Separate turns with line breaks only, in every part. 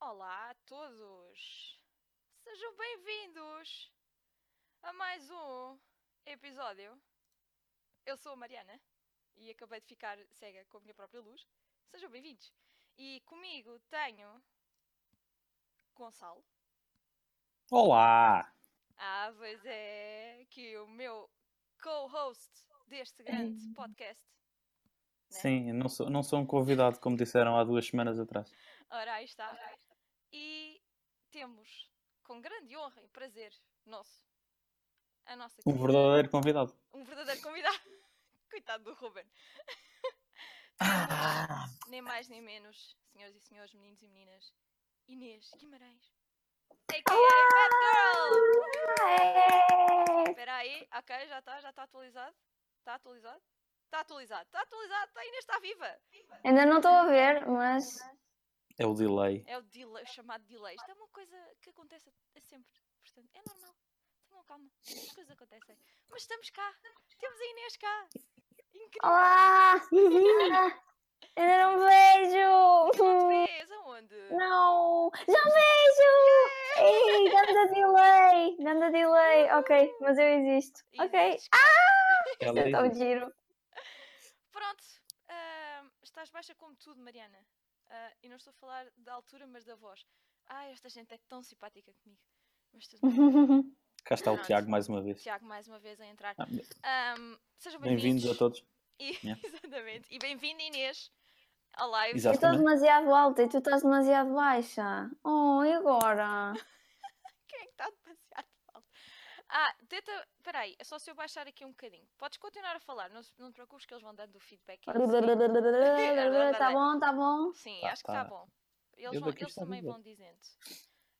Olá a todos! Sejam bem-vindos a mais um episódio. Eu sou a Mariana e acabei de ficar cega com a minha própria luz. Sejam bem-vindos! E comigo tenho Gonçalo.
Olá!
Ah, pois é, que o meu co-host deste grande podcast. né?
Sim, não sou, não sou um convidado, como disseram há duas semanas atrás.
Ora, aí está. E temos, com grande honra e prazer nosso, a nossa
Um
querida-
verdadeiro convidado.
um verdadeiro convidado. Coitado do Ruben.
Ah,
Nem mais nem menos, senhores e senhores, meninos e meninas. Inês Guimarães. AKA
Ah.
Batgirl! Espera aí, ok, já está, já está atualizado. Está atualizado? Está atualizado, está atualizado, tá, a Inês está viva!
Ainda não estou a ver, mas
é o delay.
É o delay, o chamado delay. Isto é uma coisa que acontece a- a sempre. Portanto, é normal. Tenham calma. As coisas acontecem. Mas estamos cá. Temos a Inês cá. Incrível.
olá! Ainda não vejo!
Vês aonde?
Não! Já vejo! Ei, ganda delay! Ganda delay! Ok, mas eu existo. Ok. Ah,
Inês, cá.
Ela
Então,
Eu estou
é-
giro.
Pronto. ahm, estás baixa como tudo, Mariana. Ah, e não estou a falar da altura, mas da voz. Ai, esta gente é tão simpática comigo. Mas tudo bem.
Cá está o
Pronto.
Tiago mais uma vez.
Ah, Tiago, é mais uma vez a entrar.
Ah,
Ahm, sejam bem-vindos.
Bem-vindos a todos.
E,
Yeah.
Exatamente. E bem-vindo, Inês, à live. Então,
Exato.
Eu estou demasiado alta e tu estás demasiado baixa. Oh, e agora?
Quem é que está demasiado alto? Ah, tenta. Peraí, é só se eu baixar aqui um bocadinho. Podes continuar a falar, não, se- não te preocupes que eles vão dando o feedback. e isso.
Tá bom, tá bom.
Sim,
Tá,
acho que está
tá.
bom. Eles,
Eu
vão-
daqui
eles
está
também
vivo.
vão dizendo.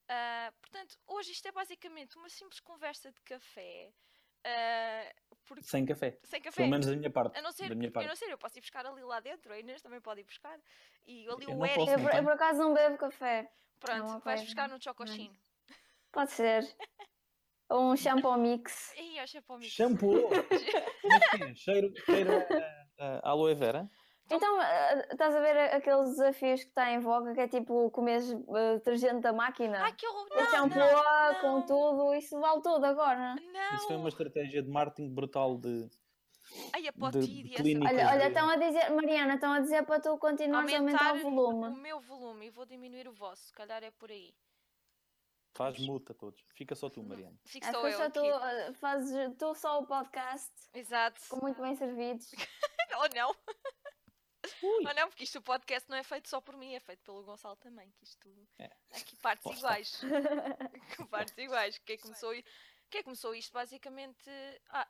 Ah, portanto, hoje isto é basicamente uma simples conversa de café. ah, porque-
Sem café.
sem café.
Pelo menos da minha parte.
A não ser,
da minha
eu
parte.
não sei, eu posso ir buscar ali lá dentro, a Inês também pode ir buscar. E ali
Eu
o
não
Eric,
posso,
Eu por, eu
tenho.
por acaso não bebo café.
pronto,
Não,
vais
ok.
buscar um chocochinho.
Pode ser. Ou um shampoo mix.
Ih, acha é para o mix.
Shampoo! Mas sim, cheiro, cheiro a, a aloe vera.
Então, eh, estás a ver a- aqueles desafios que está em voga, que é tipo comeres eh, detergente da máquina?
Ai, que horror!
Com
Não,
shampoo, ah,
não,
com
não.
tudo, isso vale tudo agora.
Isso foi
não!
uma estratégia de marketing brutal de.
Ai, a
de
potídia, essa
clínica.
coisa.
Olha, olha, tá
de-
estão a dizer, Mariana, estão a dizer para tu continuares a aumentar
Aumentar
o
o
volume.
meu volume e vou diminuir o vosso, se calhar é por aí.
Faz multa a todos. Fica só tu, Mariana.
Fico
Acho
só eu
que É só tu
aqui.
eh, fazes tu só o podcast,
Exato.
com muito bem servidos.
Ou não,
Ui.
ou não, porque isto o podcast não é feito só por mim, é feito pelo Gonçalo também, que isto
É.
aqui partes
Lá está.
iguais. Com partes iguais. Quem começou, i- quem começou isto basicamente ah,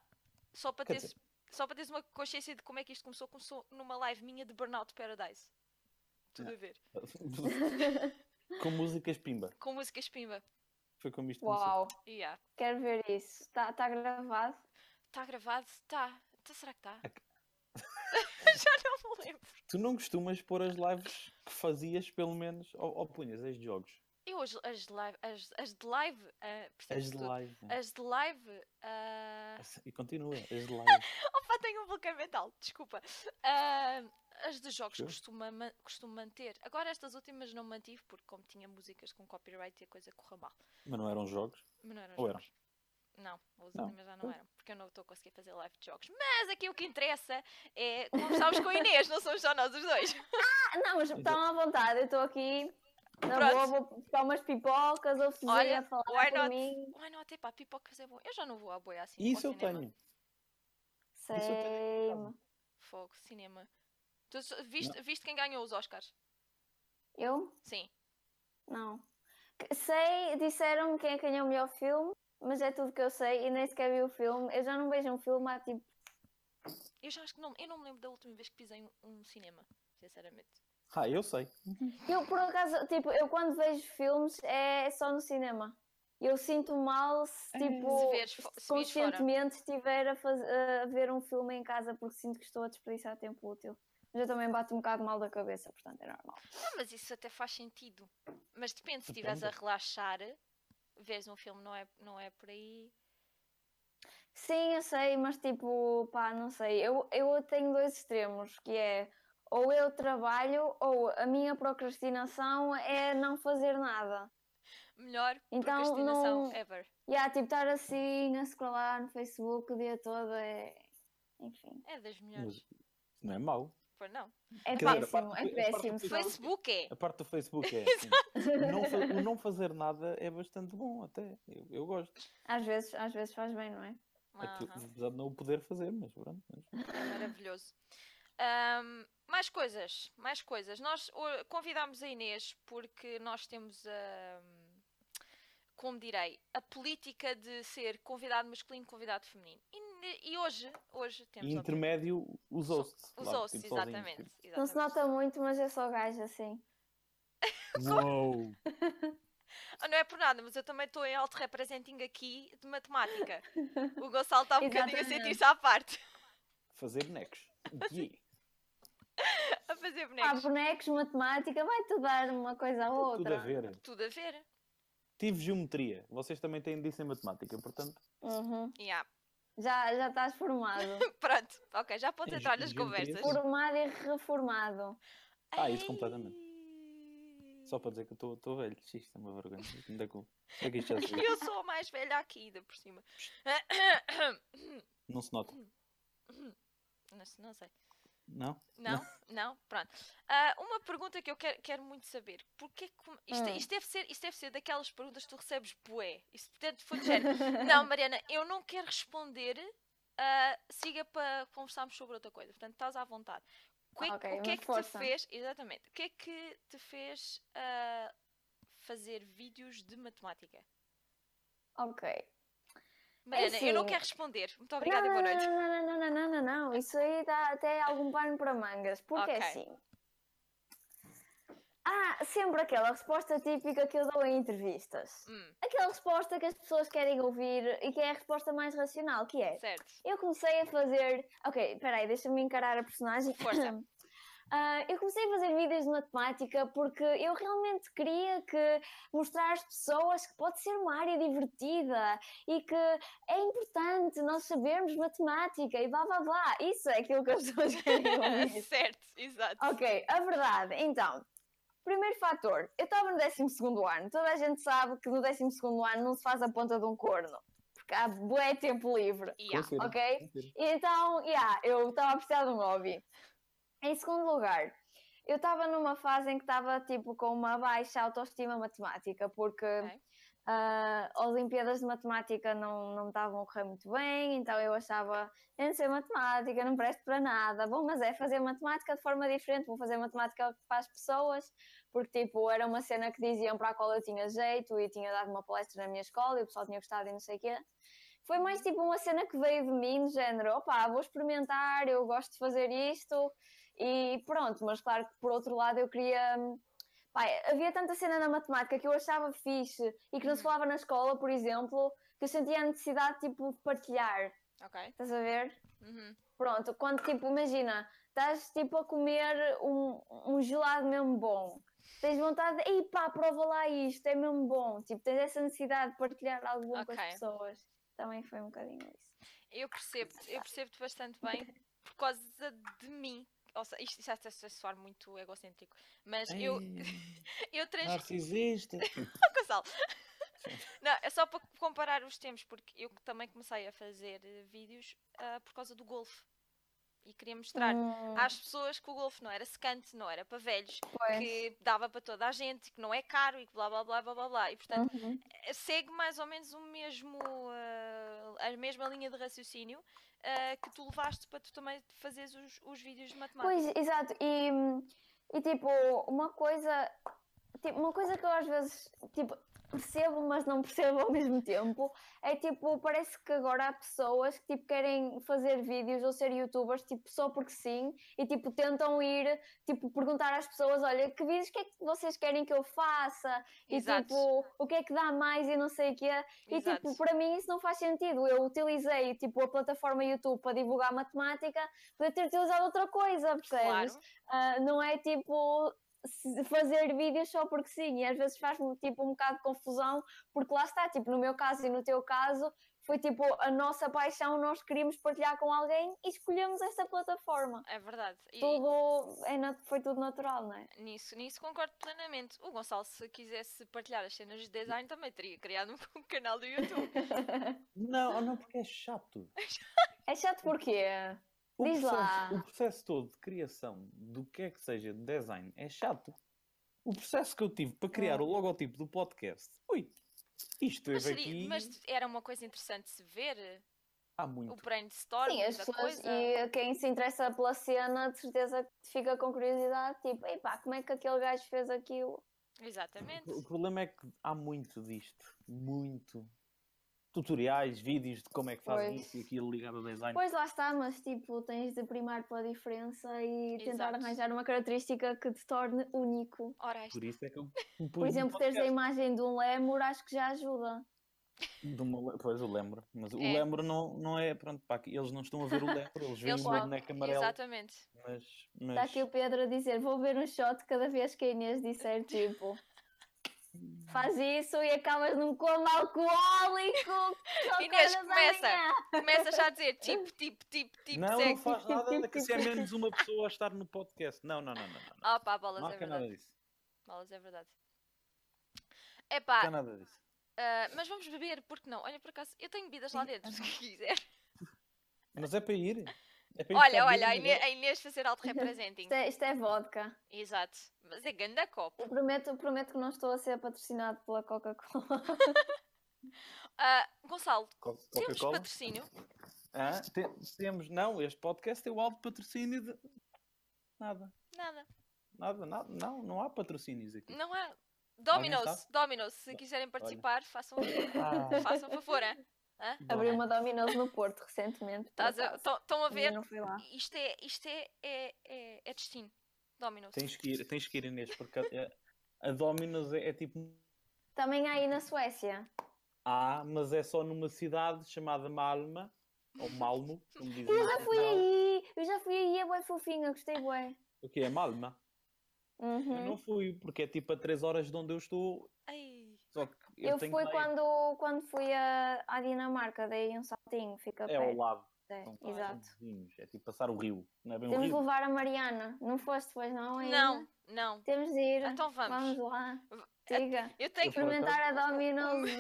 só para
Quer
teres. Só para teres uma consciência de como é que isto começou, começou numa live minha de Burnout Paradise. Tudo a ver.
Com músicas pimba.
Com músicas pimba.
Foi como isto começou.
Uau,
Yeah.
quero ver isso. Está tá gravado?
Está gravado? Está. será que
É
está? Já não me lembro.
Tu não costumas pôr as lives que fazias, pelo menos, ou, ou punhas as de jogos.
Eu as, as de live. As, as de live. ah, percebes
As de
tudo.
live. né?
As de live. ah,
E continua, as de live.
Opa, tenho um bloqueio mental, desculpa. Ah, as de jogos
Sure.
costuma, ma- costumo manter. Agora estas últimas não mantive porque, como tinha músicas com copyright, a coisa correu mal.
Mas não eram jogos.
Mas não eram
Ou
jogos. Não, as
Não, Hum.
últimas já não
pois.
eram, porque eu não estou a conseguir fazer live de jogos. Mas aqui o que interessa é conversarmos com a Inês, não somos só nós os dois.
Ah, não, mas estão à vontade, eu estou aqui. Na
Pronto.
boa, vou buscar umas pipocas, ou se
Olha,
a falar
why
por
not?
mim.
Ai não, até pá, pipocas é bom. Eu já não vou à boia assim.
E
ao
isso eu
cinema.
tenho.
Sei.
Isso eu tenho em casa.
Fogo, cinema. Tu s- viste, viste quem ganhou os Oscars?
Eu?
Sim.
Não. Que- Sei, disseram-me quem é que ganhou o melhor filme, mas é tudo que eu sei e nem sequer vi o filme. Eu já não vejo um filme há tipo.
Eu já acho que não, eu não me lembro da última vez que pisei um, um cinema, sinceramente.
Ah, eu sei.
Eu por acaso, tipo, eu quando vejo filmes é só no cinema. Eu sinto mal se,
Ah.
tipo,
Hum, Se vês fo- se vês fora.
conscientemente estiver a, faz- a ver um filme em casa porque sinto que estou a desperdiçar tempo útil. Mas eu também bato um bocado mal da cabeça, portanto é normal.
Ah, mas isso até faz sentido. Mas depende, se estiveres a
Depende.
relaxar, vês um filme, não é, não é por aí.
Sim, eu sei, mas tipo, pá, não sei. Eu, eu tenho dois extremos, que é ou eu trabalho, ou a minha procrastinação é não fazer nada.
Melhor
Então,
procrastinação
não-
ever.
E yeah, tipo, estar assim a scrollar no Facebook o dia todo é. Enfim.
É das melhores.
Mas não é mau.
Pois não.
Quer
É
dizer, a
péssimo,
parte-
é
a parte
péssimo.
do
só.
Facebook-
Facebook é.
A parte do Facebook é. sim. O não, fa- o não fazer nada é bastante bom, até. Eu, eu gosto.
Às vezes, às vezes faz bem, não é?
Aquilo-
Aham.
Apesar de não o poder fazer, mas pronto. mas-
É maravilhoso. Ahm, mais coisas, mais coisas. Nós o- convidámos a Inês porque nós temos a. Como direi, a política de ser convidado masculino, convidado feminino. E, ne- e hoje, hoje temos.
E
obviamente,
intermédio usou-se.
Os
lá,
ossos,
tipo, sozinhos,
exatamente.
tipo,
Não se
exatamente.
nota muito, mas eu sou gajo assim.
tipo, Uou!
Ah, não é por nada, mas eu também estou em alto representing aqui de matemática. O Gonçalo está um bocadinho a
Exatamente.
sentir-se à parte,
Fazer bonecos. Yeah.
a fazer
Há
bonecos.
bonecos, matemática, vai-te dar uma coisa ou
Tudo a
outra.
ver.
Tudo a ver.
Tive geometria. Vocês também têm disso em matemática, portanto.
Uhum.
Yeah.
Já, já estás formado.
Pronto, ok, já podes
Em
entrar nas
ge- geometria,
conversas.
formado e reformado.
Ah, isso completamente.
Ei.
Só para dizer que eu estou velho. Isto é uma vergonha. Não dá cu. É que isto já se vê.
Eu sou a mais velha aqui, ainda por cima.
Não se nota.
Não, se- não sei.
Não?
Não? Não? Pronto. Ah, uma pergunta que eu quero, quero muito saber. Porquê que... Isto, é,
Hum.
isto deve ser, isto deve ser daquelas perguntas que tu recebes bué. Isso, portanto, foi de género. Não, Mariana, eu não quero responder. ah, siga para conversarmos sobre outra coisa. Portanto, estás à vontade. O que, é-
Ok,
o que é que
mas
te
força.
fez... Exatamente. O que é que te fez ah, fazer vídeos de matemática?
Ok.
Mariana, eu não
assim,
quero responder. Muito
Não, não, não, não,
obrigada e boa noite.
não, não, não, não, não, não. Isso aí dá até algum pano para mangas. Porque é
Ok.
assim. Há sempre aquela resposta típica que eu dou em entrevistas.
Hum,
Aquela resposta que as pessoas querem ouvir e que é a resposta mais racional, que é.
certo.
Eu comecei a fazer. Ok, peraí, deixa-me encarar a personagem.
Força.
Ah, eu comecei a fazer vídeos de matemática porque eu realmente queria que mostrar às pessoas que pode ser uma área divertida e que é importante nós sabermos matemática e blá blá blá. Isso é aquilo que as pessoas querem ouvir.
certo, exato.
Ok, a verdade, então. Primeiro fator, eu estava no 12 ano. Toda a gente sabe que no 12 ano não se faz a ponta de um corno, porque há bué tempo livre.
Yeah.
Confirmo,
Ok.
confirmo.
Então, yeah, eu estava a precisar de um hobby. Em segundo lugar, eu estava numa fase em que estava tipo com uma baixa autoestima matemática, porque
Ok.
ah, Olimpíadas de Matemática não, não me estavam a correr muito bem, então eu achava, eu não sei matemática, não presto para nada. Bom, mas é fazer matemática de forma diferente, vou fazer matemática para as pessoas, porque tipo, era uma cena que diziam para a qual eu tinha jeito e tinha dado uma palestra na minha escola e o pessoal tinha gostado e não sei o quê. Foi mais tipo uma cena que veio de mim, do género, opá, vou experimentar, eu gosto de fazer isto e pronto, mas claro que por outro lado eu queria. hum, Pá, havia tanta cena na matemática que eu achava fixe e que não se
Uhum.
falava na escola, por exemplo, que eu sentia a necessidade tipo, de partilhar,
Ok.
estás a ver?
Uhum.
Pronto, quando tipo, imagina, estás tipo a comer um, um gelado mesmo bom. Tens vontade de, ei pá, prova lá isto, é mesmo bom. Tipo, tens essa necessidade de partilhar algo bom com
Ok.
as pessoas. Também foi um bocadinho isso.
Eu percebo-te, eu percebo-te bastante bem por causa de mim. Ou seja, isto já está a soar muito egocêntrico, mas eu, eu trans...
Narcisista.
Gonçalo. Não, é só para comparar os tempos, porque eu também comecei a fazer eh, vídeos ah, por causa do golfe. E queria mostrar
Hum,
às pessoas que o golfe não era secante, não era para velhos,
pois.
que dava para toda a gente, que não é caro e que blá blá blá blá blá blá. E portanto,
Uhum.
segue mais ou menos o mesmo ah, a mesma linha de raciocínio ah, que tu levaste para tu também fazeres os, os vídeos de matemática.
Pois, exato. E, e tipo, uma coisa. Tipo, uma coisa que eu às vezes tipo, percebo, mas não percebo ao mesmo tempo, é tipo, parece que agora há pessoas que tipo, querem fazer vídeos ou ser youtubers tipo, só porque sim, e tipo, tentam ir tipo, perguntar às pessoas, olha, que vídeos que é que vocês querem que eu faça? E
Exato.
tipo, o que é que dá mais e não sei o quê. E
Exato.
tipo, para mim isso não faz sentido. Eu utilizei tipo a plataforma YouTube para divulgar matemática, podia ter utilizado outra coisa, percebes?
claro.
Ah, não é tipo se- fazer vídeos só porque sim, e às vezes faz-me tipo um bocado de confusão, porque lá está, tipo, no meu caso e no teu caso, foi tipo a nossa paixão, nós queríamos partilhar com alguém e escolhemos esta plataforma.
É verdade. E
Tudo é nat- foi tudo natural, não é?
nisso, nisso concordo plenamente. O Gonçalo, se quisesse partilhar as cenas de design, também teria criado um canal do YouTube.
Não, não, porque é chato.
É chato porquê?
O
Diz
processo,
lá.
o processo todo de criação do que é que seja de design é chato. O processo que eu tive para criar
Ah.
o logotipo do podcast, ui, isto
mas,
teve
seria-
aqui
mas era uma coisa interessante de se ver.
há
O
muito.
brainstorm
Sim, as
da
pessoas
coisa.
e quem se interessa pela cena de certeza que fica com curiosidade, tipo, epá, como é que aquele gajo fez aquilo?
Exatamente.
O problema é que há muito disto, muito. Tutoriais, vídeos de como é que faz
Pois.
isso e aquilo ligado ao design.
Pois lá está, mas tipo, tens de primar pela diferença e tentar
Exato.
arranjar uma característica que te torne único.
Ora, aí
Por
está.
isso é que eu
Por
pus no
exemplo, teres a
podcast.
imagem de um lemur acho que já ajuda.
De uma le- Pois, o lembro. Mas o
É.
lembro não, não é. Pronto, pá, que eles não estão a ver o lembro, eles veem
Eles
uma
não-
boneca amarela.
Exatamente.
Mas,
Está
mas
aqui o Pedro a dizer, vou ver um shot cada vez que a Inês disser tipo. Faz isso e acabas num coma alcoólico. só
Inês,
acordas
começa.
amanhã.
Começa já a dizer tipo, tipo, tipo, tipo,
não, não
segue.
faz
tipo,
nada
tipo,
de que se é menos uma pessoa a estar no podcast. Não, não, não, não. não, não.
Ah pá, bolas
Não
é
há cá
verdade.
nada disso.
Bolas é verdade. Epá,
Cá nada disso.
ah, mas vamos beber, porque não? Olha, por acaso, eu tenho bebidas lá dentro, se quiser.
Mas é para ir. É para ir
Olha,
buscar
olha, a
dinheiro.
Inês, a Inês fazer auto-representing.
Isto é, isto é vodka.
Exato. Mas é ganda copo.
Eu prometo, eu prometo que não estou a ser patrocinado pela Coca-Cola.
Ah, Gonçalo,
Co-
temos
Coca-Cola?
patrocínio?
Hã? Ah, Te- Temos, não, este podcast é o alto patrocínio de. Nada,
Nada.
nada, nada. Não, não há patrocínios aqui.
Não há. Dominos,
sabe?
Dominos, se quiserem participar, façam,
Ah,
façam favor, hein?
Abri
bom.
uma Domino's no Porto recentemente. por acaso.
Estão a ver?
Ainda Não fui lá.
Isto é, isto é, é, é, é destino. Dominos.
Tens que ir, tens que ir Inês, porque a, a Dominos é, é tipo.
Também há aí na Suécia.
Há, mas é só numa cidade chamada Malma, ou Malmo, como dizem.
Eu
em
já fui
Portugal.
aí, eu já fui aí, é bué fofinha, gostei bué.
O que é Malma? Eu
Uhum.
não fui, porque é tipo a 3 horas de onde eu estou.
Ai,
Só que eu,
Eu
tenho
fui
que dar aí.
quando, quando fui a, à Dinamarca, dei um saltinho, fica
É ao
perto.
lado.
é,
são quase
Exato.
vizinhos, É tipo passar o rio. Não é bem um
Temos de
rio.
levar a Mariana. Não foste, pois não? ainda?
não, não.
Temos de ir.
Então
Vamos
vamos.
lá.
V-
é
Siga.
Eu tenho que
fui-
Experimentar a Domino's de
ir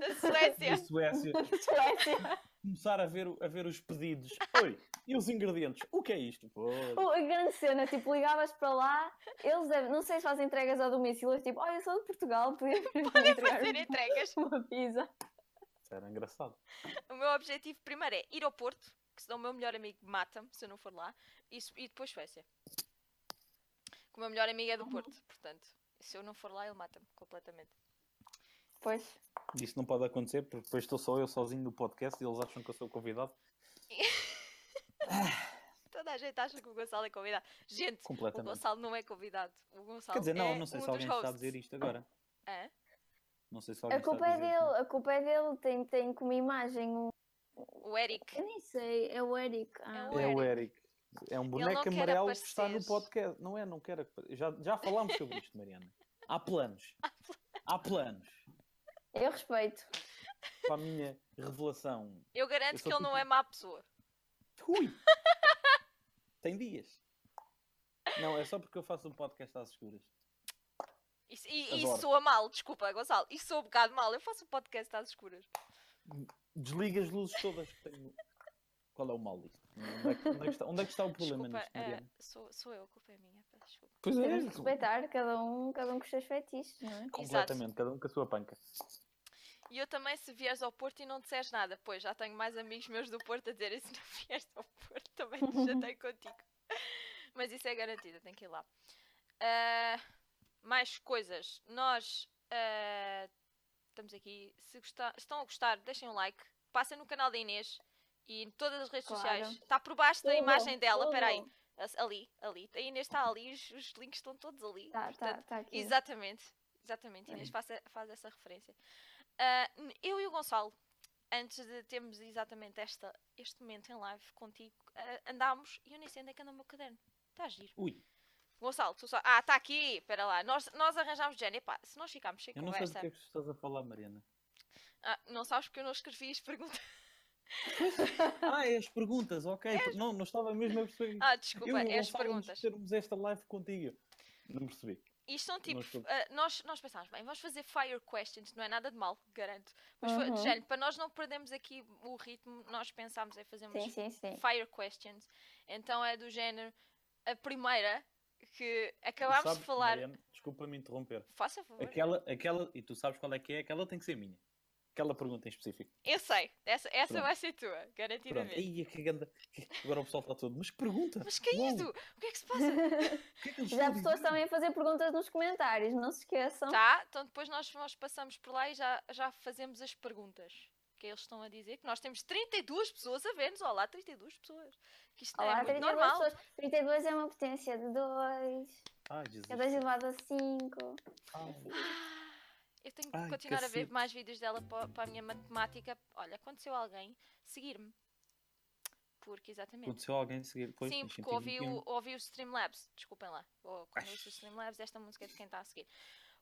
na Suécia.
Na Suécia,
Suécia.
começar a ver, o- a ver os pedidos. Oi, e os ingredientes? O que é isto? Pois.
Oh, a grande cena, tipo, ligavas para lá, eles devem- não sei se fazem entregas ao domicílio, eles tipo, olha, eu sou de Portugal, podia podem
Fazer entregas.
uma pizza.
Isso era engraçado.
O meu objetivo primeiro é ir ao Porto, que senão o meu melhor amigo mata-me se eu não for lá, e, se- e depois Suécia. Que o meu melhor amigo é
Uhum.
do Porto, portanto, se eu não for lá, ele mata-me completamente.
Pois,
Isso não pode acontecer, porque depois estou só eu sozinho no podcast e eles acham que eu sou convidado.
Toda a gente acha que o Gonçalo é convidado. Gente, o
Completamente.
Gonçalo não é convidado. O Gonçalo
Quer dizer, não,
é
não sei
um
se alguém
dos
está a dizer
hosts.
isto agora.
Hã?
Não sei se
a
alguém
culpa
está a
é
dizer
dele, a culpa é dele, tem, tem como imagem um...
O Eric.
Eu nem sei, é o Eric. Ah.
o
É o
Eric.
Eric. É um
não
boneco
quer
amarelo que está no
aparecer.
podcast. Não é? Não quer. apare- Já, já falámos sobre isto, Mariana. Há planos. Há planos.
Eu respeito.
Para a minha revelação.
Eu garanto
Eu
que
sou
ele não
tipo-
é má pessoa.
Ui! Tem dias. Não, é só porque eu faço um podcast às escuras.
Isso- E, e
Adoro.
soa mal, desculpa, Gonçalo. Isso soa um bocado mal. Eu faço um podcast às escuras.
Desliga as luzes todas que tenho. Qual é o mal disto? Onde é que, onde é que está, onde é que está o problema
Desculpa,
nisto,
eh,
Mariana?
sou, sou eu, a culpa é minha. peço Desculpa.
Pois é,
Temos de respeitar cada um, cada um com os seus fetiches, não é?
Completamente, cada um com a sua panca.
E eu também, se vieres ao Porto e não disseres nada, pois já tenho mais amigos meus do Porto a dizerem se não vieres ao Porto, também te jantei contigo. Mas isso é garantido, eu tenho que ir lá. Ah, mais coisas. Nós ah, estamos aqui. Se gosta- estão a gostar, deixem um like. Passem no canal da Inês e em todas as redes
Claro.
sociais. Está por baixo da
Tudo,
imagem dela.
tudo.
Espera aí. As- Ali, ali. A Inês está ali, os, os links estão todos ali.
Tá,
Portanto,
tá, tá
É.
aqui.
Exatamente, exatamente, Inês, faz, e- faz essa referência. Ah, n- eu e o Gonçalo, antes de termos exatamente esta, este momento em live contigo, ah, andámos e eu nem sei onde é que anda o meu caderno. Está giro.
Ui,
Gonçalo, tu só. Ah, está aqui! Espera lá, nós, nós arranjámos de género. Epá, se nós ficarmos sem
eu não sei do é
conversa.
que é que estás a falar, Mariana.
Ah, não sabes porque eu não escrevi as perguntas.
Ah, é as perguntas, ok. Não, não estava mesmo a perceber.
Ah,
eu
desculpa,
e o
é as
Gonçalo
perguntas.
termos esta live contigo. Não percebi.
Isto são tipo.
estou-
ah, nós, nós pensámos, bem, vamos fazer fire questions, não é nada de mal, garanto. Mas foi,
Uhum.
de género, para nós não perdermos aqui o ritmo, nós pensámos em fazer umas
Sim, sim, sim.
fire questions. Então é do género. A primeira que acabámos
Sabes,
de falar.
Mariana, desculpa me interromper.
Faça favor.
Aquela, aquela, e tu sabes qual é que é, aquela tem que ser minha. Aquela pergunta em específico.
Eu sei, essa, essa
Pronto.
vai ser tua,
Pronto,
garantidamente.
aí que ganda. Agora o pessoal está todo. Mas que pergunta!
Mas que é
Uau,
isso? O que é que se passa?
o que é que eles
Já
estão a
pessoas
dizer?
também a fazer perguntas nos comentários, não se esqueçam.
Tá, então depois nós, nós passamos por lá e já, já fazemos as perguntas que eles estão a dizer. Que nós temos 32 pessoas a ver-nos. Olá, 32 pessoas. Que isto
Olá,
é muito
32
normal.
pessoas. 32 é uma potência de 2.
Ai, Jesus. Ah,
É 2 elevado a 5.
Ai,
Ah, Eu tenho que
Ai,
continuar a ver
cacete.
mais vídeos dela pa- para a minha matemática. Olha, aconteceu alguém seguir-me. Porque, exatamente.
Aconteceu alguém de seguir depois?
Sim, porque ouvi o, ouvi o Streamlabs. Desculpem lá. Ou, Quando ouço o Streamlabs, esta música é de quem está a seguir.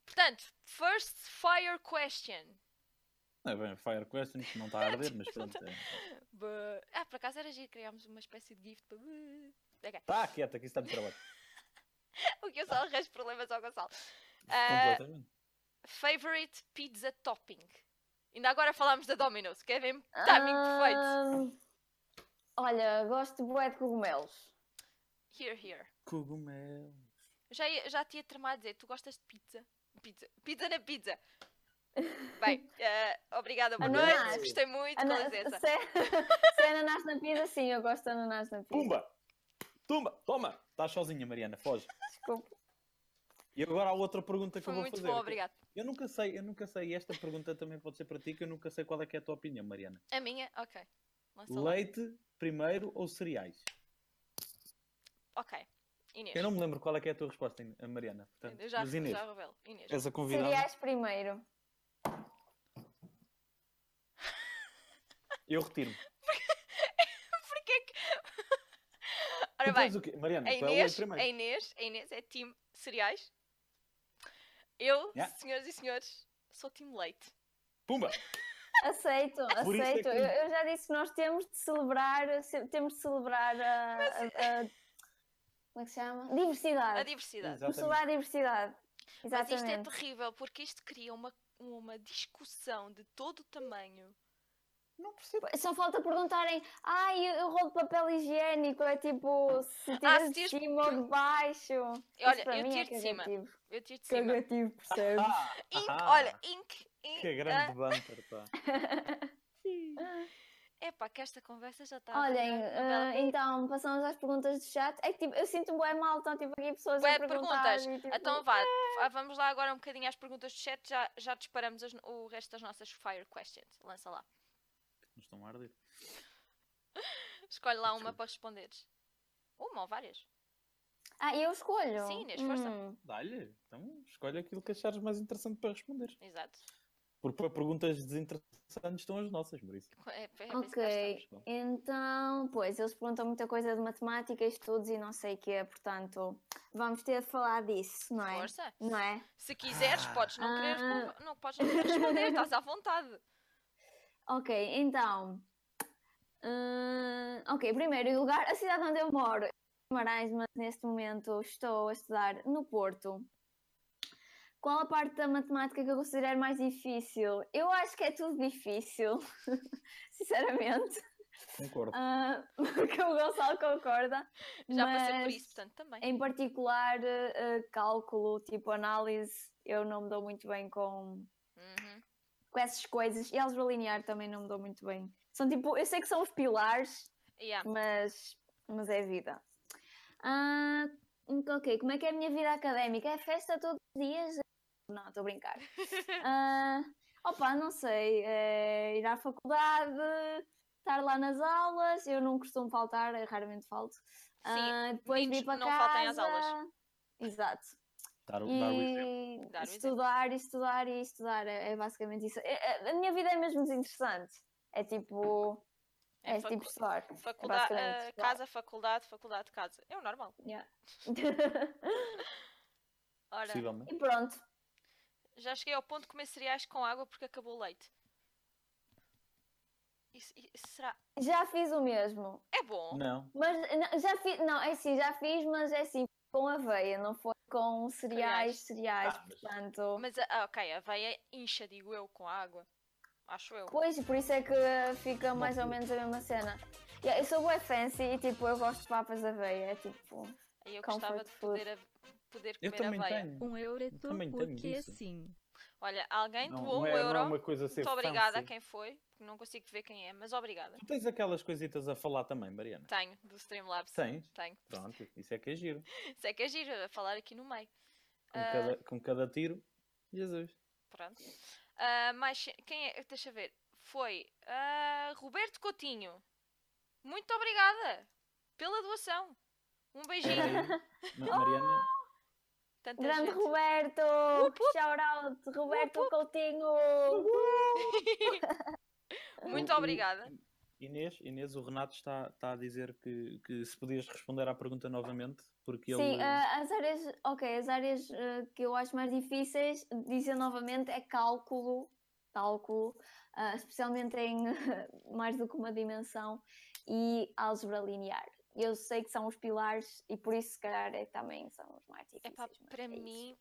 Portanto, first fire question.
Não é bem Fire Question, que não está a arder, mas pronto. é.
Buh. Ah, por acaso era giro, criámos uma espécie de gift para. buh. Ok.
Está Tá, quieta, que isso está de trabalho.
O que eu só arranjo problemas ao Gonçalo. Ah,
Completamente.
favorite pizza topping. Ainda agora falámos da Domino's, que é mesmo timing perfeito.
Ahm, Olha, gosto bué de cogumelos.
Here, here.
Cogumelo.
Já, ia- já te ia tramar a dizer, tu gostas de pizza? Pizza, pizza na pizza. Bem, ah, obrigada, boa
Ananás.
noite, gostei muito, com
Ana-
licença.
se, é- se é ananás na pizza, sim, eu gosto de ananás na pizza.
Pumba! Tumba! Toma! Estás sozinha, Mariana, foge.
Desculpa.
E agora há outra pergunta que
Foi
eu vou
muito
fazer.
bom,
ok?
obrigado.
Eu nunca sei, eu nunca sei. E esta pergunta também pode ser para ti, que eu nunca sei qual é que é a tua opinião, Mariana.
A minha? Ok. Lança lá.
Leite primeiro ou cereais?
Ok. Inês.
Eu não me lembro qual é que é a tua resposta, In- Mariana. Portanto,
Eu já,
mas Inês,
já revelo. Inês.
és a convidada.
Cereais primeiro.
Eu retiro-me.
Porquê que.
Tu
Ora bem.
tens o quê? Mariana,
A
tu é o leite
Inês,
primeiro.
a Inês, a Inês é time cereais. Eu,
Yeah.
senhoras e senhores, sou time leite.
Pumba!
Aceito,
Por isso é
aceito.
que-
Eu, eu já disse que nós temos de celebrar, se- temos de celebrar a, a- a- como é que se chama?
A
Diversidade.
diversidade.
Temos de celebrar a diversidade.
Mas isto
Ah, Exatamente.
é terrível porque isto cria uma, uma discussão de todo o tamanho.
Não percebo.
Só falta perguntarem, ai, eu eu rolo de papel higiênico, é tipo, se
Ah,
tiras
se
de
tiras-
cima ou de baixo.
Olha,
Isso para
eu
mim é
tiro de cima.
cagativo.
Eu tiro de cima.
Cagativo, percebes?
Ah,
Inc,
ah,
olha, ah. Inc. inc
Que grande banter, pá.
É Epá, que esta conversa já está. a virar
Olhem,
uma
eh,
bela-
então, passamos às perguntas do chat. É que tipo, eu sinto-me bem mal, estão tipo aqui pessoas
Bué
a perguntar.
perguntas.
e, tipo,
Então vá, vá, vamos lá agora um bocadinho às perguntas do chat, já, já disparamos as- o resto das nossas fire questions. Lança lá.
Não estão a arder.
Escolhe lá uma
Desculpa.
para responderes. Uma ou várias?
Ah, eu escolho.
Sim, Inês, força.
Hum,
Dá-lhe. Então escolhe aquilo que achares mais interessante para responder.
Exato.
Porque para perguntas desinteressantes estão as nossas, Maurício.
É, é para isso que
ok.
cá estamos.
estamos,
Então, pois, eles perguntam muita coisa de matemática, estudos e não sei o quê, portanto, vamos ter de falar disso, não é?
Força.
Não é?
Se quiseres, podes não querer,
Ah.
con- não podes não querer responder, estás à vontade.
Ok, então. hum, ok, primeiro lugar, a cidade onde eu moro, Guimarães, mas neste momento estou a estudar no Porto. Qual a parte da matemática que eu considero mais difícil? Eu acho que é tudo difícil, sinceramente,
Concordo.
ah, porque o Gonçalo concorda.
Já passei por
mas-
isso, portanto, também.
em particular, eh, eh, cálculo, tipo análise, eu não me dou muito bem com,
Uhum.
com essas coisas. E álgebra linear também não me dou muito bem. São tipo, eu sei que são os pilares,
Yeah.
mas, mas é vida. Ah, ok, como é que é a minha vida académica? É festa todos os dias? Não, estou a brincar. Ah, opa, não sei. é ir à faculdade, estar lá nas aulas. Eu não costumo faltar, eu raramente falto. Ah, depois
meninos,
vir para
não
casa.
faltem às aulas.
Exato.
Dar, o- dar o exemplo.
E
Dar o exemplo.
estudar, e estudar e estudar. É é basicamente isso. É- é- A minha vida é mesmo desinteressante. É tipo.
É
É, tipo
facu-
estudar.
Faculdade,
basicamente,
ah,
claro.
casa, faculdade, faculdade, casa. É o normal. Ora,
Possivelmente.
e pronto.
já cheguei ao ponto de comer cereais com água porque acabou o leite. Isso- isso será.
Já fiz o mesmo.
É bom.
Não.
Mas não, já fiz, não, é assim, já fiz, mas é assim, com aveia, não foi com cereais, cereais,
Ah, mas-
portanto.
Mas, ah, ok, a veia incha, digo eu, com água. Acho eu.
Pois, por isso é que fica mais ou menos a mesma cena. Yeah, eu sou bué fancy e tipo, eu gosto de papas de aveia, é tipo.
Aí eu
Comfort
gostava de
food.
poder, a- poder
Eu
comer
também
aveia.
tenho.
Um eureto,
Também tenho
porque
isso.
assim.
Olha, alguém
Não,
doou
não
um
é, não é
euro.
uma coisa a ser
Muito obrigada a
fancy.
quem foi, porque não consigo ver quem é, mas obrigada.
Tu tens aquelas coisitas a falar também, Mariana?
Tenho, do Streamlabs.
Tens?
Tenho.
Pronto, isso é que é giro.
Isso é que é giro, a falar aqui no meio.
Com,
Ah.
cada, com cada tiro, Jesus.
Pronto. Ah, mais che- quem é? Deixa ver. Foi ah, Roberto Coutinho. Muito obrigada pela doação. Um
Espera
beijinho.
aí.
Ah.
Ma- Mariana,
Tanta
Grande
Tá gente.
Roberto!
Up,
que Shout out, Roberto Coutinho!
Muito
O- o-
obrigada.
Inês, Inês, o Renato está, está a dizer que, que se podias responder à pergunta novamente, porque
Sim,
ele.
ah, as áreas, ok, as áreas ah, que eu acho mais difíceis, dizer novamente, é cálculo, cálculo, ah, especialmente em mais do que uma dimensão, e álgebra linear. Eu sei que são os pilares e por isso se calhar é que também são os mais difíceis.
Epá,
mas
para
é isso.
mim, assim,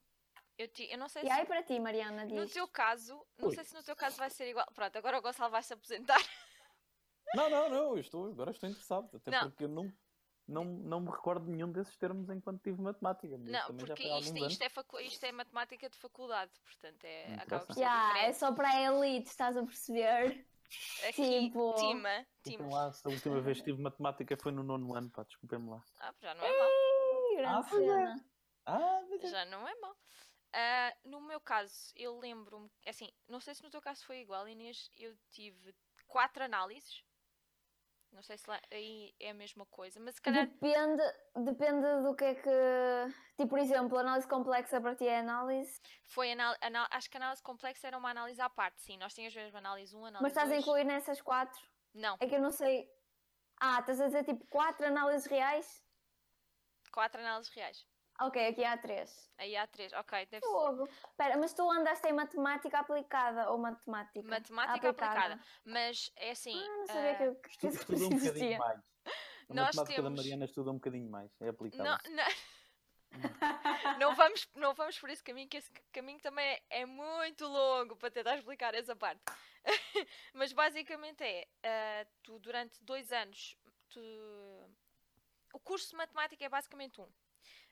eu, ti- eu não sei
E
se
aí para ti, Mariana,
no
diz.
teu caso, não
Ui.
sei se no teu caso vai ser igual. Pronto, agora o Gonçalo vai se aposentar.
Não, não, não, eu estou, agora estou interessado, até
Não.
porque eu não, não, não me recordo de nenhum desses termos enquanto tive matemática. mas
Não,
também
porque
já foi há
isto,
alguns Hum,
isto é facu- isto é matemática de faculdade, portanto é,
Não
acaba por
interessa.
ser
Yeah, é
diferente.
só para a elite, estás a perceber?
Aqui,
tipo-
Tima, Tima.
Desculpem lá, se a última vez que tive matemática foi no nono ano, pá, desculpem-me lá.
Ah, já não é mal.
Ih, grande
Ah, pois é.
cena.
Ah, mas é-
Já não é mau. Ah, no meu caso, eu lembro-me, assim, não sei se no teu caso foi igual, Inês, eu tive quatro análises. Não sei se lá aí é a mesma coisa, mas se calhar
Depende, depende do que é que. Tipo, por exemplo, análise complexa para ti é análise,
foi anal- anal- acho que a análise complexa era uma análise à parte, sim. Nós tínhamos mesmo análise 1, análise
mas estás a
2.
incluir nessas quatro.
Não,
É que eu não sei. Ah, estás a dizer tipo quatro análises reais?
quatro análises reais.
Ok, aqui há três.
Aí há três, ok, deve ser.
Fogo. Espera, mas tu andaste em matemática aplicada ou matemática?
Matemática aplicada. Mas é assim.
Ah, não sabia
ah,
que eu
Estu-
que
Estuda um
isso existia.
bocadinho mais. A
Nós
matemática da
temos-
Mariana estuda um bocadinho mais, é aplicável.
Não, não- não vamos, não vamos por esse caminho, que esse caminho também é, é muito longo para tentar explicar essa parte. Mas basicamente é, ah, tu durante dois anos, tu- o curso de matemática é basicamente um.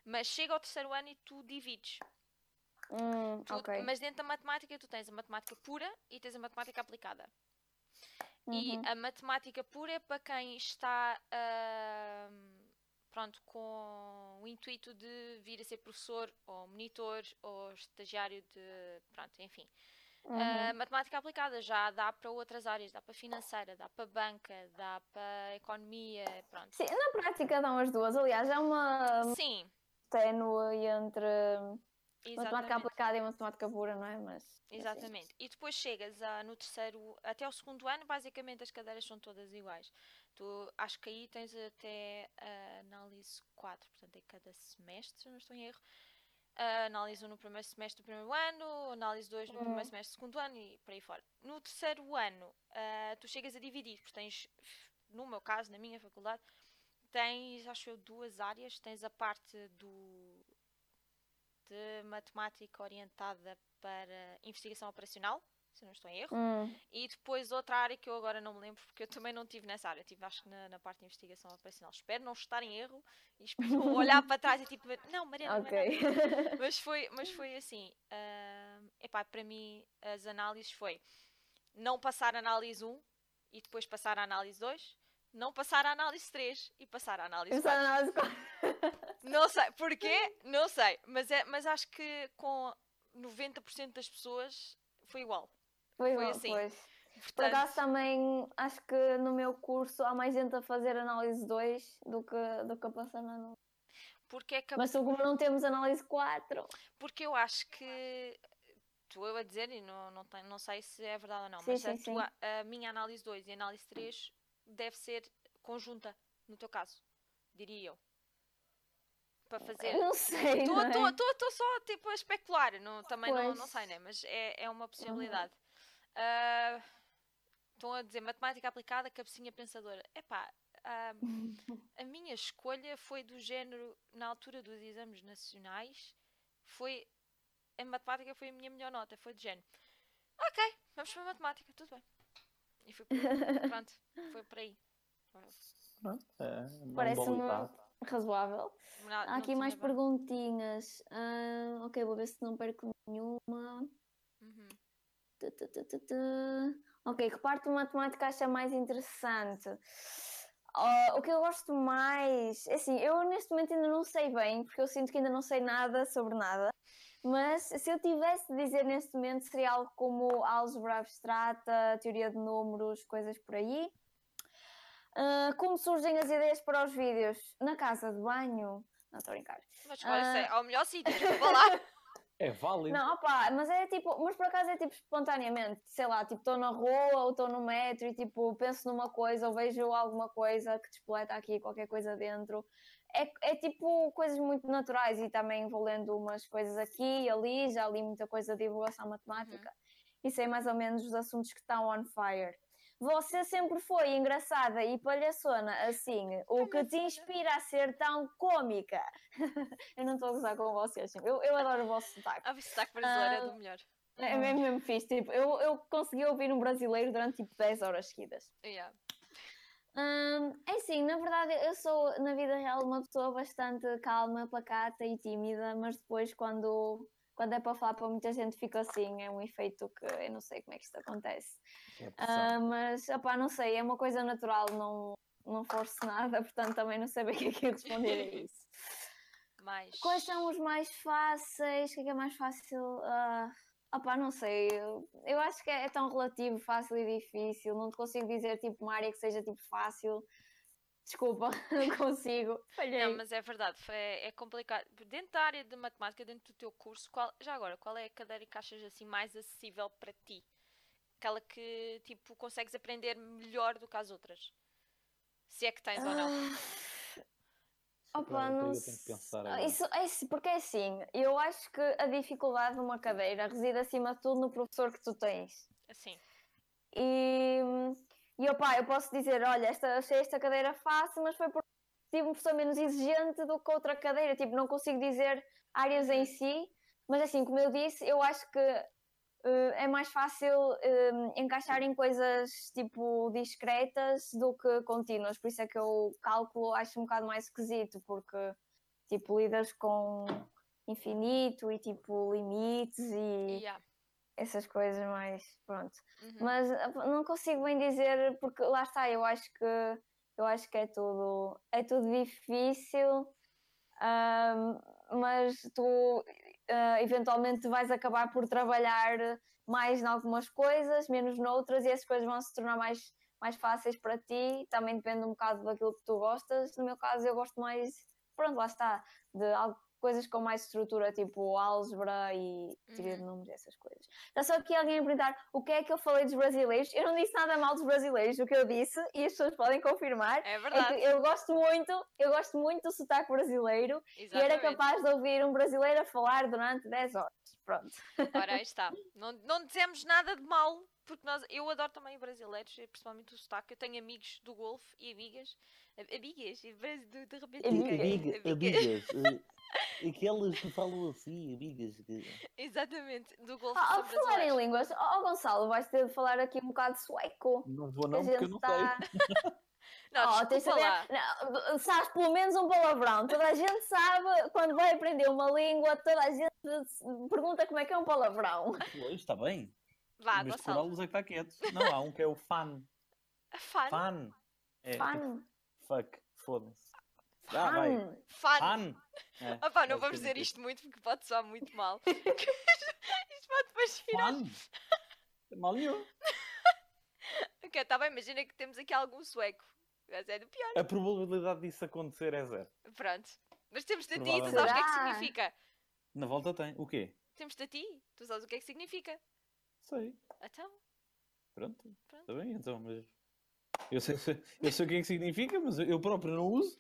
Mas chega ao terceiro ano e tu divides.
Hum,
Tu-
ok.
Mas dentro da matemática tu tens a matemática pura e tens a matemática aplicada. E
Uhum.
a matemática pura é para quem está ahm, pronto, com o intuito de vir a ser professor ou monitor ou estagiário de. Pronto, enfim.
Uhum.
A matemática aplicada já dá para outras áreas, dá para financeira, dá para banca, dá para economia, pronto.
Sim, na prática dão as duas. Aliás, é uma
Sim,
ténue entre matemática
exatamente.
aplicada e matemática pura, não é? Mas, assim.
Exatamente. E depois chegas a, no terceiro, até ao segundo ano, basicamente as cadeiras são todas iguais. Tu, acho que aí tens até a análise 4, portanto é cada semestre, se eu não estou em erro. A análise 1 no primeiro semestre do primeiro ano, análise 2 no
Hum.
primeiro semestre do segundo ano e por aí fora. No terceiro ano, ah, tu chegas a dividir, porque tens, no meu caso, na minha faculdade, tens, acho eu, duas áreas. Tens a parte do, de matemática orientada para investigação operacional, se eu não estou em erro.
Hum.
E depois outra área que eu agora não me lembro, porque eu também não tive nessa área. Tive, acho que na, na parte de investigação operacional. Espero não estar em erro e espero não olhar para trás e tipo, ver, não, Mariana, não é nada."
Ok.
mas foi, mas foi assim. ahm, epá, para mim, as análises foi não passar a análise 1 e depois passar a análise 2, não passar a análise 3 e passar a análise 4.
análise
Não sei. Porquê? Não sei. Mas, é, mas acho que com 90% das pessoas foi igual.
Foi,
Foi
bom,
assim.
pois. Por
Portanto,
acaso também acho que no meu curso há mais gente a fazer análise 2 do que, do que a passar na análise.
porque é que a
Mas como não temos análise 4.
Porque eu acho que. Estou eu a dizer, e não, não, tenho- não sei se é verdade ou não,
Sim,
mas a,
sim, sim.
tua- a minha análise 2 e a análise 3 deve ser conjunta, no teu caso, diria eu. Para fazer.
Eu não sei.
Estou
não é?
só tipo, a especular, não, também não, não
Pois. Uhum.
sei, né? mas é, é uma possibilidade. Estou Ah, Estão a dizer matemática aplicada, cabecinha pensadora. Epá, ah, a minha escolha foi do género, na altura dos exames nacionais, foi. A matemática foi a minha melhor nota, foi do género. Ok, vamos para a matemática, tudo bem. E foi por- pronto, foi por aí.
Pronto. É, uma
Parece-me-
dualidade.
Razoável.
Não- Ah, não
Há aqui
tinha
mais
bem.
perguntinhas. Ah, ok, vou ver se não perco nenhuma.
Uhum.
Tu, tu, tu, tu, tu. Ok, que parte de matemática acha mais interessante? Ah, o que eu gosto mais, assim, eu neste momento ainda não sei bem, porque eu sinto que ainda não sei nada sobre nada, mas se eu tivesse de dizer neste momento seria algo como álgebra abstrata, teoria de números, coisas por aí. Ah, como surgem as ideias para os vídeos? Na casa de banho? Não, estou a brincar.
Mas olha,
Ah.
sei, ao melhor sítio, vou lá.
É válido.
Não, opá, mas é tipo, mas por acaso é tipo espontaneamente, sei lá, tipo, estou na rua ou estou no metro e tipo, penso numa coisa ou vejo alguma coisa que despoleta aqui, qualquer coisa dentro. É, é tipo coisas muito naturais e também vou lendo umas coisas aqui e ali, já li muita coisa de divulgação matemática e sei mais ou menos os assuntos que estão on fire. Você sempre foi engraçada e palhaçona, assim, o que te inspira a ser tão cômica? eu não estou a gozar com vocês, eu, eu adoro o vosso sotaque.
A sotaque brasileiro é
Ah.
do melhor.
É mesmo, mesmo fixe. Tipo, eu, eu consegui ouvir um brasileiro durante tipo 10 horas seguidas.
Yeah.
Hum, é assim, na verdade, eu sou na vida real uma pessoa bastante calma, pacata e tímida, mas depois quando, quando é para falar para muita gente fica assim, é um efeito que eu não sei como é que isto acontece.
É
Ah,
pressão.
mas, opá, não sei, é uma coisa natural, não, não forço nada, portanto também não sei bem o que é que eu responder a isso.
Mas.
Quais são os mais fáceis? O que é que é mais fácil? Ah, opá, não sei. Eu, eu acho que é, é tão relativo, fácil e difícil. Não te consigo dizer tipo uma área que seja tipo fácil. Desculpa, não consigo. Falhei.
Não, mas é verdade, foi- é, complicado. Dentro da área de matemática, dentro do teu curso, qual- já agora, qual é a cadeira que achas assim mais acessível para ti? Aquela que, tipo, consegues aprender melhor do que as outras? Se é que tens ou não.
Ah,
Espera,
Opa,
eu
não
tenho que pensar
Ah,
sei.
agora.
Isso, é assim, porque é assim, eu acho que a dificuldade de uma cadeira reside acima de tudo no professor que tu tens.
Assim.
E, e opá, eu posso dizer, olha, esta, achei esta cadeira fácil, mas foi porque tive um professor menos exigente do que outra cadeira. Tipo, não consigo dizer áreas em si, mas assim, como eu disse, eu acho que eh, é mais fácil eh, encaixar em coisas tipo discretas do que contínuas. Por isso é que eu cálculo, acho um bocado mais esquisito, porque tipo, lidas com infinito e tipo limites e
Yeah.
essas coisas mais pronto
Uhum.
mas ah, pá, não consigo bem dizer porque lá está, eu acho que eu acho que é tudo é tudo difícil ahm, mas tu ah, eventualmente vais acabar por trabalhar mais em algumas coisas, menos noutras e essas coisas vão se tornar mais mais fáceis para ti, também depende um bocado daquilo que tu gostas, no meu caso eu gosto mais pronto, lá está, de algo coisas com mais estrutura, tipo álgebra e teoria
Uhum.
de números, essas coisas Está só aqui alguém a perguntar o que é que eu falei dos brasileiros. Eu não disse nada mal dos brasileiros, o que eu disse, e as pessoas podem confirmar.
É
É
verdade.
que eu gosto muito, eu gosto muito do sotaque brasileiro e era
Exatamente.
capaz de ouvir um brasileiro a falar durante 10 horas. Pronto.
Ora, aí está. Não, não dizemos nada de mal, porque nós, eu adoro também brasileiros, principalmente o sotaque. Eu tenho amigos do Golfo e amigas. a- Amigas, e bras- do- de repente.
Amigas.
amiga-
Amiga- amigas. eh, Aquelas que falam assim, amigas. que-
Exatamente, do Golfo.
Ah,
são
ao falar em
brasileiros.
línguas, ó ó, Gonçalo, vais ter de falar aqui um bocado sueco.
Não vou
que
não, porque eu não sei.
tá-
Não,
Ó, tens de
desculpa lá.
Ah, saber- não, sabes pelo menos um palavrão. Toda a gente sabe quando vai aprender uma língua, toda a gente se pergunta como é que é um palavrão.
Pois, está bem.
Vá,
mas
Gonçalo.
Coralus é que está quieto. Não, há um que é o fan.
Fan. Fan.
Fan. É,
Fun.
Fuck, foda-se. Ah, vai.
Fun.
Fan. É,
Opá, Ah, não
basicamente
vamos dizer
isso.
isto muito porque pode soar muito mal. isto pode depois virar.
Fan. Mal nenhum.
Ok, está bem, imagina que temos aqui algum sueco. Mas é do pior.
A probabilidade disso acontecer é zero.
Pronto. Mas temos de ti, tu sabes o que é que
Será?
significa.
Na volta tem. O quê?
Temos de ti, tu sabes o que é que significa.
Sei.
Então,
Pronto.
Pronto.
Está bem, então, mas. Eu sei, sei- eu sei o que é que significa, mas eu próprio não uso.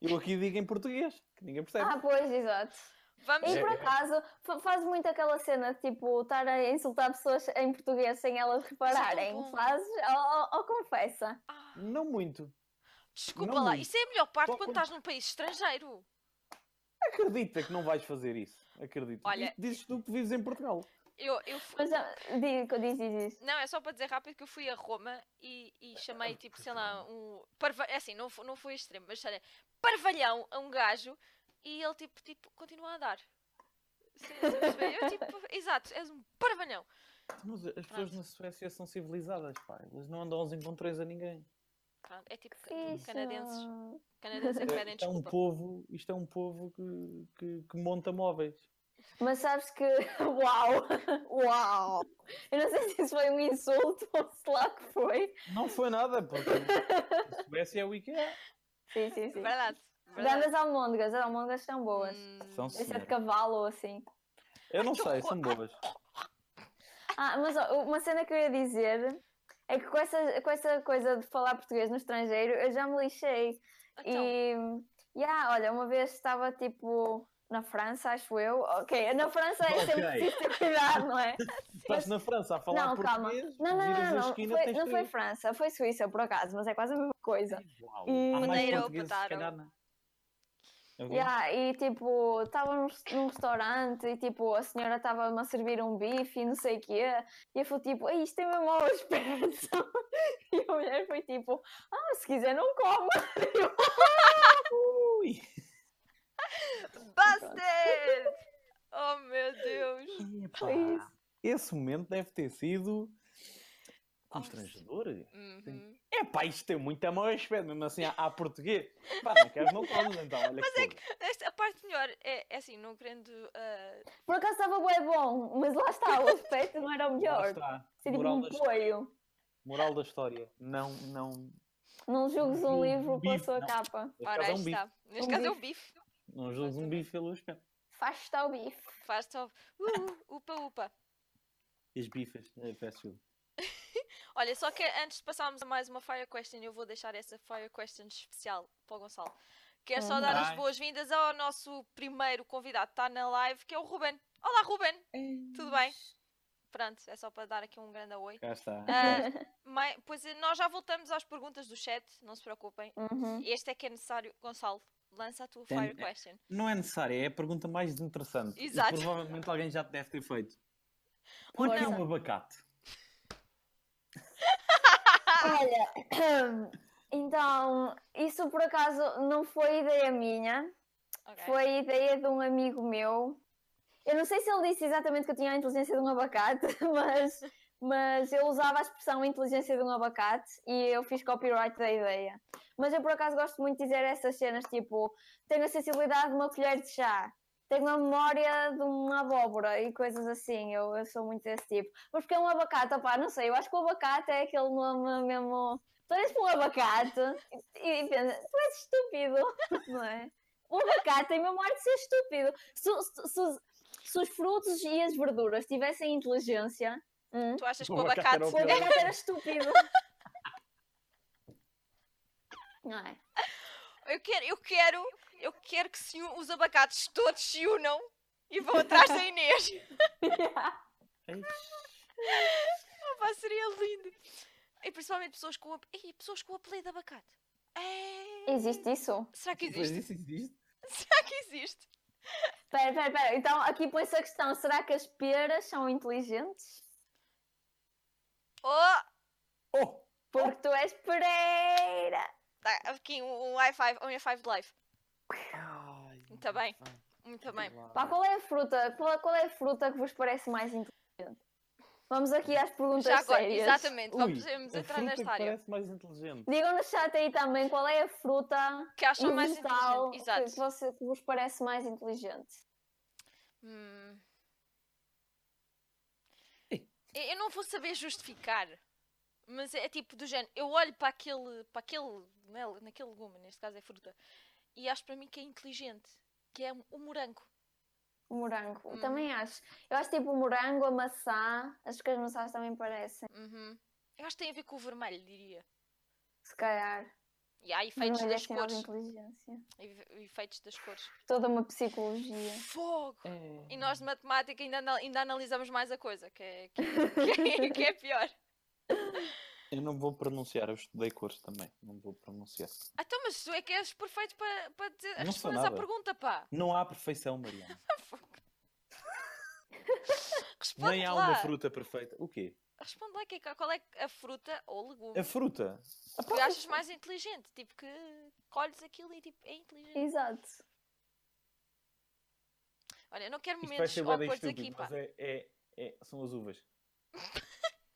Eu aqui digo em português, que ninguém percebe.
Ah, pois, exato.
Vamos.
E
É.
por acaso fa- faz muito aquela cena de tipo estar a insultar pessoas em português sem elas repararem.
bom.
Fazes ou, ou confessa?
Ah,
Não muito.
desculpa
Não.
lá, isso é a melhor parte
Só
quando
quando-
estás num país estrangeiro.
Acredita que não vais fazer isso. Acredita.
Olha-
Isto Dizes tu que vives em Portugal.
Eu, eu fui.
Mas ah, di- diz, diz, diz.
Não, é só para dizer rápido que eu fui a Roma e,
Ah,
e chamei, tipo, sei lá, um. Parva... é Assim, não, fo- não foi extremo, mas olha, parvalhão a um gajo e ele, tipo, tipo continua a dar. Sim, sim, percebi. Eu, tipo, exato, és um parvalhão.
Ah, Mas as pessoas
Pronto.
na Suécia são civilizadas, pá. Eles não andam aos encontrões a ninguém.
Pronto, é tipo
Que
can- canadenses.
isso?
Canadenses é que pedem
Isto é um
desculpa.
povo, isto é um povo que, que, que monta móveis.
Mas sabes que. Uau! Uau! Eu não sei se isso foi um insulto ou se lá que foi.
Não foi nada, porque a Suécia é o IKEA.
Sim, sim, sim.
É Verdade. verdade.
Grandes almôndegas, as almôndegas são boas.
São
Hum,
sim.
Isso é
senhora.
de cavalo ou assim.
Eu não
que
sei, são
horror.
boas.
Ah, mas ó, uma cena que eu ia dizer é que com essa, com essa coisa de falar português no estrangeiro eu já me lixei.
então,
E, yeah, olha, uma vez estava tipo na França, acho eu. Ok, na França é sempre
Ok.
preciso ter cuidado, não é?
Estás na França a falar
Não, calma.
português,
Não, não,
viras
não,
a
não.
esquina,
Foi-
tens
não foi
três.
França, foi Suíça, por acaso, mas é quase a mesma coisa.
Uau,
E-
há mais
Madeira ou
portugueses, se
Pataro?
calhar, não. Eu vi.
Hum, Yeah, e tipo, estava num, res- num restaurante e tipo, a senhora estava-me a servir um bife e não sei o quê. E eu fui tipo, "Ei, isto é mesmo mau aspecto. E a mulher foi tipo, ah, se quiser não coma.
Ui.
Busted! Oh meu Deus!
Epá,
Foi isso.
Esse momento deve ter sido
Oh,
é
constrangedor.
Uhum.
Epá, isto tem muito a mau aspecto, mesmo assim, há português. Pá, não queres, não comes, então, olha que foda.
Esta- a parte melhor é, é assim, não querendo. ah,
Por acaso estava bem bom, mas lá está, o aspecto não era o
Lá
melhor.
está.
Seria tipo
Moral
um
da, histó-
apoio.
moral da história. Não, não.
Não julgues um
Um
livro pela
bife,
sua
não.
capa.
neste
ora,
caso é
aí
um bife.
está. Neste
Um
caso é um bife.
Não julgues um bife pela luz,
Faz-te ao bife.
Faz só. Uh, uh, upa, upa.
As bifas, eh, peço desculpa.
Olha, só que antes de passarmos a mais uma Fire Question, eu vou deixar essa Fire Question especial para o Gonçalo. Quero só
Hum.
dar as
Ai.
boas-vindas ao nosso primeiro convidado que está na live, que é o Ruben. Olá, Ruben!
É.
Tudo bem? Pronto, é só para dar aqui um grande oi.
Cá está.
Ah, mai- pois é, nós já voltamos às perguntas do chat, não se preocupem.
Uhum.
Este é que é necessário. Gonçalo, lança a tua
Tem-
Fire Question.
Não é necessário, é a pergunta mais interessante. E
Exato.
provavelmente alguém já te deve ter feito. Quanto é
não.
um abacate?
Olha, então, isso por acaso não foi ideia minha.
Ok.
Foi ideia de um amigo meu. Eu não sei se ele disse exatamente que eu tinha a inteligência de um abacate, mas, mas eu usava a expressão inteligência de um abacate e eu fiz copyright da ideia. Mas eu por acaso gosto muito de dizer essas cenas tipo: tenho a sensibilidade de uma colher de chá, tenho a memória de uma abóbora e coisas assim. Eu, eu sou muito desse tipo. Mas porque é um abacate, opá, não sei, eu acho que o abacate é aquele nome mesmo. Tu olhas para um abacate e, e pensas, tu és estúpido, não é? O abacate tem mesmo ar de ser estúpido. Se, se- se- se os frutos e as verduras tivessem inteligência, hum,
Tu achas que
O
o
abacate
abacate. é
era o
o
pior.
abacate era estúpido. Não é?
Eu quero, eu quero, eu quero que se un- os abacates todos se unam e vão atrás da Inês. Opa, seria lindo. E principalmente pessoas com, ap- Ei, pessoas com apelido de abacate. Ei,
Existe isso?
Será que
Depois
existe?
disso existe.
Será que existe?
Espera, espera, espera. Então aqui põe-se a questão: será que as peras são inteligentes?
Oh,
Oh!
Porque tu és pereira!
tá aqui um, um high five, um high five de live.
Ai,
Muito bem, muito bem.
Pá, qual é a fruta? Qual, qual é a fruta que vos parece mais inteligente? Vamos aqui às perguntas
Já agora,
sérias.
exatamente,
Ui,
vamos, vamos
a
entrar
fruta
nesta
que
área.
Parece mais inteligente.
Digam no chat aí também qual é a fruta
Que
e
acham
o
mais
um vegetal
inteligente.
que,
Exato.
você- que vos parece mais inteligente.
Hum.
Ei.
Eu eu não vou saber justificar, mas é tipo do género. Eu olho para aquele, para aquele, nele- naquele legume, neste caso é fruta, e acho para mim que é inteligente, que é o morango.
O morango.
Hum.
Também acho. Eu acho tipo o morango, a maçã. Acho que as maçãs também parecem,
Uhum. Eu acho que tem a ver com o vermelho, diria.
se calhar.
E há efeitos
Vermelho é
das
sinal
cores.
de inteligência.
E- e Efeitos das cores.
Toda uma psicologia.
Fogo!
É.
E nós de matemática ainda, anal- ainda analisamos mais a coisa, que é, que é- que é- que é pior.
Eu não vou pronunciar, eu estudei cores também. Não vou pronunciar.
Ah, Então, mas tu é que és perfeito para, para dizer,
Não sou
responderes à
nada.
pergunta, pá!
Não há perfeição, Mariana.
Fogo.
Nem
Responde
há
lá.
uma fruta perfeita. O quê?
Responde lá que, é- qual é a fruta ou legume
A fruta. Ah,
que achas mais inteligente. Tipo, que colhes aquilo e tipo, é inteligente.
Exato.
Olha, eu não quero
Isto vai
momentos
ser bem
awkwards aqui,
estúpido,
pá.
mas é, é- é- são as uvas.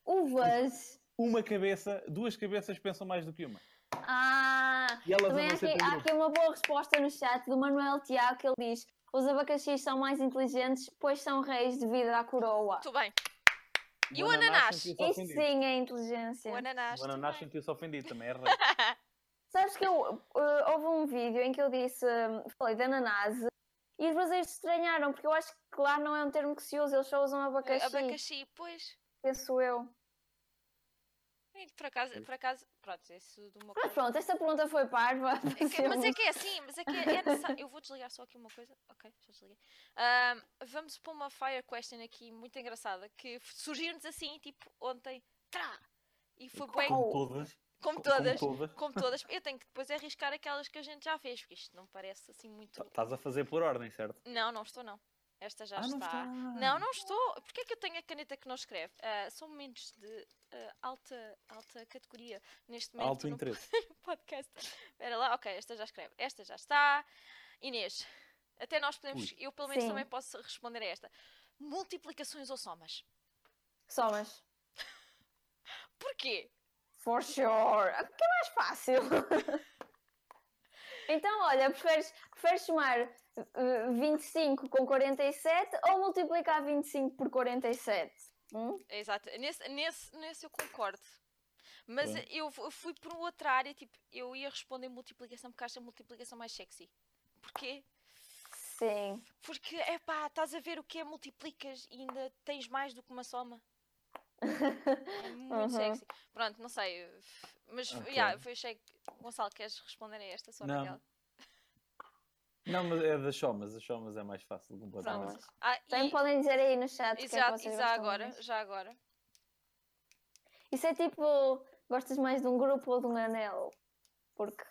Uvas.
Uma cabeça, duas cabeças pensam mais do que uma.
Ah!
E elas
Também há
andam
aqui,
sempre
há
em grupo.
aqui uma boa resposta no chat do Manuel Tiago que ele diz: os abacaxis são mais inteligentes, pois são reis devido à
é-
coroa.
Muito bem. E o ananás?
sentiu-se
Isso
ofendido.
sim é
O
inteligência.
ananás.
O ananás
também.
sentiu-se ofendido também, é rei.
Sabes que eu, eh, houve um vídeo em que eu disse, hum, falei de ananás e os brasileiros se estranharam, porque eu acho que lá não é um termo que se usa, eles só usam abacaxi,
Eh, Abacaxi, pois.
penso eu.
É, Por acaso, por acaso, pronto, isso do meu
Mas
caso.
Ah, pronto, esta pergunta foi parva.
É que- mas é que é assim, mas é que é, é necessário. Eu vou desligar só aqui uma coisa. Ok, já desliguei. Ahm, vamos pôr uma fire question aqui muito engraçada que f- surgiu-nos assim, tipo, ontem. Trá! E foi bem.
Como todas.
Como
co-
todas.
Como todas.
Como todas. Eu tenho que depois arriscar aquelas que a gente já fez, porque isto não parece assim muito.
Tá, Estás a fazer por ordem, certo?
Não, não estou, não. Esta já
Ah,
está.
não está.
Não, não estou. Porquê é que eu tenho a caneta que não escreve? Ah, são momentos de ah, alta, alta categoria neste momento.
Alto
no-
interesse.
podcast. Espera lá, ok, esta já escreve. Esta já está. Inês, até nós podemos, eu pelo menos
Sim.
também posso responder a esta. Multiplicações ou somas?
Somas.
Porquê?
For sure. O que é mais fácil? então, olha, preferes, preferes somar eh, 25 com 47 ou multiplicar 25 por 47? Hum?
É, Exato, nesse, nesse, nesse eu concordo. Mas
Pronto.
eu, fu- eu fui por outra área, tipo, eu ia responder multiplicação porque acho a multiplicação mais sexy. Porquê?
Sim.
Porque, epá, estás a ver o que é multiplicas e ainda tens mais do que uma soma. É muito
Uhum.
sexy. Pronto, não sei. eu- Mas,
Ok.
yeah, foi achei que... Gonçalo, queres responder a esta? Só
Não.
Raquel?
Não, mas é das somas. As somas é mais fácil completamente.
Somas.
Ah,
Também
e,
podem dizer aí no chat. o que
e
é que
já,
vocês
e já
gostam
agora,
mais.
já agora.
Isso é tipo, gostas mais de um grupo ou de um anel? Porque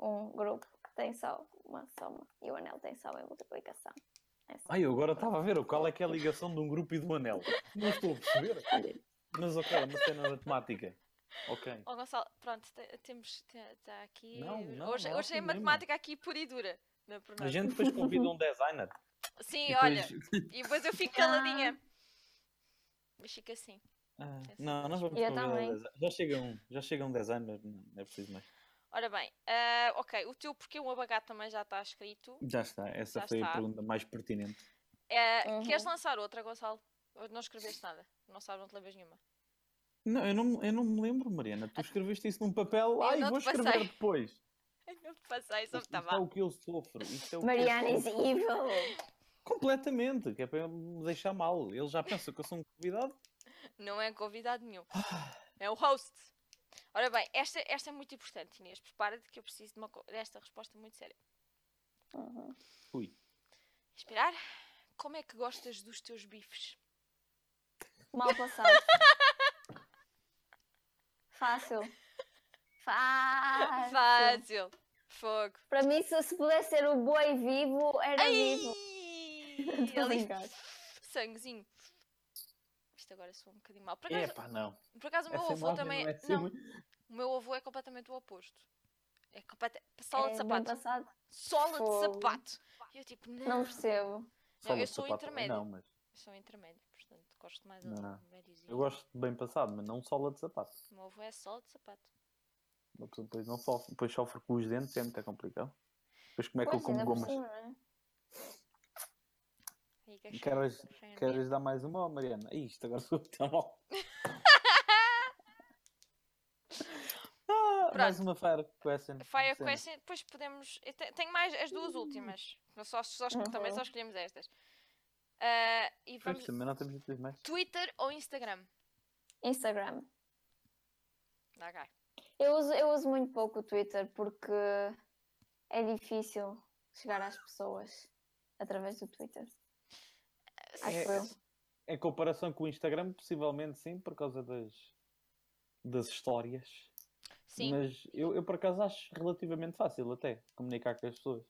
um grupo tem só uma soma e o anel tem só uma multiplicação. É só.
Ai, eu agora estava a ver qual é que é a ligação de um grupo e do anel. Não estou a perceber. Mas ok, é uma cena matemática. Ok.
Ó Gonçalo, pronto, te- temos. te- tá aqui.
Não, não,
hoje
não há
hoje é
problema.
matemática aqui pura e dura. Não, é por
A
nada.
gente depois convida um designer.
Sim,
e
olha.
depois-
E depois eu fico
Ah.
caladinha. Mas fica assim.
Ah,
Essa
não, não vamos
Eu
convidar um
também.
designer. Já chega um, já chega um designer, não não é preciso mais.
Ora bem, ah, ok, o teu porquê um abagato também já está escrito.
Já está, essa
Já
foi
está.
a pergunta mais pertinente.
É,
Uhum.
Queres lançar outra, Gonçalo? Ou Não escreveste nada. Não sabes, não te lembras nenhuma.
Não, eu não, eu não me lembro, Mariana. Tu escreveste isso num papel, ai,
Ah. não
vou
te passei. tá
escrever depois.
Eu passei, só
Isto,
está
isto é
mal.
o que eu sofro. Isto é o que eu
Mariana is
sofro.
evil!
Completamente, que é para ele me deixar mal. Ele já pensa que eu sou um convidado.
Não é convidado nenhum. É o host. Ora bem, esta, esta é muito importante, Inês. Prepara-te que eu preciso de uma, co- desta resposta muito séria.
Uhum.
Ui,
Inspirar? Como é que gostas dos teus bifes?
Mal passado. Fácil. Fácil.
Fácil. Fogo.
Para mim, se, se pudesse ser o boi vivo, era
Ai!
vivo. É Tô a
Ali,
brincar.
sanguezinho. Isto agora soa um bocadinho mal. Por
é
acaso,
pá, não.
por acaso o meu
Essa
avô
imagem
também.
não é ser
não,
muito-
o meu avô é completamente o oposto. É completa...
É
Sola de
bem
sapato.
passado.
Sola de
Fogo.
sapato. E eu tipo, não.
Não percebo.
Sola
eu
de
sou
sapato,
intermédio.
Não, mas
Eu sou intermédio, portanto, gosto mais ali
Não.
do médiozinho.
eu gosto de bem passado, mas não sola de sapato.
O meu avô é sola de sapato.
Uma pessoa depois, não sofre, depois sofre com os dentes, é muito complicado. Depois como é que
Pois,
eu como
ainda por
gomas?
cima, não é?
Aí que é
Queres-
cheio- cheio de
Queres dar mais uma, ó, Mariana? Ih, Isto agora sou tão mal. Ah, mais
Pronto.
uma fire question.
Fire
Cena.
Question, depois podemos. eu te- Tenho mais as duas últimas. Não só, só escol- Também
Uhum.
só escolhemos estas. Ah, e
Pois,
vamos.
Também não temos de dizer mais.
Twitter ou Instagram?
Instagram.
Dá cá.
Eu uso, eu uso muito pouco o Twitter porque é difícil chegar às pessoas através do Twitter. Acho
É-
eu.
Em comparação com o Instagram, possivelmente sim, por causa das, das histórias.
Sim.
Mas eu, eu, por acaso acho relativamente fácil até comunicar com as pessoas.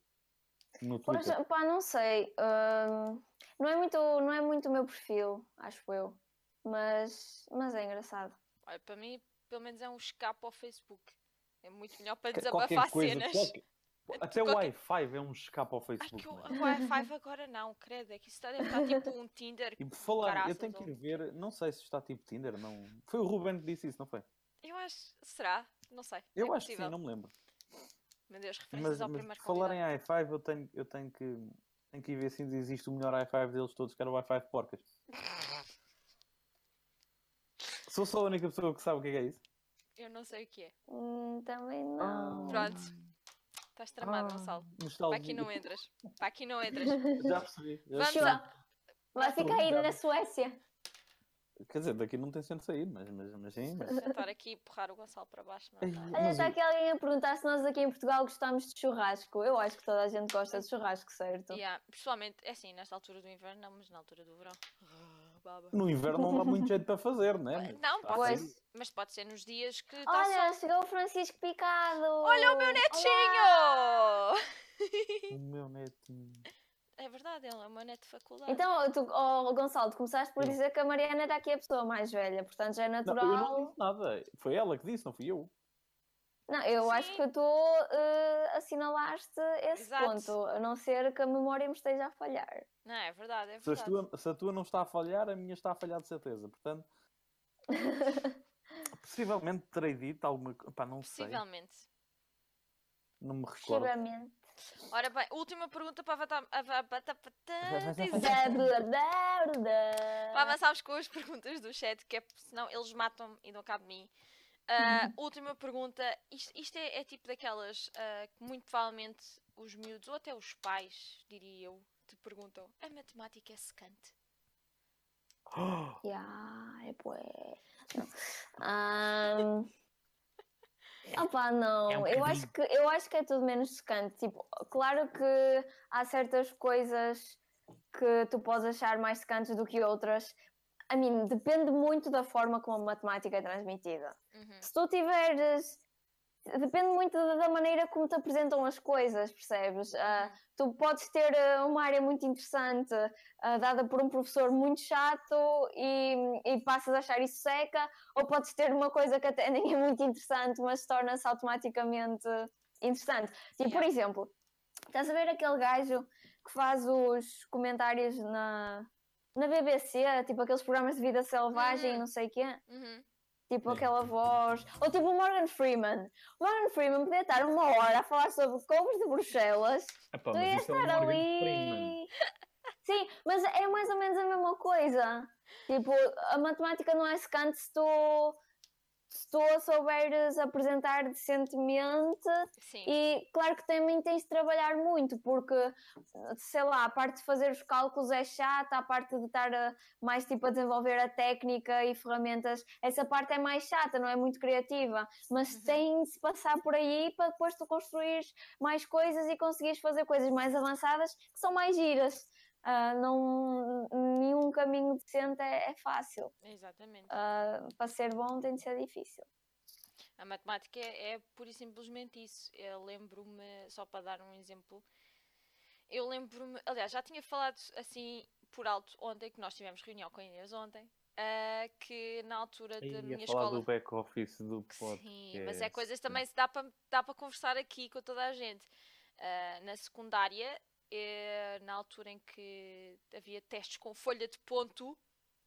No
Pois,
Twitter.
pá, não sei. hum, não, é muito, não é muito o meu perfil, acho eu. Mas, mas é engraçado.
Olha, para mim, pelo menos é um escape ao Facebook. É muito melhor para
Que-
desabafar cenas.
qualquer- Até o
Qualquer-
Wi-Fi é um escape ao
Ai,
Facebook.
que o
não é?
o Wi-Fi agora não, credo. É que isso está deve estar tipo um Tinder.
E por falar, eu
Caraças,
tenho que
ou-
ir ver, não sei se está tipo Tinder, não. Foi o Ruben que disse isso, não foi?
Eu acho. Será? Não sei.
Eu
é
acho que sim,
possível.
não me lembro.
Meu Deus, referências
Mas,
ao
mas
primeiro
por falar
convidado.
em i5, eu tenho, eu tenho que. Tenho que ir ver se ainda existe o melhor i5 deles todos, que era o i5 Porcas. Sou só a única pessoa que sabe o que é que é isso.
Eu não sei o que é.
Hum, também não.
Pronto. Estás tramado,
Ah,
Gonçalo. Para
Nostalgia.
aqui não entras. Para aqui não entras.
Já percebi. já
Vamos
percebi.
Vai ficar aí na
Obrigado.
Suécia.
Quer dizer, daqui não tem sendo sair, mas, mas, mas sim. Mas...
Vou tentar aqui empurrar o Gonçalo para baixo. Não, dá.
Mas
Olha, está
o-
aqui alguém a perguntar se nós aqui em Portugal gostamos de churrasco. Eu acho que toda a gente gosta de churrasco, certo?
então.
Yeah, pessoalmente, é assim, nesta altura do inverno, não, mas na altura do verão. Ah, baba.
No inverno não dá muito jeito para fazer, não é?
Não,
Tá
pode
frio.
ser, mas pode ser nos dias que está
Olha,
sol.
chegou o Francisco Picado! Olha o meu
Tinho!
O meu netinho.
É verdade, ele é uma neta de faculdade.
Então, tu, oh, Gonçalo, tu começaste por
Sim.
dizer que a Mariana era aqui a pessoa mais velha, portanto já é
Não,
natural.
eu não disse nada. Foi ela que disse, não fui eu.
Não, eu acho
Sim.
que tu eh, assinalaste esse
Exato.
ponto, a não ser que a memória me esteja a falhar.
Não, é verdade, é
Se a,
verdade.
tua, se a tua não está a falhar, a minha está a falhar de certeza. Portanto, possivelmente terei dito alguma coisa. Pá, não sei.
Possivelmente.
Não me recordo.
Possivelmente.
Ora bem, última pergunta para avatar- ava- bata- bata-
vai, vai.
dizer-
Blá, blá, blá, blá.
para avançarmos com as perguntas do chat, que é senão eles matam-me e não cabe de mim.
Uhum.
Ah, última pergunta, isto, isto é, é tipo daquelas ah, que muito provavelmente os miúdos, ou até os pais, diria eu, te perguntam: a matemática é secante?
Oh,
Ya, é bué. Ahm. Opá, não,
Ah. é um
Ah. eu, acho que, eu acho que é tudo menos secante. Tipo, claro que há certas coisas que tu podes achar mais secantes do que outras. A mim, depende muito da forma como a matemática é transmitida.
Uhum.
Se tu tiveres. Depende muito da da maneira como te apresentam as coisas, percebes? Ah,
Uhum.
tu podes ter ah, uma área muito interessante ah, dada por um professor muito chato e, e passas a achar isso seca, ou podes ter uma coisa que até nem é muito interessante, mas torna-se automaticamente interessante. Tipo, por
Yeah.
exemplo, estás a ver aquele gajo que faz os comentários na, na BBC, tipo aqueles programas de vida selvagem,
Uhum.
e não sei o quê?
Uhum.
Tipo
É.
aquela voz. Ou tipo o Morgan Freeman. O Morgan Freeman podia estar uma hora a falar sobre couves de Bruxelas.
epá,
tu ias
isso é um
estar
órgão de prima.
ali. Sim, mas é mais ou menos a mesma coisa. Tipo, a matemática não é secante se tu, se tu a souberes apresentar decentemente
Sim.
e claro que também tens de trabalhar muito, porque sei lá, a parte de fazer os cálculos é chata, a parte de estar a- mais tipo a desenvolver a técnica e ferramentas, essa parte é mais chata, não é muito criativa, mas
Uhum.
tem de se passar por aí para depois tu construires mais coisas e conseguires fazer coisas mais avançadas que são mais giras. Ah, não, nenhum caminho decente é, é fácil.
Exatamente.
Ah, para ser bom tem de ser difícil.
A matemática é, é pura e simplesmente isso. Eu lembro-me, só para dar um exemplo, eu lembro-me, aliás, já tinha falado assim por alto ontem, que nós tivemos reunião com a Inês ontem, ah, que na altura
Aí
da
ia
minha
falar
escola.
do back-office do
Que
pod.
Sim, mas é
podcast,
coisas
sim.
também se dá para dá para conversar aqui com toda a gente. Ah, na secundária, eh, na altura em que havia testes com folha de ponto,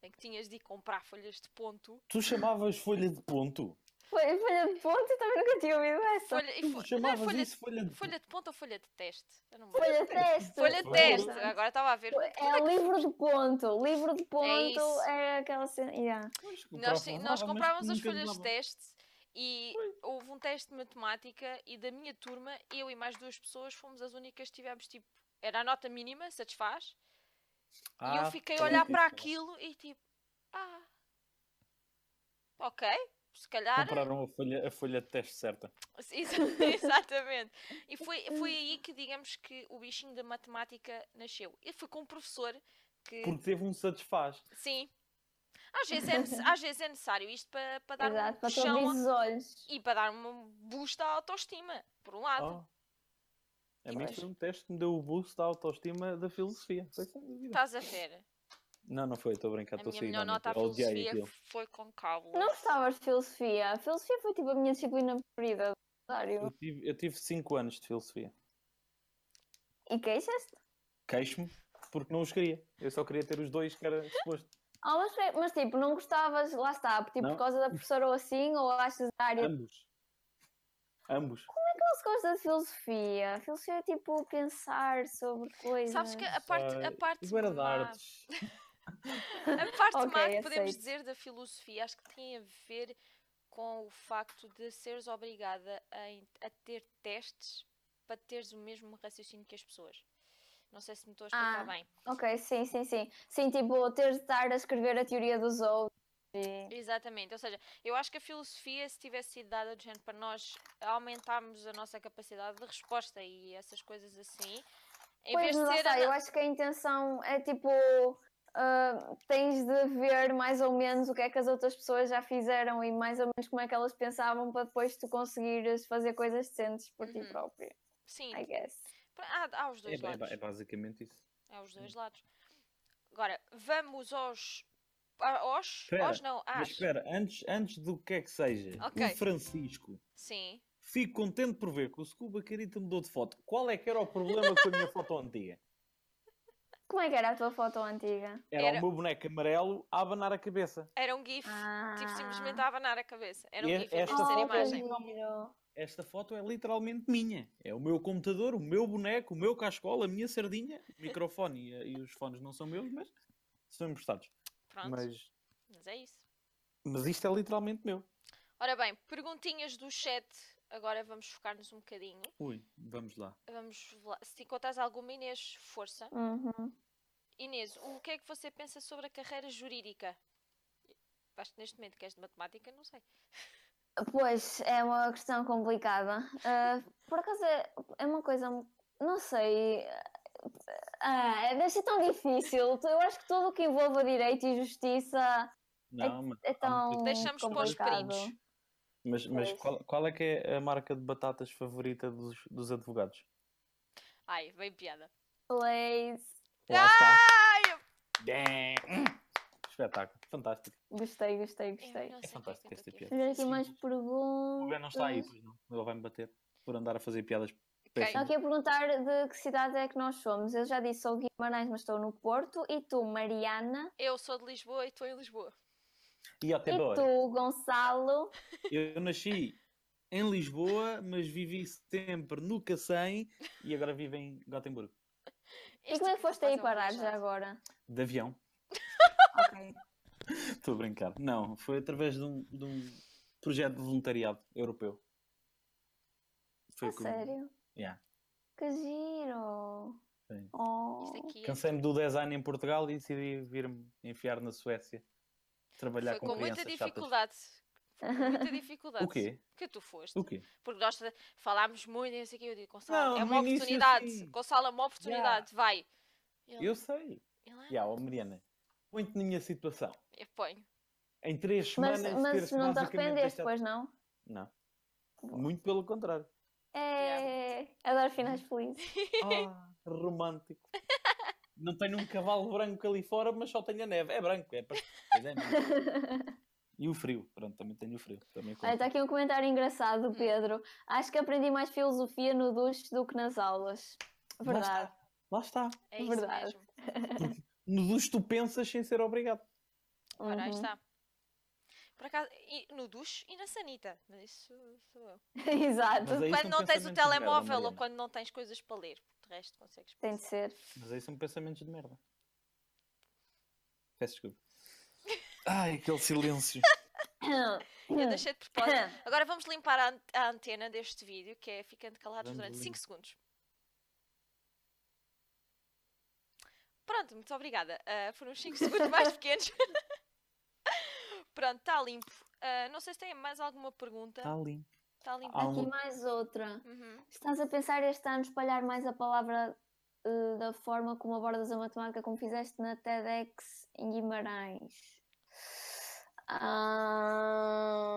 em que tinhas de ir comprar folhas de ponto.
Tu chamavas folha de ponto?
Foi folha de ponto, eu também nunca tinha ouvido essa.
Folha, e
Tu
fo- não é
chamavas
folha, de-
isso folha de
folha de ponto ou folha de teste? Eu não me lembro.
Folha de teste.
Folha de
de
teste,
Exato.
agora estava a ver.
É o livro de ponto. Livro de
isso.
ponto é, aquela cena. Yeah.
Pois,
Nós,
comprava, um
ti- nós
mas
comprávamos as
nunca
folhas de
usava.
teste e houve um teste de matemática e da minha turma, eu e mais duas pessoas fomos as únicas que tivemos tipo. Era a nota mínima, satisfaz? e eu
Ah,
fiquei a
foi
olhar
isso.
para aquilo e tipo. Ah. Ok, se calhar.
Compraram a folha, a folha de teste certa.
Exa- Exatamente. E foi, foi aí que, digamos, que o bichinho da matemática nasceu. E foi com um professor que.
Porque teve um satisfaz.
Sim. Às vezes, é, nece- às vezes é necessário isto para, para dar
Exato,
um
para tu abrir
puxão
os olhos.
e para dar um boost à autoestima, por um lado.
Oh. A mim
Pois.
foi um teste que me deu o boost da autoestima da filosofia. Foi sem dúvida.
Estás a ver?
Não, não foi, estou a brincar,
Tá. A
estou a
minha
sair
melhor
da
nota à
mente. Eu odiei
filosofia
aquilo.
foi com cálculo.
Não gostavas de filosofia. A filosofia foi tipo a minha disciplina preferida.
Eu
Sério.
tive, eu tive cinco anos de filosofia.
E é queixas-te?
Queixo-me porque não os queria. Eu só queria ter os dois que era suposto.
Ah, mas, foi- mas tipo, não gostavas, lá está, tipo,
Não.
por causa da professora ou assim, ou achas a área.
Ambos. Ambos.
Não se gosta de filosofia. Filosofia é tipo pensar sobre coisas.
Sabes que a parte, a
Sei.
parte
Eu era de
má-
artes.
A parte
Ok,
má que
aceito.
podemos dizer da filosofia acho que tem a ver com o facto de seres obrigada a, en- a ter testes para teres o mesmo raciocínio que as pessoas. Não sei se me estou a explicar
Ah.
bem.
Ok, sim, sim, sim. Sim, tipo, teres de estar a escrever a teoria dos outros. E...
Exatamente, ou seja, eu acho que a filosofia, se tivesse sido dada do género para nós aumentarmos a nossa capacidade de resposta e essas coisas assim, em
Pois,
vez
mas
de
lá
ser.
está,
ana-
eu acho que a intenção é tipo. ah, tens de ver mais ou menos o que é que as outras pessoas já fizeram e mais ou menos como é que elas pensavam para depois tu conseguires fazer coisas decentes por ti
Uhum.
próprio.
Sim,
I guess.
há, há os
É,
dois lados.
é- é basicamente isso.
É os dois lados. Agora, vamos aos. a- Aos?
Espera,
aos não,
Mas
às.
espera, antes, antes do que é que seja,
Ah. Ok.
o Francisco.
Sim.
Fico contente por ver que o Scuba Carita mudou de foto. Qual é que era o problema com a minha foto antiga?
Como é que era a tua foto antiga?
Era,
Era-
o meu boneco amarelo a abanar a cabeça.
Era um GIF.
Ah, Oh,
Tipo, simplesmente a abanar a cabeça. Era um
E-
GIF, era
esta
uma terceira
foto é
imagem.
giro.
Esta foto é literalmente minha. É o meu computador, o meu boneco, o meu cascola, a minha sardinha, o microfone e, e os fones não são meus, mas são emprestados.
Pronto, mas...
Mas,
é isso.
mas isto é literalmente meu.
Ora bem, perguntinhas do chat. Agora vamos focar-nos um bocadinho.
Ui, vamos lá.
Vamos lá. Se encontrares alguma, Inês, força.
Uhum.
Inês, o que é que você pensa sobre a carreira jurídica? Acho que neste momento que és de matemática, não sei.
Pois, é uma questão complicada. Ah, por acaso é, é uma coisa, um- não sei. Ah, é- deve ser tão difícil. Eu acho que tudo o que envolva direito e justiça
Não, mas,
é tão.
Deixamos para os
complicado.
primos.
mas, mas
Pois.
qual, qual é que é a marca de batatas favorita dos, dos advogados?
Ai, bem piada.
Leis.
Lá está. Bem. Espetáculo, fantástico.
Gostei, gostei,
Eu não
É
gostei.
sei o que
fantástico
que eu
esta
tô aqui a
piada.
Fazer aqui mais
Simples.
perguntas.
O Ben não está
Hum.
aí, pois não. Ele vai me bater por andar a fazer piadas.
Estão
péssimas.
aqui a perguntar de que cidade é que nós somos. Eu já disse, sou de Guimarães, mas estou no Porto. E tu, Mariana?
Eu sou de Lisboa e estou em Lisboa.
E até
E
agora.
tu, Gonçalo?
Eu nasci em Lisboa, mas vivi sempre no Cacém e agora vivo em Gotemburgo.
E
tipo
como é que foste
um
aí parar já
agora?
agora?
De avião.
Ok.
Estou a brincar. Não, foi através de um, de um projeto de voluntariado europeu. Foi
A
como-
É sério?
Yeah.
Que giro!
Sim.
Oh,
Isto aqui é-
Cansei-me do design em Portugal e decidi vir-me enfiar na Suécia. Trabalhar
foi
com,
com muita
crianças chatas.
dificuldade. Foi com muita dificuldade.
O quê?
Que tu foste.
O quê?
Porque nós tra- falámos muito e não sei o que. Eu digo, Gonçalo,
Não,
é
no
uma
início,
oportunidade.
sim.
Gonçalo, é uma oportunidade. Vai. Ele,
Eu sei.
ele,
Já, ó, Mariana, põe-te na minha situação.
Eu ponho.
Em três
Mas,
semanas.
mas
teres
não te
é basicamente
arrependeste,
deixado-
pois não?
Não. Muito pelo contrário.
É, adoro finais felizes.
Ah, romântico. Não tenho um cavalo branco ali fora, mas só tenho a neve. É branco, é para. pois é, mas- E o frio, pronto, também tenho o frio. Também conta.
Olha, está aqui um comentário
Hum.
engraçado do Pedro. Acho que aprendi mais filosofia no duche do que nas aulas. Verdade.
Lá está.
É isso
Verdade.
mesmo.
No dos tu pensas sem ser obrigado.
Ora, aí
Uhum.
está. Por acaso, e no duche e na sanita. Mas isso sou eu.
Uhum. Exato.
Mas é isso
quando
um
não tens o
pensamento de merda,
telemóvel ou
Mariana.
quando não tens coisas para ler. De resto, consegues.
Tem de ser.
Mas aí são pensamentos de merda. Peço desculpa. Ai, aquele silêncio.
Eu deixei de propósito. Agora vamos limpar a, an- a antena deste vídeo, que é ficando calados
Vamos
durante
limpar.
5 segundos. Pronto, muito obrigada. Ah, foram uns 5 segundos mais pequenos. Pronto, está limpo. Ah, não sei se tem mais alguma pergunta.
Está limpo.
Está limpo.
Há
Aqui
um-
mais outra.
Uhum.
Estás a pensar este ano espalhar mais a palavra eh, da forma como abordas a matemática, como fizeste na TEDx em Guimarães? Ah,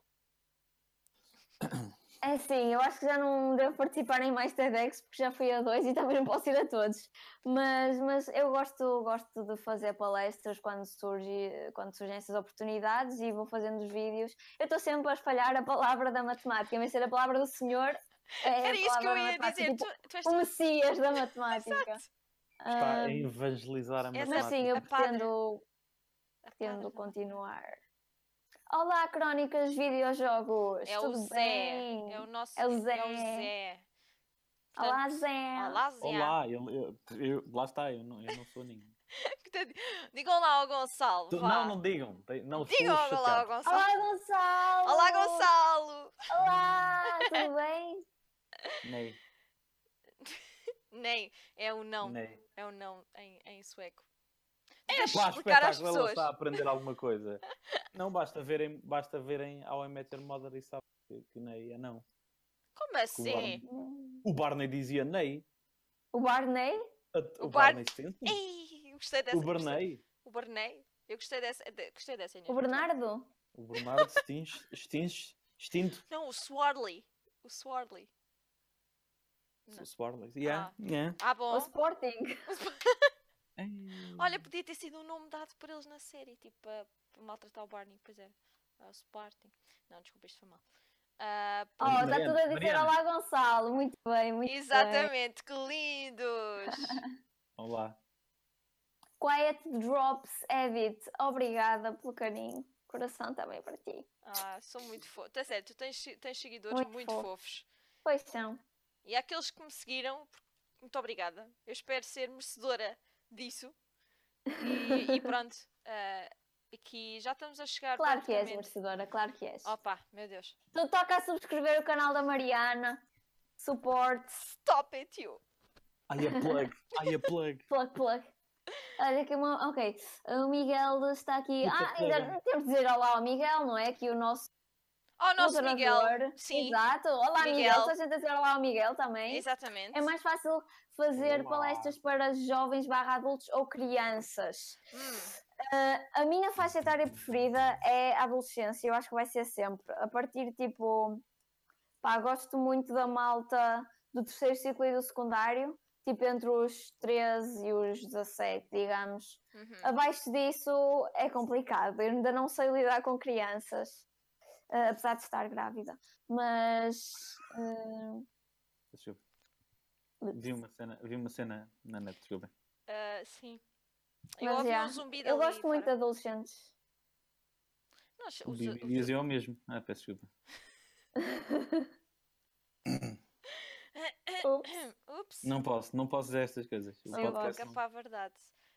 É sim, eu acho que já não devo participar em mais TEDx porque já fui a dois e também não posso ir a todos. Mas, mas eu gosto, gosto de fazer palestras quando, surge, quando surgem essas oportunidades e vou fazendo os vídeos. Eu estou sempre a espalhar a palavra da matemática, mas ser a palavra do senhor. É a
Era isso que eu
palavra da
ia
matemática,
dizer.
tipo,
Tu, tu és
o Messias da matemática.
Está
Ah,
a evangelizar a
essa
mas
matemática.
sim, eu
a É padre.
pretendo, pretendo
Padre.
continuar. Olá, Crónicas Videojogos!
É o
Tudo
Zé.
bem?
É o nosso
É o
É o
Zé.
Zé.
Olá, Zé!
Olá, Zé.
Olá, eu, eu- eu- lá está, eu não, eu não sou ninguém.
Portanto, Digam lá ao Gonçalo.
Tu-
vá.
não, não digam. tem- Não sou
Digam lá ao
chateado.
Gonçalo.
Olá, Gonçalo!
Olá, Gonçalo!
Olá, tudo bem?
Nem,
Nem, é o não.
nem.
É o não em, em sueco. É
Lá,
explicar às
espetáculo, ela
pessoas.
está a aprender alguma coisa. Não, basta verem, basta verem ao Emeter Mother e sabe que, que Ney é não.
Como assim?
Barney. O Barney dizia Ney.
O Barney?
A-
O
O,
Bar-
Barney sente.
Ei, eu gostei dessa.
O
gostei-
Barney.
O Barney. Eu gostei dessa. de- gostei dessa
O
Inês.
Bernardo?
O Bernardo extinge, extinge, extinto.
Não, o Swarley. O Swarley. Não.
O Swarley. Yeah, yeah.
Ah,
O
bom.
Sporting?
Olha, podia ter sido um nome dado por eles na série, tipo, para maltratar o Barney, pois é. Ah, O Sparting. Não, desculpa, isto foi mal. Ah,
Oh,
pois-
está tudo a dizer
Mariana.
olá, Gonçalo! Muito bem, muito bem.
Exatamente, que lindos!
Olá.
Quiet Drops Edit. Obrigada pelo carinho. Coração também para ti.
Ah, são muito fofos. Tá certo, tu tens, se- tens seguidores muito,
Muito fofo.
fofos.
Pois são.
E aqueles que me seguiram, muito obrigada. Eu espero ser merecedora disso. E, e pronto, ah, aqui já estamos a chegar.
Claro que é, és
praticamente-
merecedora, claro que és.
Opa, meu Deus.
Tu toca a subscrever o canal da Mariana. Suporte.
Stop it, you!
Ai, a plug. Ai, a plug.
Plug, plug. Olha que uma... Ok. O Miguel está aqui.
Puta
Ah,
que
ainda
legal.
temos de dizer olá ao Miguel, não é? Que o nosso
Oh, nosso Miguel!
moderador.
Sim,
Exato. Olá, Miguel.
Miguel.
Miguel. Só a gente a dizer olá ao Miguel também.
exatamente.
É mais fácil fazer
Olá.
palestras para jovens barra adultos ou crianças.
Hum,
Ah, a minha faixa etária preferida é a adolescência, eu acho que vai ser sempre. A partir tipo. Pá, gosto muito da malta do terceiro ciclo e do secundário, tipo entre os 13 e os 17, digamos.
uhum.
Abaixo disso é complicado, eu ainda não sei lidar com crianças, ah, apesar de estar grávida. Mas.
Deixa eu-
ah,
Vi uma cena, vi uma cena na net, desculpem.
Ah, sim. Eu
Mas,
ouvi
yeah,
um zumbi
eu
dali
gosto muito de
fora.
adolescentes.
Nós- os-
Vi-
os-
Diz eu mesmo. Ah, peço desculpa.
ah,
Ups.
Ups.
Não posso, não posso dizer estas coisas. O
Sim,
podcast
boca
não-
para a verdade.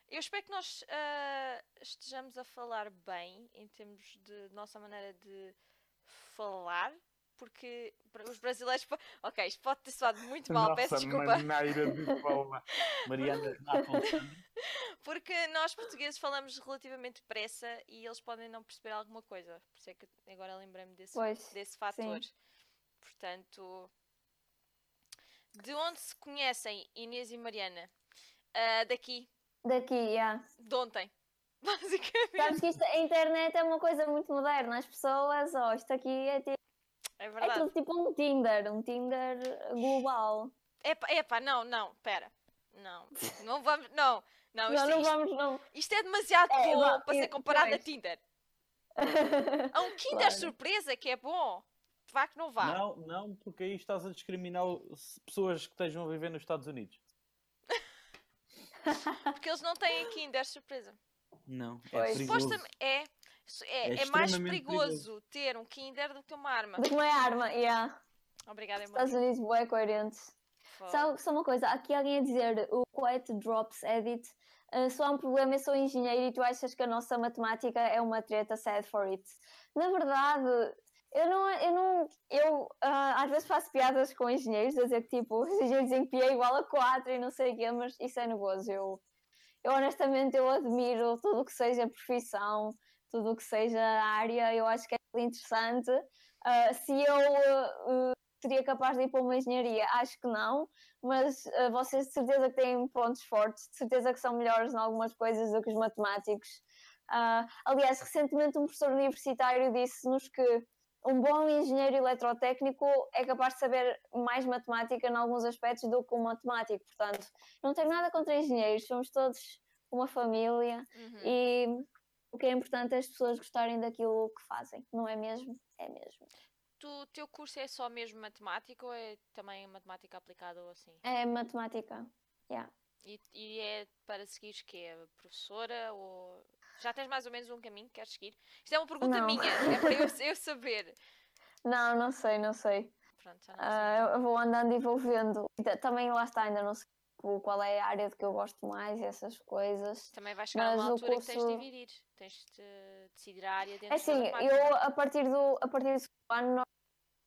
Eu espero que nós ah, estejamos a falar bem em termos de nossa maneira de falar, porque bra- os brasileiros. po- Ok, isto pode ter soado muito mal, peço desculpa.
maneira de falar. Mariana Renato Alexandre.
Porque nós portugueses falamos relativamente depressa e eles podem não perceber alguma coisa. Por isso é que agora lembrei-me desse,
Pois,
desse fator. Portanto, de onde se conhecem Inês e Mariana? Ah, daqui,
Daqui, yeah.
de ontem, basicamente.
Sabes que isto, a internet é uma coisa muito moderna. As pessoas, ó, isto aqui é, ti-
É
é
verdade.
tudo tipo um Tinder, um Tinder global.
Epá, epá, não, não, pera. Não, não vamos, não, não, isto,
não, não
isto-
vamos, não.
isto é demasiado
É,
bom
vá,
para ser
eu-
comparado a
pois.
Tinder. Há um Kinder
Claro.
surpresa que é bom. Vá que não vá.
Não, não, porque aí estás a discriminar o- se- pessoas que estejam a viver nos Estados Unidos.
Porque eles não têm Kinder surpresa.
Não, é
Pois.
perigoso.
Supostamente é, é, é,
É
mais
extremamente
perigoso ter um Kinder do que uma arma.
De uma é arma, yeah.
Obrigada,
Estados
Emmanuel.
Unidos, bué coerentes.
Fala.
Sabe só uma coisa, há aqui alguém a dizer o Quiet Drops Edit. ah, só há um problema, eu sou engenheiro e tu achas que a nossa matemática é uma treta, sad for it. Na verdade, eu não. Eu, não, eu ah, às vezes faço piadas com engenheiros, a dizer que tipo, os engenheiros dizem que pi é igual a 4 e não sei o quê, mas isso é negoso. Eu, eu honestamente eu admiro tudo o que seja profissão, tudo o que seja a área, eu acho que é interessante. Ah, se eu ah, ah, seria capaz de ir para uma engenharia, acho que não, mas ah, vocês de certeza que têm pontos fortes, de certeza que são melhores em algumas coisas do que os matemáticos. Ah, aliás, recentemente um professor universitário disse-nos que um bom engenheiro eletrotécnico é capaz de saber mais matemática em alguns aspectos do que um matemático. Portanto, não tenho nada contra engenheiros, somos todos uma família
Uhum.
e o que é importante é as pessoas gostarem daquilo que fazem, não é mesmo? É mesmo.
Tu, o teu curso é só mesmo matemática ou é também matemática aplicada ou assim?
É matemática.
E, e é para seguires que é professora ou já tens mais ou menos um caminho que queres seguir? Isto é uma pergunta
Não.
minha, é para eu, eu saber.
Não, não sei, não sei.
Pronto, já não sei.
Ah, eu vou andando e vou vendo. E ta- Também lá está, ainda não sei tipo, qual é a área de que eu gosto mais, essas coisas.
Também vai chegar a uma
mas o
altura que tens de
curso-
dividir, tens de decidir a área dentro
É assim,
da matemática.
eu a partir do, a partir do segundo ano nós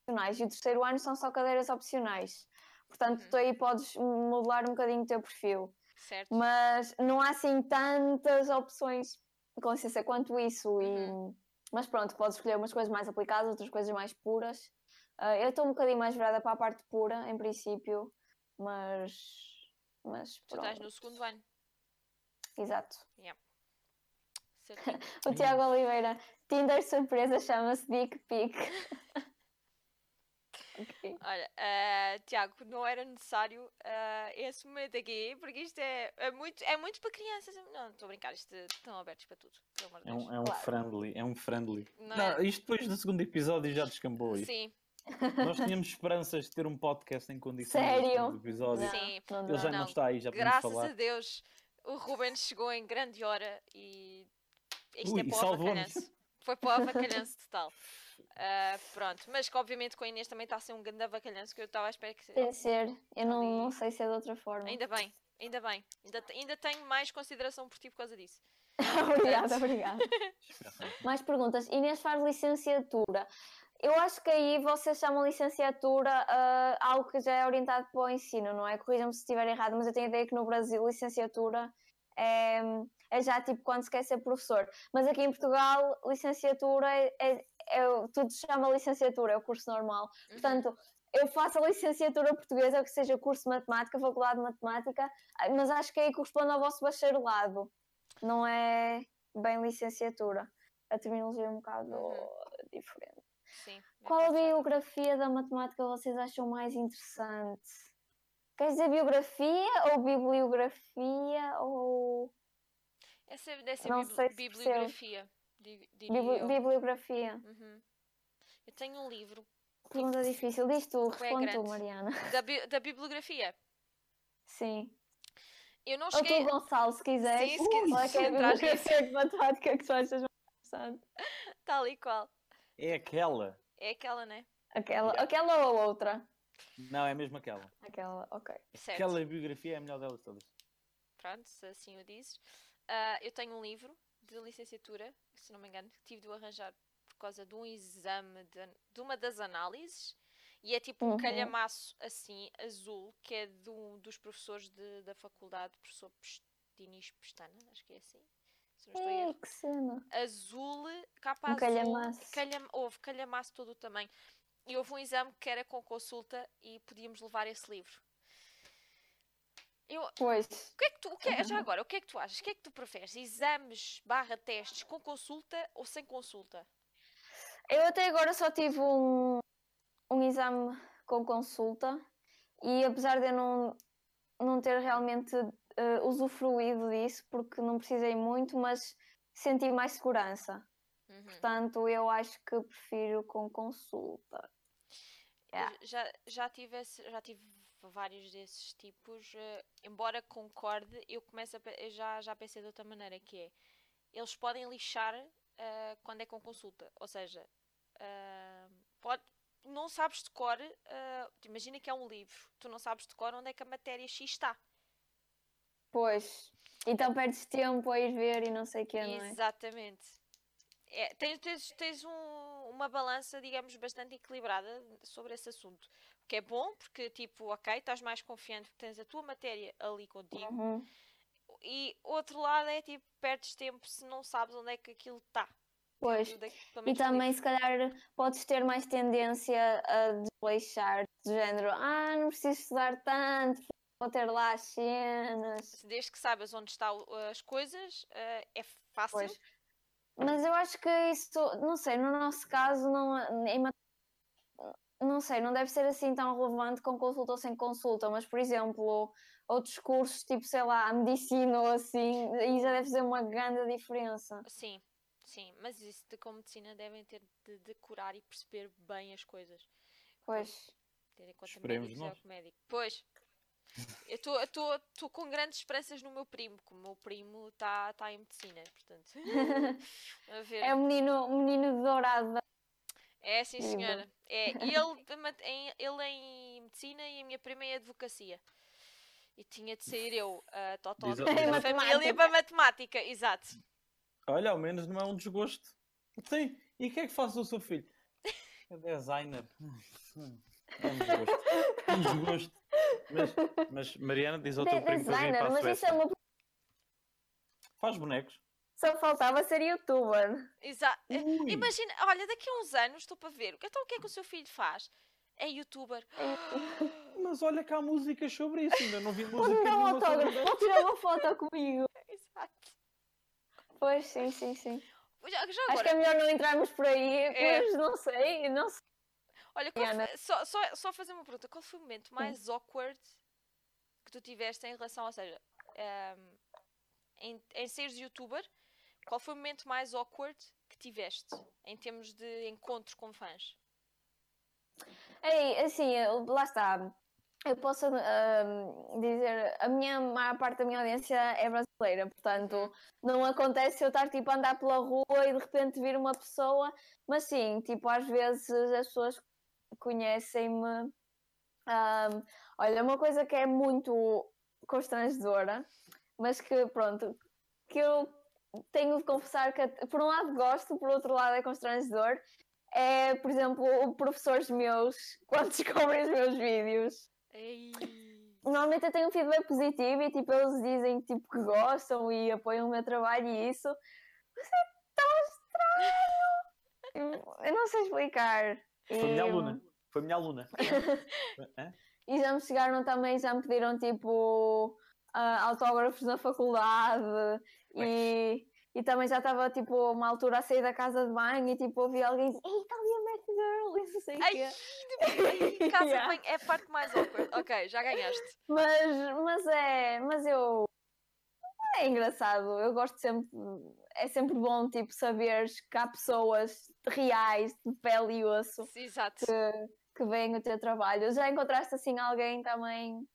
opcionais e o terceiro ano são só cadeiras opcionais. Portanto,
Uhum.
tu aí podes modelar um bocadinho o teu perfil.
Certo?
Mas não há assim tantas opções, com licença, quanto isso. E...
Uhum.
Mas pronto, podes escolher umas coisas mais aplicadas, outras coisas mais puras. Ah, eu estou um bocadinho mais virada para a parte pura, em princípio, mas. Mas
Tu estás no
pronto.
segundo ano.
Exato.
certinho.
O
Hum.
Tiago Oliveira, Tinder surpresa chama-se Dick Pic. Ok.
Olha, ah, Tiago, não era necessário ah, esse momento aqui, porque isto é, é muito, é muito para crianças. Não, estou a brincar, isto é, estão abertos para tudo, pelo amor de
É
Deus.
um, é um
Claro.
friendly, é um friendly.
Não
Não,
é-
isto depois do segundo episódio já descambou isso.
Sim,
Nós tínhamos esperanças de ter um podcast em condições no
Sério?
segundo episódio.
Não,
sim.
não
Ele já
dá.
não,
Não.
está aí, já podemos
Graças
falar.
a Deus, o Ruben chegou em grande hora e isto
Ui,
é
e
para o
salvou-nos.
avacalhanço. Foi para o avacalhanço total. Ah, pronto, mas que obviamente com a Inês também está a ser um grande avacalhanço que eu estava à espera que
Tem de ser. Eu não,
Ali.
não sei se é de outra forma.
Ainda bem, ainda bem. Ainda, te- ainda tenho mais consideração por ti por causa disso.
obrigada, obrigada.
Espetáculo.
Mais perguntas. Inês faz licenciatura. Eu acho que aí vocês chamam licenciatura ah, algo que já é orientado para o ensino, não é? Corrijam-me se estiver errado, mas eu tenho a ideia que no Brasil licenciatura é, é já tipo quando se quer ser professor. Mas aqui em Portugal, licenciatura é, é- é o- tudo se chama licenciatura, é o curso normal.
Uhum.
Portanto, eu faço a licenciatura portuguesa, que seja curso de matemática, faculdade de matemática, ah, mas acho que aí corresponde ao vosso bacharelado, não é bem licenciatura. A terminologia é um bocado
Uhum.
diferente.
Sim, bem
Qual a
pensado.
biografia da matemática vocês acham mais interessante? Queres dizer biografia ou bibliografia ou
Essa deve ser
Não
bibli-
sei se percebo.
bibliografia. di- diria
Bibli-
eu.
bibliografia?
Uhum. Eu tenho um livro
Pergunta difícil. Diz tu,
Bué
responde tu,
grande.
Mariana.
da, bi- da bibliografia.
Sim.
Eu não
Ou
cheguei.
tu, Gonçalo, se quiseres.
Sim, se quiser-
Qual é que é a
traz
bibliografia de matemática que tu achas mais interessante?
Tal e qual.
É aquela.
É aquela, né?
Aquela,
Yeah.
aquela ou a outra?
Não, é mesmo aquela.
Aquela, ok.
Certo.
Aquela biografia é a melhor delas todas.
Pronto, se assim o dizes. Ah, eu tenho um livro de licenciatura, se não me engano, que tive de o arranjar por causa de um exame de, an- de uma das análises. E é tipo um
Uhum.
calhamaço assim, azul, que é de um dos professores de- da faculdade, professor Pes- Dinis Pestana, acho que é assim. Se não estou em erro.
Ei, que cena.
azul, capa
Hum. Um
azul.
calhamaço.
calham- houve calhamaço todo o tamanho. E houve um exame que era com consulta e podíamos levar esse livro. Eu, o
Pois.
que é que tu, o que é- já agora, o que é que tu achas? O que é que tu preferes? Exames barra testes com consulta ou sem consulta?
Eu até agora só tive um, um exame com consulta e apesar de eu não, não ter realmente eh, usufruído disso, porque não precisei muito, mas senti mais segurança.
Uhum.
Portanto, eu acho que prefiro com consulta. Yeah.
Eu Já, já, tive esse- já tive vários desses tipos. eh, embora concorde, eu começo a, pe- eu já, já pensei de outra maneira, que é eles podem lixar eh, quando é com consulta. Ou seja, ah, pode, não sabes de cor, ah, te imagina que é um livro, tu não sabes de cor onde é que a matéria X está.
Pois. Então perdes tempo a ir ver e não sei o quê, não é?
Exatamente. É, tens tens, tens um- uma balança, digamos, bastante equilibrada sobre esse assunto. O que é bom, porque, tipo, ok, estás mais confiante porque tens a tua matéria ali contigo.
Uhum.
E outro lado é, tipo, perdes tempo se não sabes onde é que aquilo está.
Pois.
Eu dei- pelo
E
menos
também,
livros.
se calhar, podes ter mais tendência a desleixar do género. Ah, não preciso estudar tanto, vou ter lá as cenas.
Desde que saibas onde estão as coisas, eh, é fácil.
Pois. Mas eu acho que isso, não sei, no nosso caso, não, em mat- não sei, não deve ser assim tão relevante com consulta ou sem consulta, mas, por exemplo, outros cursos, tipo, sei lá, medicina ou assim, aí já deve fazer uma grande diferença.
Sim, sim. Mas isso de como medicina devem ter de decorar e perceber bem as coisas.
Pois,
Ter em conta
Esperemos
médicos é o
nós.
que médico. Pois. Eu estou com grandes esperanças no meu primo, que o meu primo está tá em medicina, portanto. A ver.
é o menino, o menino dourado da
É, sim,
Lindo.
senhora. É, ele, de mat- em, ele é em medicina e a minha prima é em advocacia. E tinha de sair eu, a Totó,
Diz a-
da
Em
família
matemática.
para matemática, exato.
Olha, ao menos não é um desgosto. Sim, e o que é que faz o seu filho? É designer. É um desgosto. É um desgosto. Mas, mas, Mariana, diz ao teu primo para vir
designer,
para a
mas isso é
Suécia.
uma
Faz bonecos.
Só faltava ser youtuber.
Exa é,
Ui.
Imagina, olha, daqui a uns anos estou para ver. Então o que é que o seu filho faz? É youtuber.
Mas olha que há músicas sobre isso. Ainda não vi música
Pode me dar um
nenhuma sobre
autógrafo, pode tirar uma foto comigo.
Exato.
Pois, sim, sim, sim.
Já, já
Acho que é
agora,
melhor não entrarmos por aí,
É.
pois não sei, não sei.
olha, qual
Diana.
foi- só, só, só fazer uma pergunta. Qual foi o momento mais awkward que tu tiveste em relação, ou seja, ehm, em, em seres youtuber, qual foi o momento mais awkward que tiveste em termos de encontros com fãs?
Ei, assim, eu- lá está. Eu posso ahm, dizer, a minha a maior parte da minha audiência é brasileira, portanto, não acontece eu estar tipo a andar pela rua e de repente vir uma pessoa, mas sim, tipo, às vezes as pessoas conhecem-me. Ahm, olha, uma coisa que é muito constrangedora, mas que pronto, que eu tenho de confessar que por um lado gosto, por outro lado é constrangedor, é, por exemplo, o- professores meus quando descobrem os meus vídeos.
Ei.
Normalmente eu tenho um feedback positivo e tipo, eles dizem tipo, que gostam e apoiam o meu trabalho e isso. Mas é tão estranho! Eu não sei explicar.
isso. Foi minha
E-
aluna. Foi minha aluna. Hã?
E já me chegaram também, já me pediram tipo ah, autógrafos na faculdade e, e também já estava tipo uma altura a sair da casa de banho e tipo ouvi alguém dizer Ei, está ali a Matthew Girl e não sei o
Ai,
quê.
depois- ai, casa de
Yeah.
banho é a parte mais awkward. Ok, já ganhaste.
Mas, mas é, mas eu é engraçado, eu gosto sempre, é sempre bom tipo saberes que há pessoas reais, de pele e osso
Sim, Exato.
que, que veem o teu trabalho. Já encontraste assim alguém também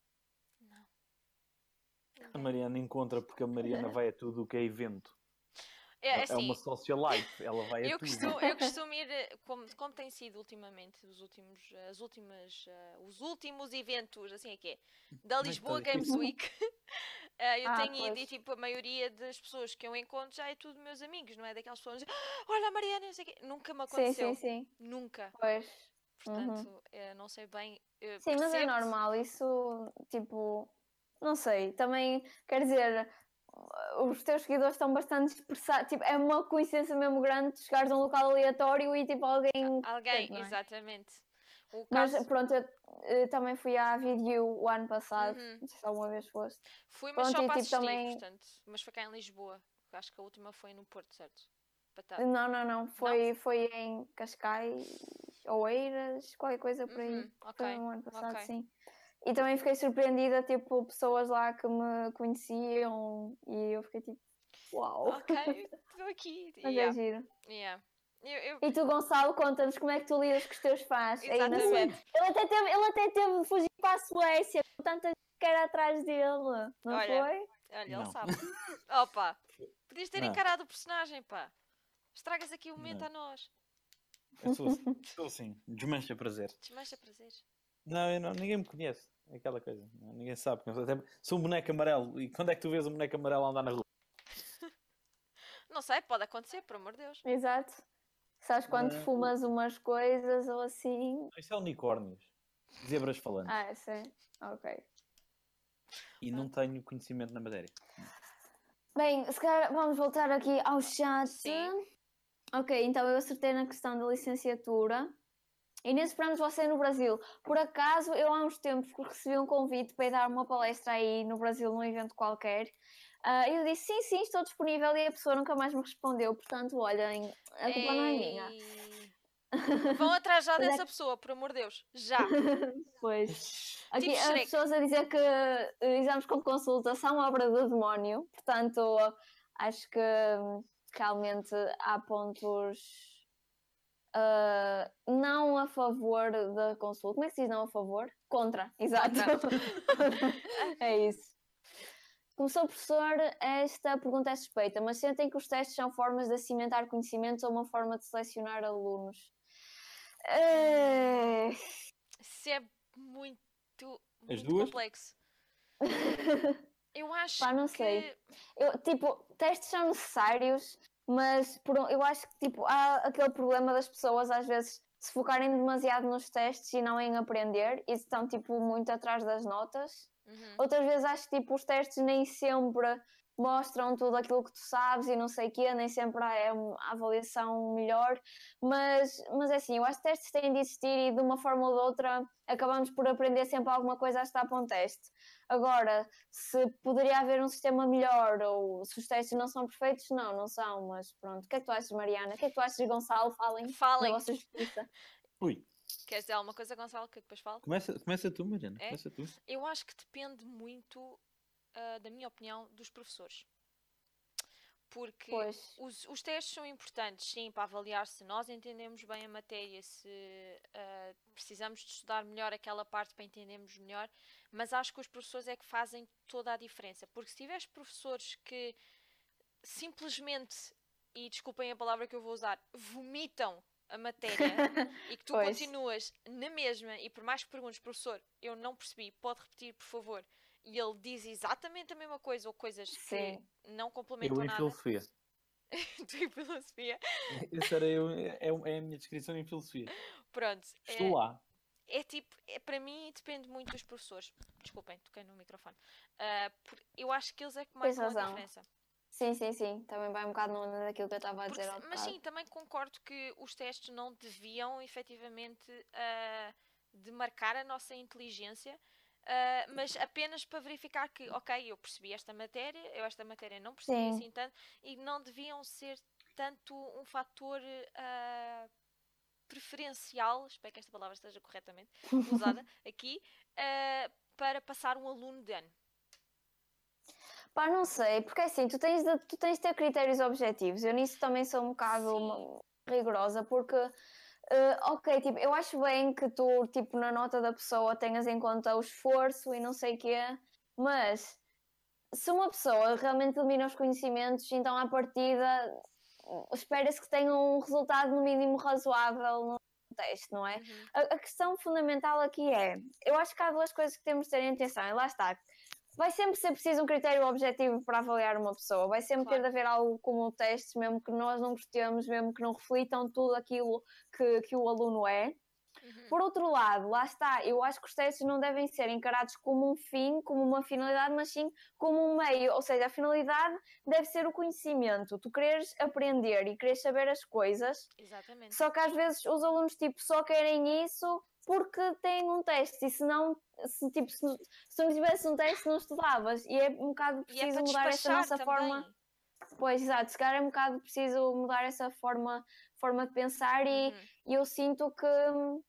A Mariana encontra porque a Mariana vai a tudo o que é evento.
É,
É,
assim,
uma socialite. Ela vai a
eu
É tudo.
costumo, eu costumo ir, eh, como, como tem sido ultimamente, os últimos, eh, as últimas, eh, os últimos eventos, assim é que é, da
que
Lisboa
tá
Games
difícil.
Week, eh, eu
Ah,
tenho ido e
pois.
tipo, a maioria das pessoas que eu encontro já é tudo meus amigos, não é? Daquelas pessoas, "Ah, olha a Mariana, não sei o quê. Nunca me
Sim,
aconteceu,
sim, sim.
nunca.
Pois. Uhum.
Portanto, eh, não sei bem. eh,
Sim, mas é
percebo-te.
normal. Isso, tipo, não sei. Também, quer dizer, os teus seguidores estão bastante expressados. Tipo, é uma coincidência mesmo grande tu chegares a um local aleatório e, tipo, alguém.
Alguém,
não é?
exatamente. O
Mas
caso-
pronto, eu, eh, também fui à vídeo o ano passado.
Uhum.
Não sei se alguma vez foste.
Fui, mas
um Pronto,
só
e,
para assistir,
tipo, também-
portanto. Mas foi cá em Lisboa. Acho que a última foi no Porto, certo? Para estar-
Não, não, não. Foi, foi em Cascais, Oeiras, qualquer coisa por aí.
Uhum, ok.
Foi no ano passado,
ok.
sim. E também fiquei surpreendida, tipo, pessoas lá que me conheciam e eu fiquei tipo, uau!
Ok, estou aqui.
Mas é
Yeah,
giro. É
yeah. Eu, eu-
E tu, Gonçalo, conta-nos como é que tu lidas com os teus fãs aí na Suécia.
Exatamente.
Ele até, teve, ele até teve de fugir para a Suécia, com tanta gente que era atrás dele, não
Olha,
foi?
Olha, ele
Não.
sabe. Opa! Podias ter
Não.
encarado o personagem, pá. Estragas aqui o momento
Não.
a nós.
Eu sou assim. Sou assim. Desmancha prazer.
Desmancha prazeres.
Não, eu não, ninguém me conhece. É aquela coisa. Não, ninguém sabe. quem eu sou. Até- sou um boneco amarelo. E quando é que tu vês um boneco amarelo a andar na rua?
Não sei, pode acontecer, por amor de Deus.
Exato. Sabes quando
Não.
fumas umas coisas ou assim?
Isso é unicórnios. Zebras falando.
Ah, sim. Ok.
E
ah.
não tenho conhecimento na matéria.
Bem, se calhar vamos voltar aqui ao chat.
Sim.
Ok, então eu acertei na questão da licenciatura. Inês, esperamos você é no Brasil. Por acaso, eu há uns tempos recebi um convite para ir dar uma palestra aí no Brasil, num evento qualquer. Ah, eu disse sim, sim, estou disponível e a pessoa nunca mais me respondeu. Portanto, olhem, a culpa não é minha. é
Ei. Vão atrás já dessa pessoa, por amor de Deus. Já.
Pois. Aqui,
Tipo
as
Shrek.
pessoas a dizer que eh, exames como consulta são obra do demónio. Portanto, acho que hum, realmente há pontos. ah, não a favor da consulta. Como é que se diz não a favor? Contra, exato. é isso. Começou, professor, esta pergunta é suspeita, mas sentem que os testes são formas de cimentar conhecimentos ou uma forma de selecionar alunos? Eh,
Isso é muito, muito
duas?
complexo. Eu acho
Pá, não
que.
sei. Eu, tipo, testes são necessários, mas por um- eu acho que tipo, há aquele problema das pessoas às vezes se focarem demasiado nos testes e não em aprender e estão tipo muito atrás das notas.
Uhum.
Outras vezes acho que tipo, os testes nem sempre mostram tudo aquilo que tu sabes e não sei o quê, nem sempre há- é uma avaliação melhor, mas, mas é assim, eu acho que testes têm de existir e de uma forma ou de outra acabamos por aprender sempre alguma coisa a estar para um teste. Agora, se poderia haver um sistema melhor ou se os testes não são perfeitos, não, não são, mas pronto. O que é que tu achas, Mariana? O que é que tu achas, Gonçalo? Falem.
Falem.
da vossa justiça.
Ui,
Queres dizer alguma coisa, Gonçalo, que eu depois falo?
começa, começa tu, Mariana.
É?
Começa tu.
Eu acho que depende muito, ah, da minha opinião, dos professores. Porque
Pois.
os, os testes são importantes, sim, para avaliar se nós entendemos bem a matéria, se ah, precisamos de estudar melhor aquela parte para entendermos melhor, mas acho que os professores é que fazem toda a diferença. Porque se tiveres professores que simplesmente, e desculpem a palavra que eu vou usar, vomitam a matéria e que tu
Pois.
continuas na mesma, e por mais que perguntes, professor, eu não percebi, pode repetir, por favor, e ele diz exatamente a mesma coisa ou coisas
Sim.
que não complementam
Eu em
nada.
filosofia.
Tu em filosofia.
Essa era eu, é, é a minha descrição em filosofia.
É. Pronto.
Estou
é,
lá.
é tipo, é, para mim depende muito dos professores. Desculpem, toquei no microfone. Ah, por- eu acho que eles é que
Tens
marcam a
razão.
diferença.
Sim, sim, sim. Também vai um bocado na onda daquilo que eu estava a
Porque
dizer
se-
ao
mas sim, também concordo que os testes não deviam efetivamente ah, demarcar a nossa inteligência, ah, mas apenas para verificar que, ok, eu percebi esta matéria, eu esta matéria não percebi
Sim.
assim tanto, e não deviam ser tanto um fator ah, preferencial, espero que esta palavra esteja corretamente usada aqui, ah, para passar um aluno de ano.
Pá, não sei, porque assim, tu tens de, tu tens de ter critérios objetivos. Eu nisso também sou um bocado
Sim.
uma- rigorosa, porque, eh, ok, tipo, eu acho bem que tu, tipo, na nota da pessoa tenhas em conta o esforço e não sei o quê, mas se uma pessoa realmente domina os conhecimentos, então à partida espera-se que tenha um resultado no mínimo razoável no teste, não é?
Uhum.
A, a questão fundamental aqui é: eu acho que há duas coisas que temos de ter em atenção, e lá está. Vai sempre ser preciso um critério objetivo para avaliar uma pessoa, vai sempre ter de haver algo como testes, mesmo que nós não gostemos, mesmo que não reflitam tudo aquilo que, que o aluno é.
Uhum.
Por outro lado, lá está, eu acho que os testes não devem ser encarados como um fim, como uma finalidade, mas sim como um meio, ou seja, a finalidade deve ser o conhecimento, tu queres aprender e queres saber as coisas,
Exatamente.
só que às vezes os alunos tipo, só querem isso porque têm um teste e se não, se, tipo, se, não- se não tivesse um teste não estudavas e é um bocado
E é
preciso
para
mudar essa
despachar
nossa
também.
forma. Pois, exato, se calhar é um bocado preciso mudar essa forma, forma de pensar e,
Uhum.
e eu sinto que, hum,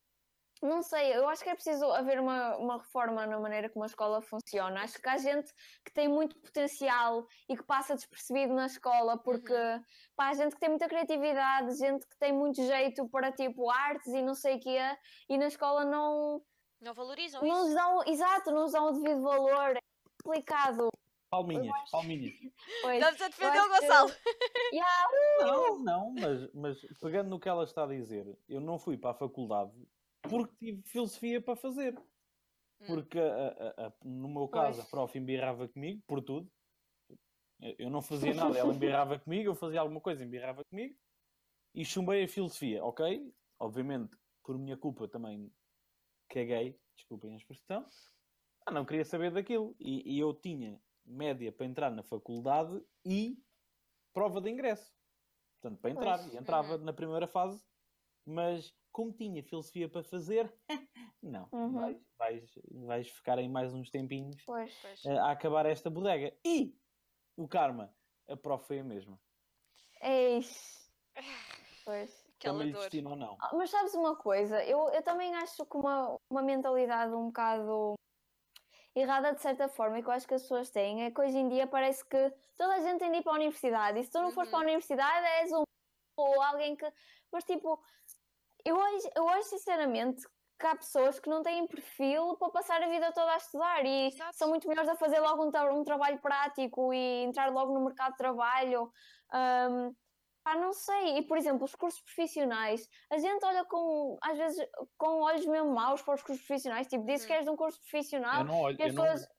não sei, eu acho que é preciso haver uma, uma reforma na maneira como a escola funciona. Acho que há gente que tem muito potencial e que passa despercebido na escola, porque pá, há gente que tem muita criatividade, gente que tem muito jeito para tipo artes e não sei o quê, e na escola não,
Não valorizam
não
isso.
lhes dão, exato, não lhes dão o devido valor. É complicado.
Palminhas, palminhas.
Pois,
Estamos a defender o
acho que-
Gonçalo.
yeah,
Não, não, mas, mas pegando no que ela está a dizer, eu não fui para a faculdade porque tive filosofia para fazer. Porque, a- a- a- no meu caso, a
Pois.
prof embirrava comigo por tudo. Eu- Eu não fazia nada, ela embirrava comigo, eu fazia alguma coisa, embirrava comigo. E chumbei a filosofia, ok? Obviamente, por minha culpa também caguei, desculpem a expressão. Ah, não queria saber daquilo. E, e eu tinha média para entrar na faculdade e prova de ingresso. Portanto, para entrar.
Pois. Uhum.
E entrava na primeira fase, mas como tinha filosofia para fazer, não.
Uhum.
Vais, vais, vais ficar aí mais uns tempinhos
Pois.
Pois.
eh, a acabar esta bodega. E o karma, a prova foi a mesma.
Eis. é Pois.
Aquela
Chama-lhe
dor.
destino ou não.
Ah, Mas sabes uma coisa? Eu, eu também acho que uma, uma mentalidade um bocado errada de certa forma e que eu acho que as pessoas têm é que hoje em dia parece que toda a gente tem de ir para a universidade e se tu não fores
Uhum.
para a universidade és um ou alguém que. Mas tipo, eu hoje, eu hoje sinceramente que há pessoas que não têm perfil para passar a vida toda a estudar e
Exato.
são muito melhores a fazer logo um, tra- um trabalho prático e entrar logo no mercado de trabalho. hum, Ahm, pá, não sei. E, por exemplo, os cursos profissionais, a gente olha com, às vezes, com olhos mesmo maus para os cursos profissionais, tipo, dizes que
Hum.
és de um curso
eu
profissional
não olho.
e as
eu não
pessoas.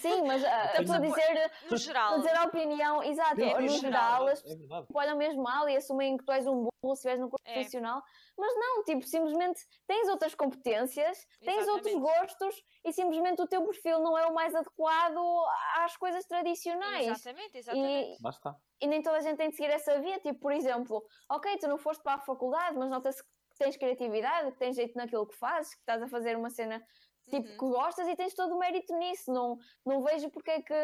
Sim, mas ah, eu
tenho-
estou a dizer,
No
estou a
geral.
dizer a opinião, exato,
É,
no
no
geral,
geral,
as
É verdade.
tipo, olham mesmo mal e assumem que tu és um burro se estiveres no curso
É.
profissional, mas não, tipo, simplesmente tens outras competências, tens outros
Exatamente.
gostos e simplesmente o teu perfil não é o mais adequado às coisas tradicionais.
Exatamente, exatamente.
E,
Lá está.
e nem toda a gente tem de seguir essa via, tipo, por exemplo, ok, tu não foste para a faculdade, mas nota-se que tens criatividade, que tens jeito naquilo que fazes, que estás a fazer uma cena tipo
Uhum.
que gostas e tens todo o mérito nisso. Não, não vejo porque é que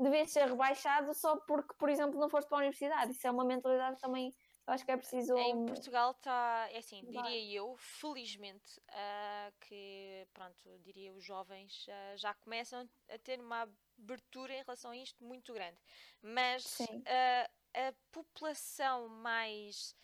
devias ser rebaixado só porque, por exemplo, não foste para a universidade. Isso é uma mentalidade também, eu acho que é preciso.
Em Portugal está, é assim,
Vai.
diria eu, felizmente, ah, que, pronto, diria os jovens ah, já começam a ter uma abertura em relação a isto muito grande. Mas
Sim.
ah, a população mais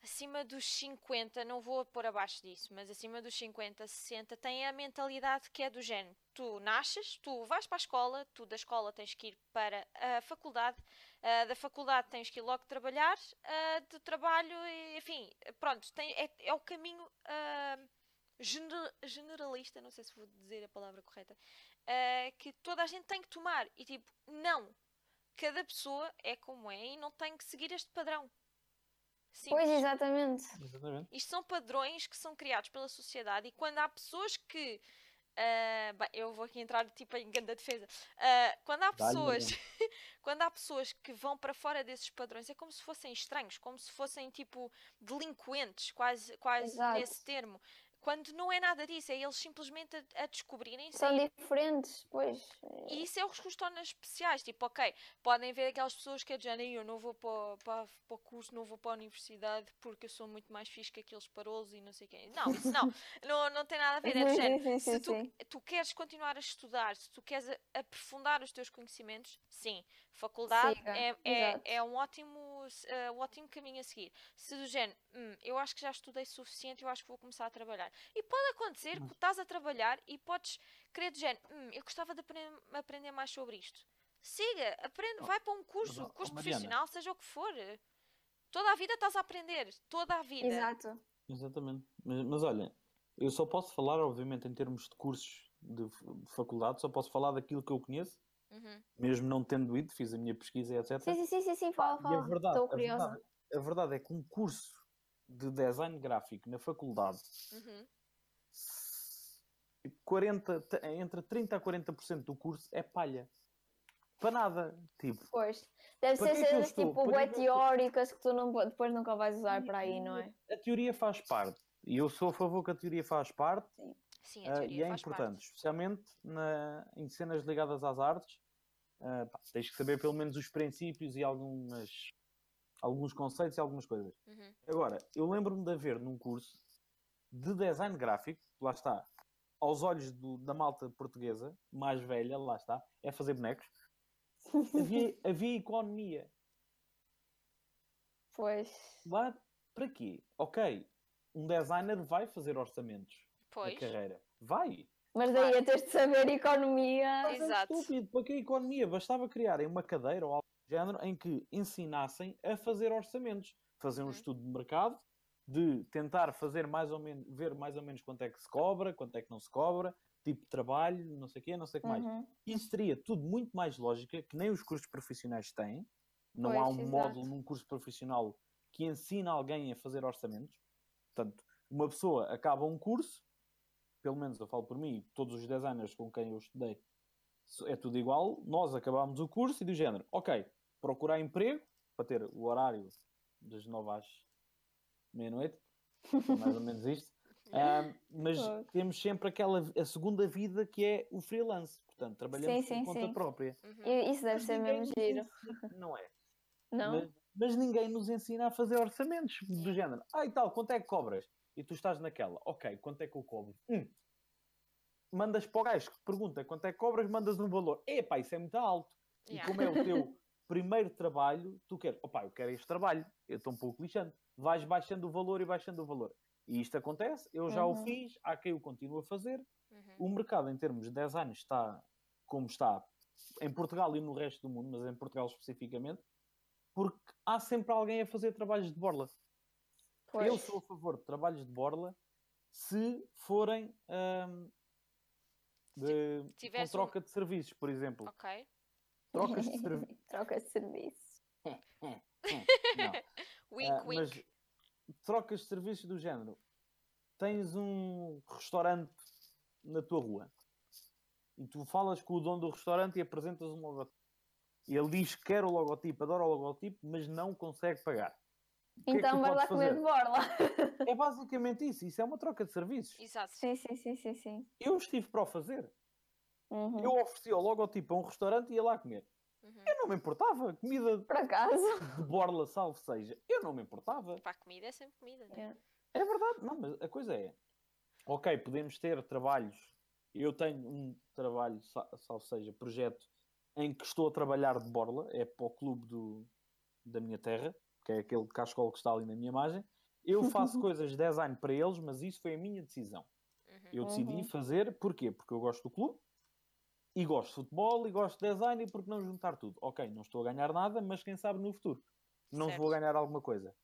acima dos 50, não vou pôr abaixo disso, mas acima dos 50, 60, tem a mentalidade que é do género. Tu nasces, tu vais para a escola, tu da escola tens que ir para a faculdade, ah, da faculdade tens que ir logo trabalhar, ah, do trabalho, e- enfim, pronto, tem- é, é o caminho ah, gene- generalista, não sei se vou dizer a palavra correta, ah, que toda a gente tem que tomar. E tipo, não, cada pessoa é como é e não tem que seguir este padrão. Sim,
Pois, exatamente.
Exatamente.
isto são padrões que são criados pela sociedade e quando há pessoas que. ah, bem, eu vou aqui entrar tipo em grande defesa. Ah, quando há
Dá-lhe,
pessoas. quando há pessoas que vão para fora desses padrões, é como se fossem estranhos, como se fossem tipo delinquentes, quase, quase
Exato.
nesse termo. Quando não é nada disso, é eles simplesmente a, a descobrirem-se
São diferentes, pois.
e isso é o que estão nas especiais. Tipo, ok, podem ver aquelas pessoas que é de género, eu não vou para, para, para o curso, não vou para a universidade porque eu sou muito mais fixe que aqueles parolos e não sei quem. Não, isso não. não, não tem nada a ver. É de género.
sim,
Se
sim,
tu,
sim.
tu queres continuar a estudar, se tu queres a- aprofundar os teus conhecimentos, sim, faculdade
Siga,
é, é,
exato.
é um ótimo, s- eh, um ótimo caminho a seguir. Se do género, "Hum, eu acho que já estudei suficiente, eu acho que vou começar a trabalhar. E pode acontecer
Hum.
que estás a trabalhar e podes querer do género, "Hum, eu gostava de apren- aprender mais sobre isto. Siga, aprende,
Oh,
vai para um
oh,
curso,
oh,
curso
Mariana.
profissional, seja o que for. Toda a vida estás a aprender, toda a vida.
Exato.
Exatamente. Mas, mas olha, eu só posso falar, obviamente, em termos de cursos de f- de faculdade, só posso falar daquilo que eu conheço,
Uhum.
mesmo não tendo ido, fiz a minha pesquisa, etc.
Sim, sim, sim, sim, sim, fala,
E a
fala.
verdade,
Estou
a,
curiosa.
verdade, a verdade é que um curso de design gráfico na faculdade,
Uhum.
40, te- entre 30% a 40% do curso é palha. Para nada. Tipo,
Pois. Deve
Para que
ser
é que eu
cenas
estou?
tipo
Para que é
bué
que eu estou?
teóricas que tu não, po- depois nunca vais usar para aí, não é?
a teoria faz parte. E eu sou a favor que a teoria faz parte.
Sim,
Ah,
a teoria
e é
faz
importante,
parte.
especialmente na- em cenas ligadas às artes, ah, pá, tens que saber pelo menos os princípios e algumas, alguns conceitos e algumas coisas.
Uhum.
Agora, eu lembro-me de haver num curso de design gráfico, lá está, aos olhos do- da malta portuguesa, mais velha, lá está, é fazer bonecos, havia, havia economia.
Pois.
Lá, para quê? Ok, um designer vai fazer orçamentos
Pois.
na carreira. Vai!
Mas daí
Claro.
a teres de saber economia.
Mas é
Exato.
estúpido, para que a economia? Bastava criarem uma cadeira ou algo do género em que ensinassem a fazer orçamentos, fazer um
Uhum.
estudo de mercado, de tentar fazer mais ou menos, ver mais ou menos quanto é que se cobra, quanto é que não se cobra, tipo de trabalho, não sei o quê, não sei o que mais.
Uhum.
Isso teria tudo muito mais lógica, que nem os cursos profissionais têm. Não há um
Pois, exato.
módulo num curso profissional que ensina alguém a fazer orçamentos. Portanto, uma pessoa acaba um curso, pelo menos eu falo por mim, todos os designers com quem eu estudei, so- é tudo igual. Nós acabámos o curso e do género, ok, procurar emprego para ter o horário das 9 às meia-noite, é mais ou menos isto. Ah, mas
Claro.
temos sempre aquela a segunda vida que é o freelance, portanto, trabalhamos
Sim, sim,
por conta
sim.
própria.
Uhum.
E Isso deve ser mesmo giro, Então?
Não é?
não?
Mas, mas ninguém nos ensina a fazer orçamentos do género. Ah, e tal, quanto é que cobras? E tu estás naquela, ok, quanto é que eu cobro? Hum. Mandas para o gajo que te pergunta quanto é que cobras, mandas um valor. Epá, isso é muito alto. E
Yeah.
como é o teu primeiro trabalho, tu queres, opá, eu quero este trabalho, eu estou um pouco lixando. Vais baixando o valor e baixando o valor. E isto acontece, eu já
Uhum.
o fiz, há quem o continue a fazer.
Uhum.
O mercado, em termos de 10 anos, está como está em Portugal e no resto do mundo, mas em Portugal especificamente, porque há sempre alguém a fazer trabalhos de borla. Eu
Pois.
sou a favor de trabalhos de borla se forem ahm, de, com
tivesse um-
troca de serviços, por exemplo.
Ok.
Trocas de serviços.
Trocas de serviço.
Não.
Wink,
Ah,
wink.
Mas trocas de serviços do género. Tens um restaurante na tua rua e tu falas com o dono do restaurante e apresentas um logotipo. E ele diz que quer o logotipo, adora o logotipo, mas não consegue pagar. que é que
Então
tu
vai lá
podes
comer
fazer?
de borla.
É basicamente isso. Isso é uma troca de serviços.
Exato.
Sim, sim, sim, sim, sim.
Eu estive para o fazer.
Uhum.
Eu ofereci o logotipo a um restaurante e ia lá comer.
Uhum.
Eu não me importava. Comida
Por acaso.
de borla, salvo seja. Eu não me importava.
Pá, comida é sempre comida, né?
Yeah.
É verdade, não, mas a coisa é: ok, podemos ter trabalhos. Eu tenho um trabalho, sa- salvo seja, projeto em que estou a trabalhar de borla, é para o clube do, da minha terra, que é aquele cascolo que está ali na minha imagem. Eu faço coisas de design para eles, mas isso foi a minha decisão.
Uhum.
Eu decidi
Uhum.
fazer, porquê? Porque eu gosto do clube e gosto de futebol e gosto de design e porque não juntar tudo. Ok, não estou a ganhar nada, mas quem sabe no futuro não vou
Certo.
ganhar alguma coisa.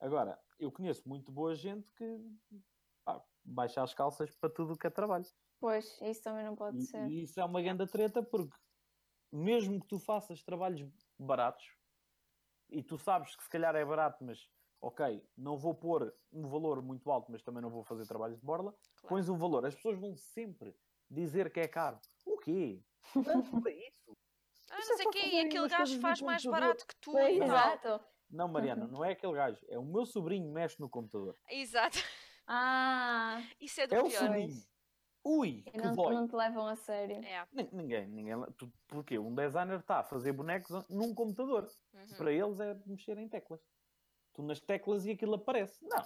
Agora, eu conheço muito boa gente que pá, baixa as calças para tudo o que é trabalho.
Pois, isso também não pode
E,
ser.
e isso é uma grande treta porque mesmo que tu faças trabalhos baratos e tu sabes que se calhar é barato, mas ok, não vou pôr um valor muito alto, mas também não vou fazer trabalhos de borla,
Claro.
pões um valor. As pessoas vão sempre dizer que é caro. O quê? Não, para isso.
Ah,
Isso
não
é
sei
só
quem,
fazerem
aquele
umas
gajo
coisas no
faz mais
computador.
barato que tu. é
Pois,
e tal.
exato.
Não, Mariana, não é aquele gajo. É o meu sobrinho que mexe no computador.
Exato.
Ah,
Isso é do
É o
pior.
sobrinho. Ui,
e
que
não,
dói.
não te levam a sério.
É.
Nin- Ninguém, ninguém. lá- Tu, porquê? Um designer está a fazer bonecos num computador.
Hum.
Uhum.
Para eles é mexer em teclas. Tu nas teclas e aquilo aparece. Não.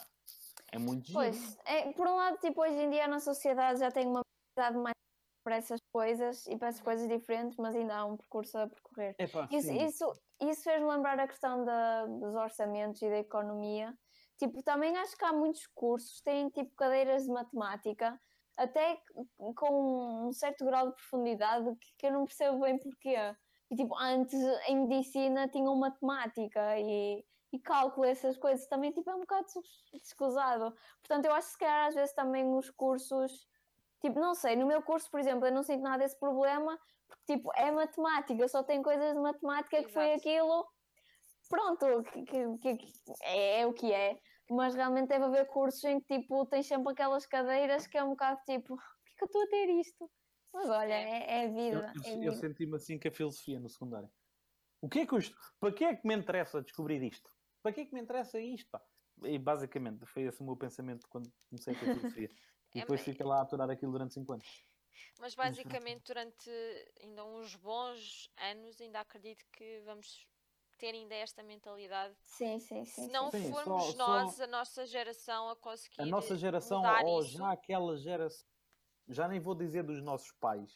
É muito giro.
Pois, é, por um lado, tipo, hoje em dia a nossa sociedade já tem uma mentalidade mais para essas coisas e para essas coisas diferentes, mas ainda há um percurso a percorrer.
É pá,
Isso,
sim.
isso, isso fez-me lembrar a questão da- dos orçamentos e da economia. Tipo, também acho que há muitos cursos que têm tipo cadeiras de matemática, até que- com um certo grau de profundidade que, que eu não percebo bem porquê. E, tipo, antes em medicina tinham matemática e, e cálculo, essas coisas. Também tipo, é um bocado des- descusado. Portanto, eu acho que se calhar às vezes também os cursos. Tipo, não sei, no meu curso, por exemplo, eu não sinto nada desse problema, porque tipo, é matemática, só tem coisas de matemática que foi
Exato.
aquilo, pronto, que, que- que- que é, é o que é. Mas realmente deve haver cursos em que tipo, tens sempre aquelas cadeiras que é um bocado tipo, por que eu estou a ter isto? Mas olha, é, é
Eu,
vida. é
eu- eu
vida.
senti-me assim com a filosofia no secundário. O que é que eu isto? Para que é que me interessa descobrir isto? Para que é que me interessa isto? Pá? E basicamente foi esse o meu pensamento quando comecei a ter filosofia. E
É,
depois
mas-
fica lá a aturar aquilo durante 5 anos.
Mas
pronto.
basicamente durante ainda uns bons anos, ainda acredito que vamos ter ainda esta mentalidade.
Sim, sim, sim.
Se
sim.
não
Sim, só-
formos
só-
nós, a nossa geração, a conseguir
A nossa geração,
é mudar
ou
isso,
já aquela geração, já nem vou dizer dos nossos pais,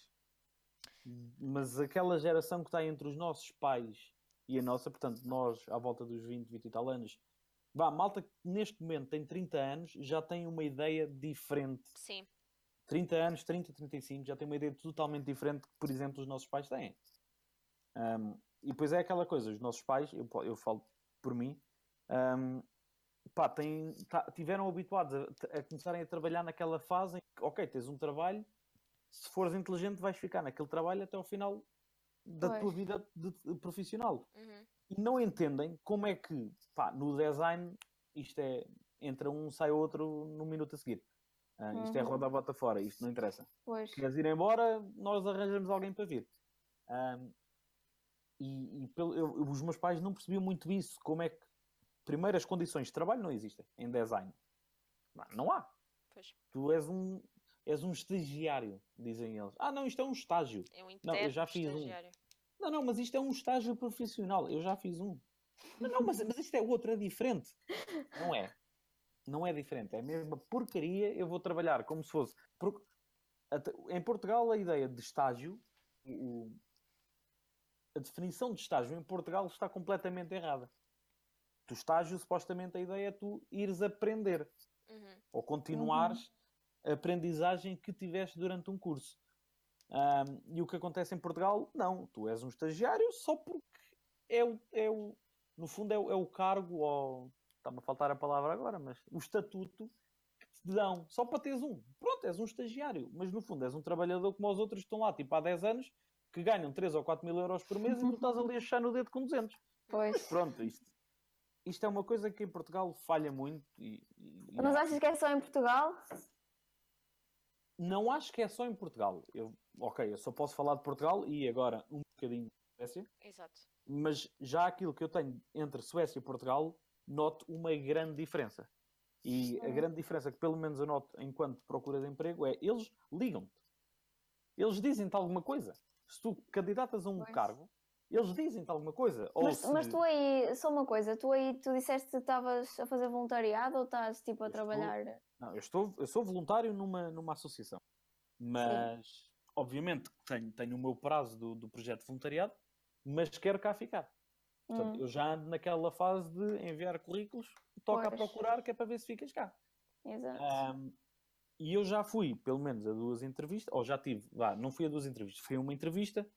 mas aquela geração que está entre os nossos pais e a nossa, portanto, nós à volta dos 20, 20 e tal anos, vá, a malta que neste momento tem 30 anos já tem uma ideia diferente.
sim,
30 anos, 30, 35, já tem uma ideia totalmente diferente que, por exemplo, os nossos pais têm. Ahm, e depois é aquela coisa, os nossos pais, eu, po- eu falo por mim, ahm, pá, têm, tá- tiveram habituados a, a começarem a trabalhar naquela fase em que, ok, tens um trabalho, se fores inteligente vais ficar naquele trabalho até ao final da
Pois.
tua vida de- de- profissional
uhum,
e não entendem como é que, pá, no design, isto é, entra um, sai outro no minuto a seguir. Ah, isto é
Uhum.
roda a bota fora, isto não interessa.
Pois.
Queres ir embora, nós arranjamos alguém para vir. Ah, e e pelo- eu- eu- os meus pais não percebiam muito isso, como é que Primeiro, as condições de trabalho não existem em design. Não, não há.
Pois,
Tu és um, és um estagiário, dizem eles. Ah, não, isto é um estágio.
é um
Não, eu já
intérprete
fiz um.
estagiário.
Não, não, mas isto é um estágio profissional. Eu já fiz um. Não, não, mas, mas isto é outro, é diferente. Não é. Não é diferente. É a mesma porcaria. Eu vou trabalhar como se fosse. porque até- Em Portugal, a ideia de estágio, o- o- a definição de estágio em Portugal está completamente errada. Do estágio, supostamente, a ideia é tu ires aprender
Uhum.
ou continuares a aprendizagem que tiveste durante um curso. Ahm, e o que acontece em Portugal, não. Tu és um estagiário só porque é o. É o no fundo, é o, é o cargo, ou. Está-me a faltar a palavra agora, mas. O estatuto que te dão, só para teres um. Pronto, és um estagiário, mas no fundo és um trabalhador como os outros que estão lá, tipo há 10 anos, que ganham 3 ou 4 mil euros por mês e tu estás ali a achar no dedo com 200.
Pois.
Pronto, isto. Isto é uma coisa que em Portugal falha muito e. e- e
Mas
há-
achas que é só em Portugal?
não acho que é só em Portugal. Eu, ok, eu só posso falar de Portugal e agora um bocadinho de Suécia,
Exato.
mas já aquilo que eu tenho entre Suécia e Portugal, noto uma grande diferença. E a
Hum.
grande diferença que pelo menos eu noto enquanto procura de emprego é eles ligam-te. Eles dizem-te alguma coisa. Se tu candidatas a um
Pois.
cargo, eles dizem-te alguma coisa. Ou
mas,
se
mas tu aí, só uma coisa, tu aí tu disseste que estavas a fazer voluntariado ou estás tipo a
Eu estou-
trabalhar?
Não, eu, estou, eu sou voluntário numa, numa associação. Mas, obviamente, que tenho, tenho o meu prazo do, do projeto de voluntariado, mas quero cá ficar. Portanto,
Hum,
eu já ando naquela fase de enviar currículos, toca a
Pois.
procurar, que é para ver se ficas cá.
exato.
Ahm, e eu já fui, pelo menos, a duas entrevistas, ou já tive, vá, não fui a duas entrevistas, fui a uma entrevista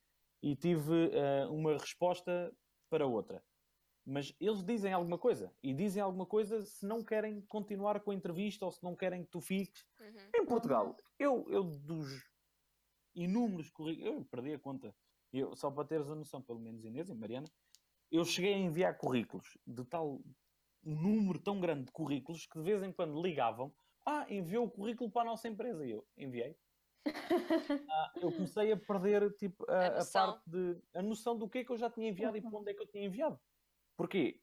e tive ah, uma resposta para outra. Mas eles dizem alguma coisa, e dizem alguma coisa se não querem continuar com a entrevista ou se não querem que tu fiques.
Uhum.
Em Portugal, eu, eu dos inúmeros currículos, eu perdi a conta, eu, só para teres a noção, pelo menos Inês e Mariana, eu cheguei a enviar currículos de tal um número tão grande de currículos que de vez em quando ligavam, ah, enviou o currículo para a nossa empresa, e eu enviei. Ah, eu comecei a perder tipo, a,
A
a
noção. Uhum.
parte de a noção do que é que eu já tinha enviado e para onde é que eu tinha enviado. Porquê?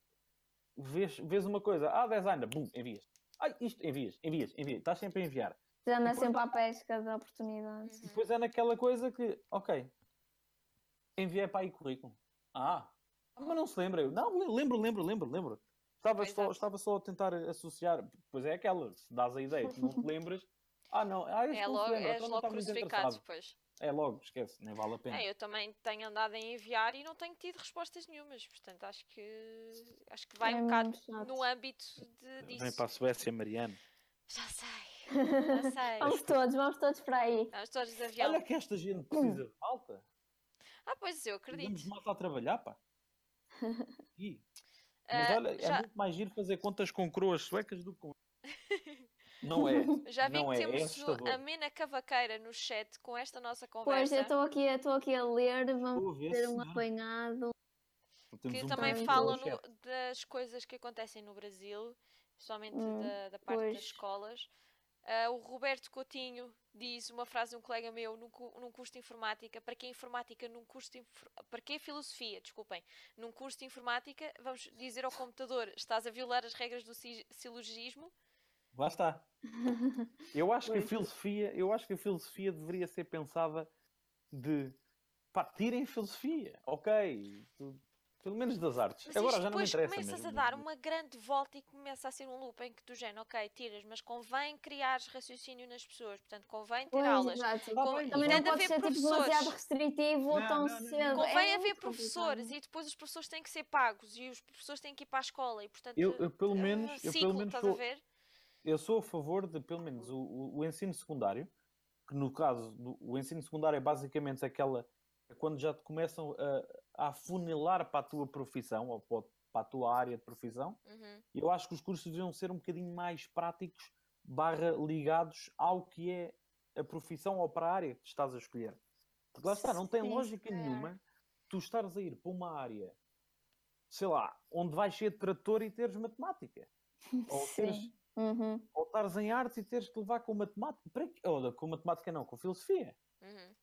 Vês, vês uma coisa, ah, designer, bum, envias. Ah, isto, envias, envias, envias, estás sempre a enviar.
Já anda
e
sempre à pesca da oportunidade.
E
Uhum.
depois é naquela coisa que, ok, enviei para aí currículo. Ah, mas não se lembra. Eu, não, le- lembro, lembro, lembro, lembro. Estava
Pois
só,
é.
estava só a tentar associar. Pois é aquela, se dás a ideia, tu não te lembras. Ah, não, ah, este
É
não se
logo,
lembra,
és
então não
logo
está muito
crucificado
interessado.
depois.
É logo, esquece, nem vale a pena.
É, eu também tenho andado a enviar e não tenho tido respostas nenhumas, portanto acho que acho que vai
É
um bocado
muito chato.
no âmbito de, disso.
a Suécia, Mariano.
Já sei, já Hum, sei.
Vamos todos, vamos todos para aí.
Nós todos de avião.
Olha que esta gente precisa de malta.
Ah, pois eu
Vamos
acredito.
malta a trabalhar, pá. Ih, mas
Ah,
olha, é
já,
muito mais giro fazer contas com croas suecas do que com. Não é.
já vi
não
que
é, é
temos o-
assustador.
a Mena Cavaqueira no chat com esta nossa
Pois, eu
conversa.
estou aqui, eu estou aqui a ler, vamos
Estou a ver,
fazer um
senhora.
apanhado.
Temos
que
um
também
problema
falam
com o chefe.
no- das coisas que acontecem no Brasil, especialmente
Hum,
da, da parte
pois.
das escolas. Ah, o Roberto Coutinho diz uma frase de um colega meu num, cu- num curso de informática, para que a informática num curso de infor- para que a filosofia, desculpem, num curso de informática, vamos dizer ao computador, estás a violar as regras do si- silogismo?
Lá está. Eu acho que a
Pois.
filosofia, eu acho que a filosofia deveria ser pensada de pá, tirem filosofia, ok? Tu- Pelo menos das artes.
Mas
Agora
isto
já não me
depois
interessa.
começas
mesmo.
a dar uma grande volta e começa a ser um loop em que tu género, ok, tiras, mas convém criar raciocínio nas pessoas, portanto convém ter
Pois,
aulas.
exato.
Tá bem,
Também
mas-
não
deve
pode
haver
ser tipo,
professores.
demasiado restritivo
Não,
tão
não, não, não.
cedo.
Convém
é
haver
muito
professores
complicado.
e depois os professores têm que ser pagos e os professores têm que ir para a escola e portanto
Eu, eu pelo
é um
menos, eu
ciclo,
pelo menos
estás a
sou,
ver?
eu sou a favor de pelo menos o, o- o ensino secundário, que no caso do, o ensino secundário é basicamente aquela é quando já te começam a, a afunilar para a tua profissão ou para o- para a tua área de profissão.
Uhum.
Eu acho que os cursos deviam ser um bocadinho mais práticos, barra ligados ao que é a profissão ou para a área que estás a escolher. Porque lá está, não tem
Sim, se
é.
lógica
calhar.
nenhuma tu estares a ir para uma área, sei lá, onde vais ser trator e teres matemática. Ou, teres,
Sim. Uhum.
ou estares em artes e teres que levar com matemática. Para quê? Ou, com matemática não, com filosofia.
Uhum.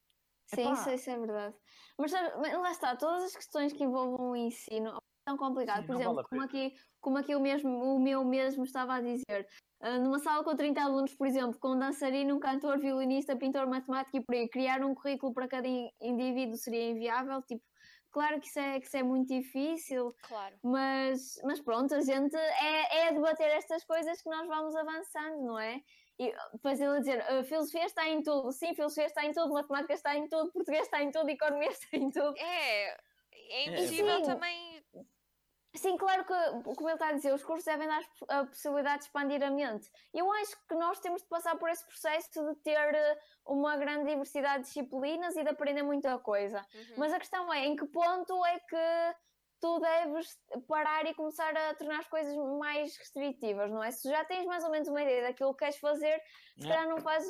Sim,
Epá.
é eh, isso, isso é verdade. Mas sabe, mas lá está, todas as questões que envolvam o ensino, tão complicado.
Sim,
Por
não
exemplo,
vale a
como, aqui, como aqui o, mesmo, o meu mesmo estava a dizer, ah, numa sala com 30 alunos, por exemplo, com um dançarino, um cantor, violinista, pintor, matemático e por aí, criar um currículo para cada in- indivíduo seria inviável. Tipo, claro que isso é, que isso é muito difícil,
Claro.
mas, mas pronto, a gente é, é a debater estas coisas que nós vamos avançando, não é? E ah, depois ele a dizer, ah, filosofia está em tudo, sim, filosofia está em tudo, matemática está em tudo, português está em tudo, economia está em tudo.
É. É impossível
Sim.
também.
Sim, claro que, como ele está a dizer, os cursos devem dar a possibilidade de expandir a mente. Eu acho que nós temos de passar por esse processo de ter eh, uma grande diversidade de disciplinas e de aprender muita coisa.
Uhum.
Mas a questão é, em que ponto é que tu deves parar e começar a tornar as coisas mais restritivas, não é? Se já tens mais ou menos uma ideia daquilo que queres fazer, se
Não.
calhar não faz,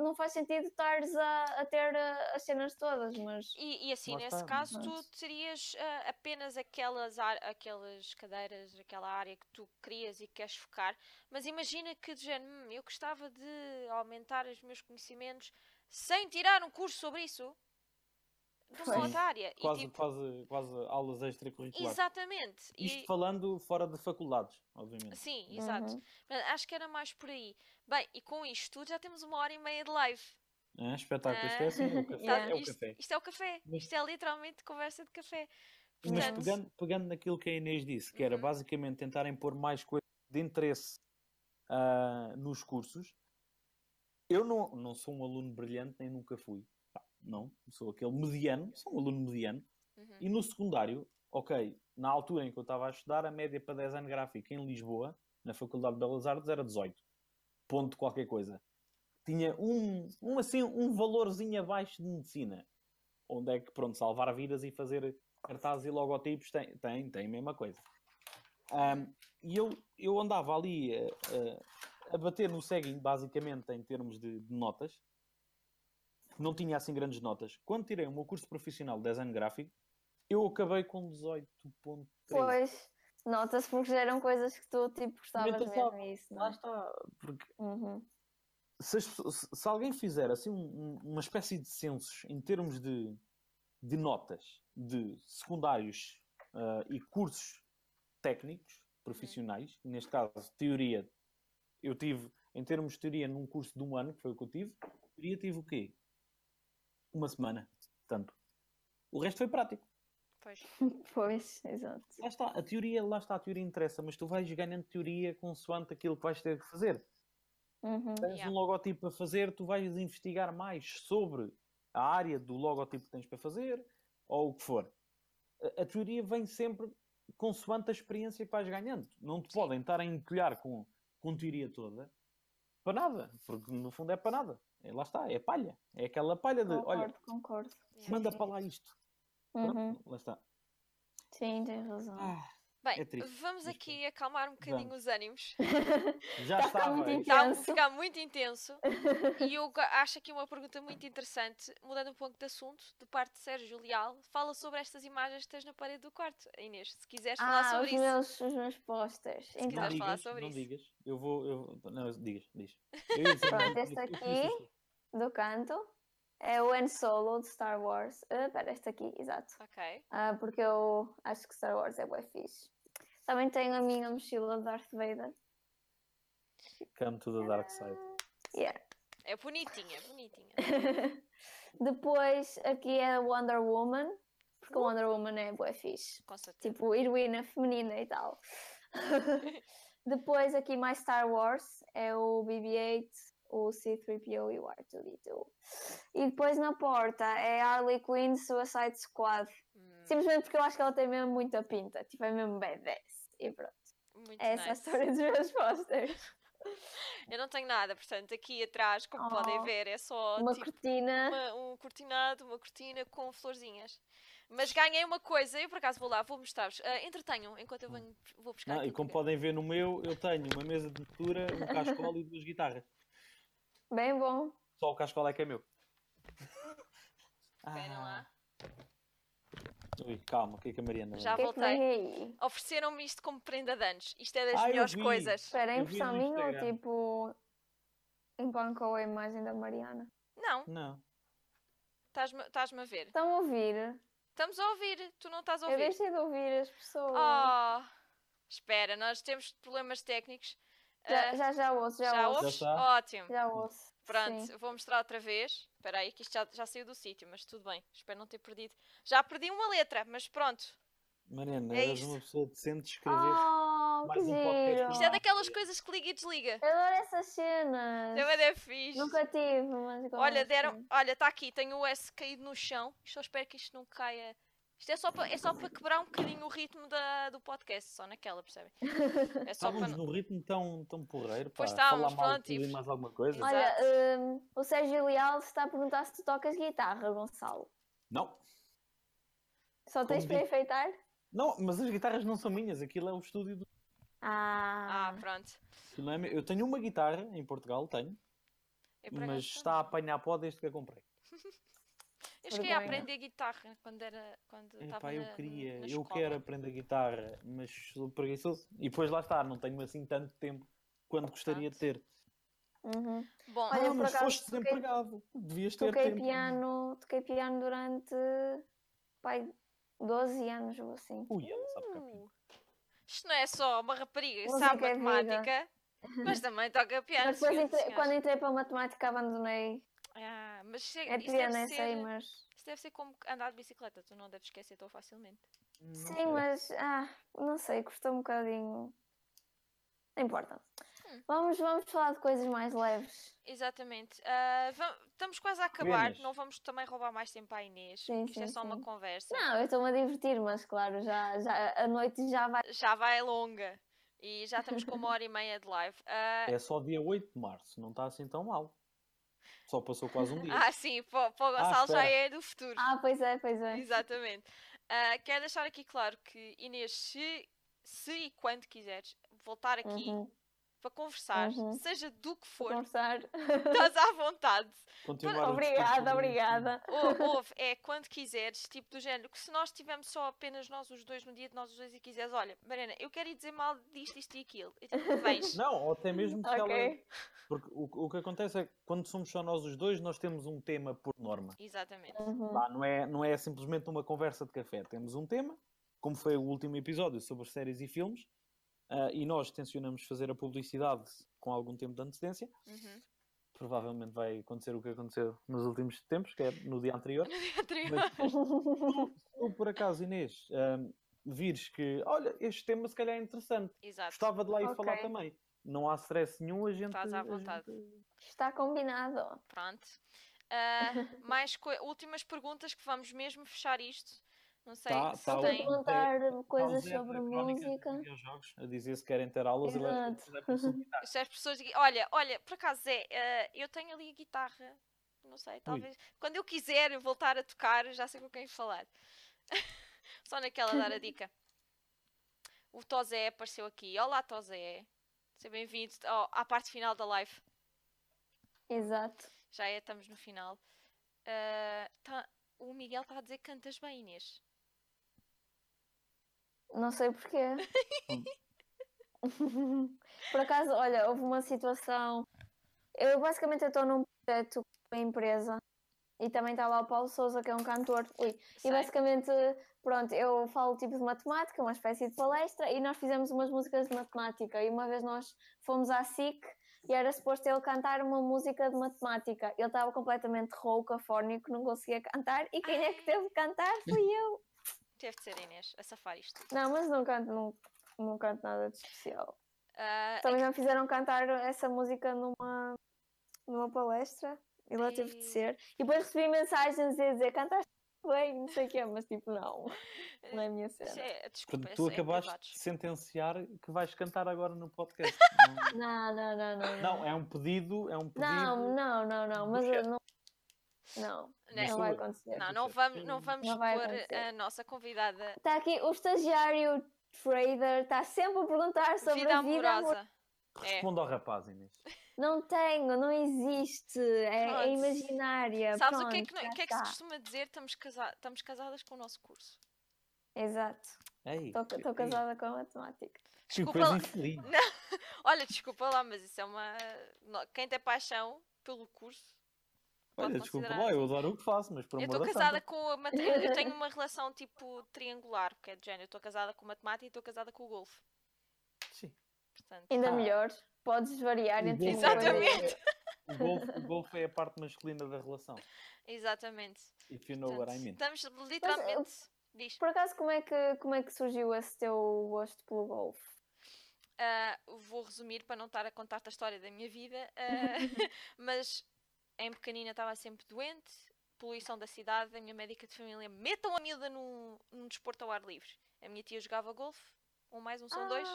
não faz sentido estares a, a ter eh, as cenas todas, mas...
E, e assim,
Lá
nesse
está,
caso, tu
mas-
terias ah, apenas aquelas, ar- aquelas cadeiras, aquela área que tu querias e queres focar, mas imagina que de género, "Hum, eu gostava de aumentar os meus conhecimentos sem tirar um curso sobre isso. De uma
Pois.
outra área. E,
Quase,
tipo,
quase, quase aulas extracurriculares.
exatamente. E-
Isto falando fora de faculdades, obviamente.
Sim, exato.
Uhum.
Portanto, Acho que era mais por aí. Bem, e com isto tudo já temos uma hora e meia de live.
É, espetáculo. Isto
Ah.
é assim, é o café.
Sabe?
É o
isto,
café.
isto é o café.
Mas-
Isto é literalmente conversa de café.
Mas
Portanto-
pegando, pegando naquilo que a Inês disse, que era
Uhum.
basicamente tentarem pôr mais coisas de interesse ah, nos cursos, eu não, não sou um aluno brilhante, nem nunca fui. Pá, Não, sou aquele mediano, sou um aluno mediano.
Uhum.
E no secundário, ok, na altura em que eu estava a estudar, a média para 10 anos gráfico em Lisboa, na Faculdade de Belas Artes, era 18. Ponto qualquer coisa. Tinha um, um assim, um valorzinho abaixo de medicina. Onde é que, pronto, salvar vidas e fazer cartazes e logotipos tem, tem, tem a mesma coisa. Ahm, e eu, eu andava ali a, a, a bater no ceguinho, basicamente, em termos de, de notas. Não tinha assim grandes notas. Quando tirei o meu curso profissional de design gráfico, eu acabei com 18.3.
Pois, nota-se porque geram coisas que tu tipo gostavas
Então,
mesmo
só-
isso, não
Lá
é?
está. Porque
Uhum.
se, as pessoas- se- se alguém fizer assim um- um- uma espécie de censos em termos de, de notas de secundários ah, e cursos técnicos, profissionais, neste caso teoria, eu tive, em termos de teoria, num curso de um ano, que foi o que eu tive, teoria tive o quê? Uma semana, tanto. O resto foi prático.
Pois.
Pois, exato.
Lá está, a teoria, lá está, a teoria interessa, mas tu vais ganhando teoria consoante aquilo que vais ter que fazer.
Uhum.
Tens
Yeah.
um logotipo a fazer, tu vais investigar mais sobre a área do logotipo que tens para fazer, ou o que for. A, a teoria vem sempre consoante a experiência que vais ganhando. Não te podem estar a encolhar com, com teoria toda para nada, porque no fundo é para nada. É, lá está, é palha. É aquela palha de, olha,
Concordo, concordo.
Yeah.
manda para lá isto. Pronto,
Uhum.
lá está.
Sim, tens razão.
Ah,
Bem,
É triste,
vamos
mas
aqui acalmar um bocadinho
Vamos.
os ânimos. Tá,
já
Está
estava.
muito
aí.
intenso.
Está a ficar muito intenso. E eu ga- acho aqui uma pergunta muito interessante, mudando um pouco de assunto, de parte de Sérgio Leal. Fala sobre estas imagens que tens na parede do quarto, Inês, se quiseres falar
Ah,
sobre
os
isso.
meus, os meus posters.
Não
Então,
Não
quiseres falar
digas,
sobre
não
isso.
digas. Eu vou. Eu, não, digas, diz. Eu ia dizer,
Pronto,
mas-
este
mas tu
aqui.
disseste.
do canto, é o Han Solo de Star Wars. Ah, Espera, este aqui, exato.
Ok.
Ah, porque eu acho que Star Wars é bué fixe. Também tenho a minha mochila de Darth Vader.
Come to the dark side.
É bonitinha, é bonitinha.
Depois, aqui é Wonder Woman, porque Wonder Woman é bué fixe.
Com certeza.
tipo heroína feminina e tal. Depois aqui mais Star Wars é o BB-8, o C-3PO e o R2-D2. E depois na porta é Harley Quinn Suicide Squad.
Hum,
Simplesmente porque eu acho que ela tem mesmo muita pinta, tipo é mesmo badass. E pronto,
muito
é essa a
nice.
história dos meus posters.
Eu não tenho nada, portanto, aqui atrás, como
Oh,
podem ver, é só
Uma
tipo,
cortina.
uma- um cortinado, uma cortina com florzinhas. Mas ganhei uma coisa, eu por acaso vou lá, vou mostrar-vos. Ah, entretenham, enquanto eu venho, vou buscar.
Hum. Não, Ah, e
aquilo que
como
eu-
podem ver no meu, eu tenho uma mesa de pintura, um cascola e duas guitarras.
Bem bom.
Só o cascola é que é meu.
Esperem lá.
Ah.
Ui, calma, o que é que a Mariana
Já
O que é que
voltei.
vem aí?
Ofereceram-me isto como prenda de anos. Isto é das
Ah, eu
melhores
vi.
coisas.
Espera, é
Eu vi no
impressão minha ou
Instagram.
tipo empancou a imagem da Mariana?
Não,
Não.
estás-me estás-me a ver.
Estão a ouvir?
Estamos a ouvir, tu não estás a
Eu
ouvir.
deixei de ouvir as pessoas.
Oh, espera, nós temos problemas técnicos.
já,
Ah,
já, já ouço, já, ouço.
ouves?
Já está?
Ótimo.
Já ouço.
Pronto,
Sim.
vou mostrar outra vez. Espera aí, que isto já, já saiu do sítio, mas tudo bem. Espero não ter perdido. Já perdi uma letra, mas pronto.
Mariana,
É Ah,
eras
isso.
uma pessoa decente de escrever.
Oh, que
mais um podcast
giro.
para
Isto é
Ah,
daquelas
sim.
coisas que liga e desliga.
Eu adoro essas cenas.
Também é fixe.
Nunca tive, mas gosto.
Olha, deram. Olha, está aqui, tenho o S caído no chão. Só espero que isto não caia. Isto é só para é só para quebrar um bocadinho o ritmo da, do podcast, só naquela, percebem? É só para.
Estávamos
não-
num ritmo tão, tão porreiro, pá.
Pois estávamos,
Falar mal de
pronto,
tudo
e-
e mais alguma coisa?
Exato.
Olha, hum, o Sérgio Leal está a perguntar se tu tocas guitarra, Gonçalo.
Não,
Só tens
Como
para enfeitar?
não, mas as guitarras não são minhas, aquilo é o estúdio do...
Ah,
Ah, pronto.
aquilo não é meu. Eu tenho uma guitarra em Portugal, tenho,
Eu, por
mas
acaso,
está a apanhar pó desde que a comprei.
eu cheguei a
vergonha.
aprender guitarra quando era. Quando estava
Epá, eu
na- na-
queria,
na
eu
escola.
quero aprender guitarra, mas sou preguiçoso. E depois lá está, não tenho assim tanto tempo quanto gostaria de ter.
uhum.
Bom,
Olha,
ah,
por
mas
acaso,
foste
toquei-
desempregado, devias ter
Toquei
tempo.
piano, toquei piano durante pai, 12 anos ou assim.
Ui, ela sabe tocar piano.
Uh, Isto não é só uma rapariga que
Música
sabe
é vida.
matemática, mas também toca piano.
Mas depois
senhoras e
entrei-
senhores.
quando entrei para a matemática abandonei.
Ah, mas isto, é-
É
isto
piano,
deve
nem sei,
ser,
mas.
isto deve ser como andar de bicicleta, tu não deves esquecer tão facilmente.
Não sei.
Sim, mas. Ah, não sei, custou um bocadinho. Não importa.
Hum.
Vamos, vamos falar de coisas mais leves.
Exatamente. Ah, va- estamos quase a acabar,
Inês?
não vamos também roubar mais tempo à Inês.
Sim,
Isto é
sim,
só uma
sim.
conversa.
Não, eu estou-me a divertir, mas claro, já, já, a noite já vai.
Já vai longa e já estamos com uma hora e meia de live. Ah,
É só dia 8 de março, não está assim tão mal. Só passou quase um dia.
ah, sim, para, para o Gonçalo já
Ah, espera.
é do futuro.
Ah, pois é, pois é.
Exatamente. Ah, quero deixar aqui claro que Inês, se, se e quando quiseres voltar aqui
Uhum.
para conversar,
Uhum.
seja do que for,
Conversar.
estás à vontade.
Continuar a discussão
Obrigada,
sobre isso.
obrigada.
Ou- Ouve, é quando quiseres, tipo do género, que se nós tivermos só apenas nós os dois no dia de nós os dois e quiseres, olha, Mariana, eu quero ir dizer mal disto, isto e aquilo. E tipo, vens.
Não, ou até mesmo se ela...
Ok.
Porque o, o que acontece é que quando somos só nós os dois, nós temos um tema por norma.
Exatamente.
Uhum.
Lá não é, não é simplesmente uma conversa de café. Temos um tema, como foi o último episódio sobre séries e filmes, ah, e nós tencionamos fazer a publicidade com algum tempo de antecedência.
Uhum.
Provavelmente vai acontecer o que aconteceu nos últimos tempos, que é no dia anterior.
Anterior.
Uhum. Ou por acaso, Inês, ahm, vires que, olha, este tema se calhar é interessante,
Exato.
gostava de lá ir
Ok.
falar também. Não há stress nenhum, a gente.
Estás à
a
vontade.
gente-
Está combinado.
Pronto. Ah, mais coi- últimas perguntas que vamos mesmo fechar isto. Não sei
Tá,
se
tá,
Estou a
tem.
ótimo.
perguntar coisas
Talvez a
sobre
crónica de
música.
videojogos, A dizer se querem ter aulas
Exato.
e vai- vai possibilitar.
Se as pessoas. digam, Olha, olha, por acaso é, ah, eu tenho ali a guitarra. Não sei, talvez. Quando eu quiser voltar a tocar, já sei com quem falar. Só naquela dar a dica. O Tozé apareceu aqui. Olá, Tozé. Seja bem-vindo ao- à parte final da live.
Exato.
Já é, estamos no final. Ah, tá- o Miguel está a dizer que cantas bem, Inês.
Não sei porquê. Por acaso, olha, houve uma situação. Eu basicamente estou num projeto com a empresa e também está lá o Paulo Souza, que é um cantor. Ui,
Sei.
e basicamente, pronto, eu falo tipo de matemática, uma espécie de palestra, e nós fizemos umas músicas de matemática. E uma vez nós fomos à SIC e era suposto ele cantar uma música de matemática. Ele estava completamente rouco, afónico, não conseguia cantar, e quem é
Ah.
que teve que cantar fui eu.
Teve de ser a Inês, a safar isto.
Não, mas não canto, não, não canto nada de especial.
Ah,
Também já me fizeram cantar essa música numa, numa palestra e lá teve
Ei.
de ser. E depois recebi mensagens a dizer cantaste bem, não sei o que é, mas tipo, não, não é a minha
isso
cena.
é- desculpa,
Portanto, tu
isso é em
acabaste
privados.
de sentenciar que vais cantar agora no podcast.
Não, não, não,
não,
não. Não,
não, é um pedido, é um pedido.
não, não, não, não,
do
mas eu
chefe.
não. Não,
Né?
não
sou
vai
eu.
acontecer.
Não,
É do
não
chefe.
vamos, não vamos
Não vai
pôr eh,
acontecer.
a nossa convidada
Está Tá aqui o estagiário trader, está sempre a perguntar sobre
vida
a vida amorosa.
amorosa. É.
Responde ao rapaz, Inês.
Não tenho, não existe, é, é
Pronto.
imaginária.
Sabes o que é
pronto,
que, no-
já
o que é que se
está.
costuma dizer? Estamos, casa- estamos casadas com o nosso curso.
Exato.
Ei,
Estou
ei,
casada com a matemática.
Que
Desculpa
coisa
lá.
infeliz.
Olha, desculpa lá, mas isso é uma. no- Quem tem paixão pelo curso pode
Olha, desculpa
considerar
lá, eu
assim.
adoro o que faço, mas por
Eu
amor
estou
da
casada
santa.
com a mate- eu eu tenho uma relação tipo triangular, porque é de género. Eu estou casada com matemática e estou casada com o golfe.
Sim.
Portanto,
Ainda
Ah. Uhum.
melhor, podes variar entre uma coisa e
Exatamente.
outra.
O golfe, o golfe é a parte masculina da relação.
exatamente.
If you know what I
Portanto,
mean.
Estamos literalmente. Diz.
Por acaso, como é, que, como é que surgiu esse teu gosto pelo golfe?
Ah, vou resumir para não estar a contar-te a história da minha vida, ah, mas em pequenina estava sempre doente, poluição da cidade, a minha médica de família metam a miúda num, num desporto ao ar livre. A minha tia jogava golfe, um mais um
Ah.
são dois,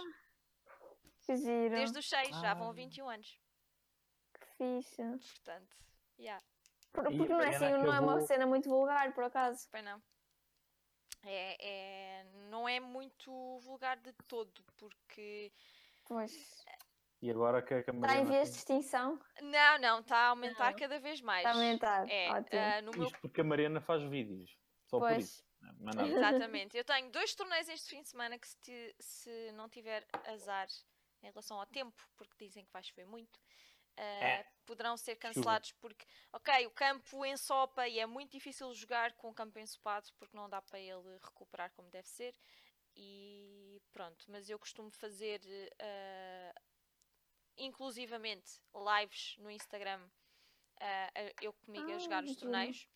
Que giro,
desde os seis, já vão
Ah.
a 21 anos,
que fixe.
portanto, yeah,
Por-
Ih,
Porque não é
Mariana,
assim, não é uma
acabou.
cena muito vulgar, por acaso.
bem não. É, é- não é muito vulgar de todo, porque...
Pois,
E agora que a
está em
Mariana...
vias de
tem-
extinção?
Não, não, está a aumentar
Não.
cada vez mais.
Está a aumentar,
É,
ótimo.
ah, no meu
Isto porque a Mariana faz vídeos. Só por isso.
pois,
né? Mas nada.
Exatamente. Eu tenho dois torneios este fim de semana que se, ti- se não tiver azar em relação ao tempo, porque dizem que vai chover muito, ah,
É.
poderão ser cancelados porque, ok, o campo ensopa e é muito difícil jogar com o campo ensopado porque não dá para ele recuperar como deve ser. E pronto, mas eu costumo fazer ah, inclusivamente lives no Instagram, ah, a- eu comigo
Ah,
a jogar os
giro.
torneios.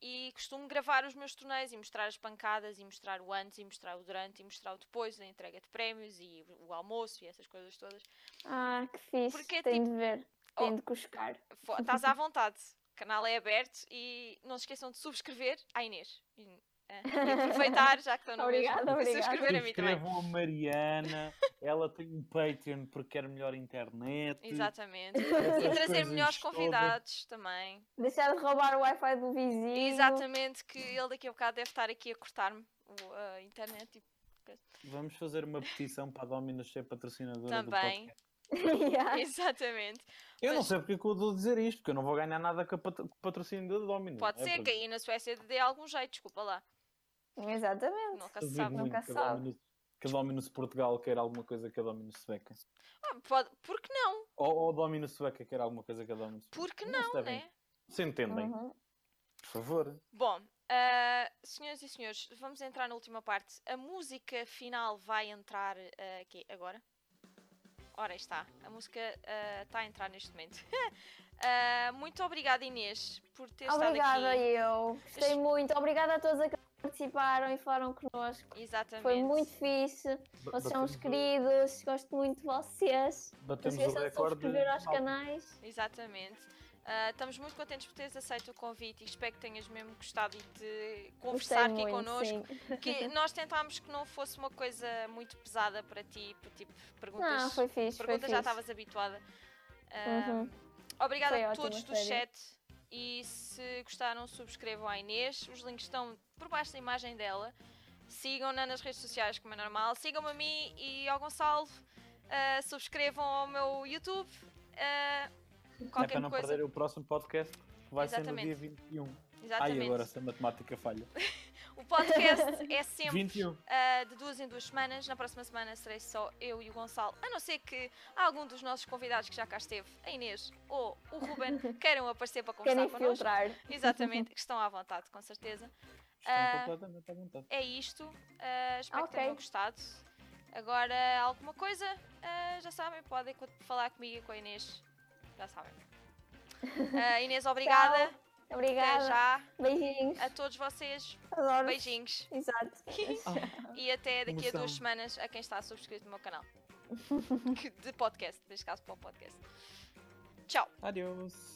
E costumo gravar os meus torneios e mostrar as pancadas, e mostrar o antes, e mostrar o durante, e mostrar o depois, a entrega de prémios, e o almoço, e essas coisas todas.
ah, que fixe,
Porque é
tem de ver,
Oh.
tem de cuscar.
Fo- Estás à vontade, o canal é aberto, e não se esqueçam de subscrever à Inês. E, ah, e aproveitar, já que estão no mesmo,
Obrigada,
e
obrigada.
subscrever é a mim também.
Escrevam a Mariana. Ela tem um Patreon porque quer melhor internet.
Exatamente.
essas
E trazer
coisas
melhores
todas.
convidados também.
Deixar de roubar o Wi-Fi do vizinho.
Exatamente, que ele daqui a bocado deve estar aqui a cortar-me o- a internet. tipo, e-
Vamos fazer uma petição para a Dominus ser patrocinadora do
Também.
podcast.
Yeah.
Exatamente.
Eu não
Mas-
sei porque é que eu estou a dizer isto, porque eu não vou ganhar nada com a pat- com o patrocínio da Dominus.
Pode
é
ser que
porque
aí na Suécia dê algum jeito, desculpa lá.
Exatamente.
Nunca se
duvido
sabe.
muito
nunca
que a
sabe.
Dominus- Que a Dominus Portugal quer alguma coisa que a Dominus Sueca.
Ah, pode... Por que não?
Ou, ou a Dominus Sueca quer alguma coisa que a Dominus
Por que
Não se
não,
devem-
né?
Se entendem,
Uhum.
por favor.
Bom, ah, senhoras e senhores, vamos entrar na última parte. A música final vai entrar ah, aqui agora. Ora aí está, a música ah, está a entrar neste momento. Ah, muito obrigada, Inês, por ter estado
Obrigada
aqui.
eu. Gostei muito. Obrigada a todos aqueles que participaram e falaram connosco.
Exatamente.
Foi muito fixe. Vocês são os queridos. Gosto muito de vocês. Não se
Batemos o
esqueçam de
recorde. É
subscrever aos
malta.
canais.
Exatamente. Ah, estamos muito contentes por teres aceito o convite e espero que tenhas mesmo gostado e de conversar
Gostei
aqui
muito,
connosco.
sim.
Que nós tentámos que não fosse uma coisa muito pesada para ti, por tipo, perguntas,
Não, foi fixe. Foi
perguntas
fixe.
já estavas habituada. Ah,
Uhum.
Obrigada
Foi
a
ótimo,
todos do
sério.
chat e se gostaram, subscrevam à Inês. Os links estão por baixo da imagem dela. Sigam-na nas redes sociais, como é normal. Sigam-me a mim e ao Gonçalo. Ah, subscrevam ao meu YouTube. Ah,
é para
qualquer
não
coisa.
perder o próximo podcast que vai
Exatamente.
ser no dia 21.
Exatamente.
Ai, agora se a matemática falha.
O podcast é sempre
21.
ah, de duas em duas semanas. Na próxima semana serei só eu e o Gonçalo, a não ser que algum dos nossos convidados que já cá esteve, a Inês ou o Ruben, queiram aparecer para conversar
Querem
connosco.
filtrar.
Exatamente, que estão à vontade, com certeza.
Estão
Ah.
completamente à vontade.
É isto. ah, espero que
Ok.
tenham gostado. Agora, alguma coisa, ah, já sabem, podem co- falar comigo e com a Inês. Já sabem. Ah, Inês, obrigada. Até
Obrigada.
já.
Beijinhos.
A todos vocês,
Adoro.
beijinhos.
Exato.
Ah,
E até daqui a
Emoção.
duas semanas a quem está subscrito no meu canal. Que- De podcast, neste caso para o podcast. Tchau.
Adeus.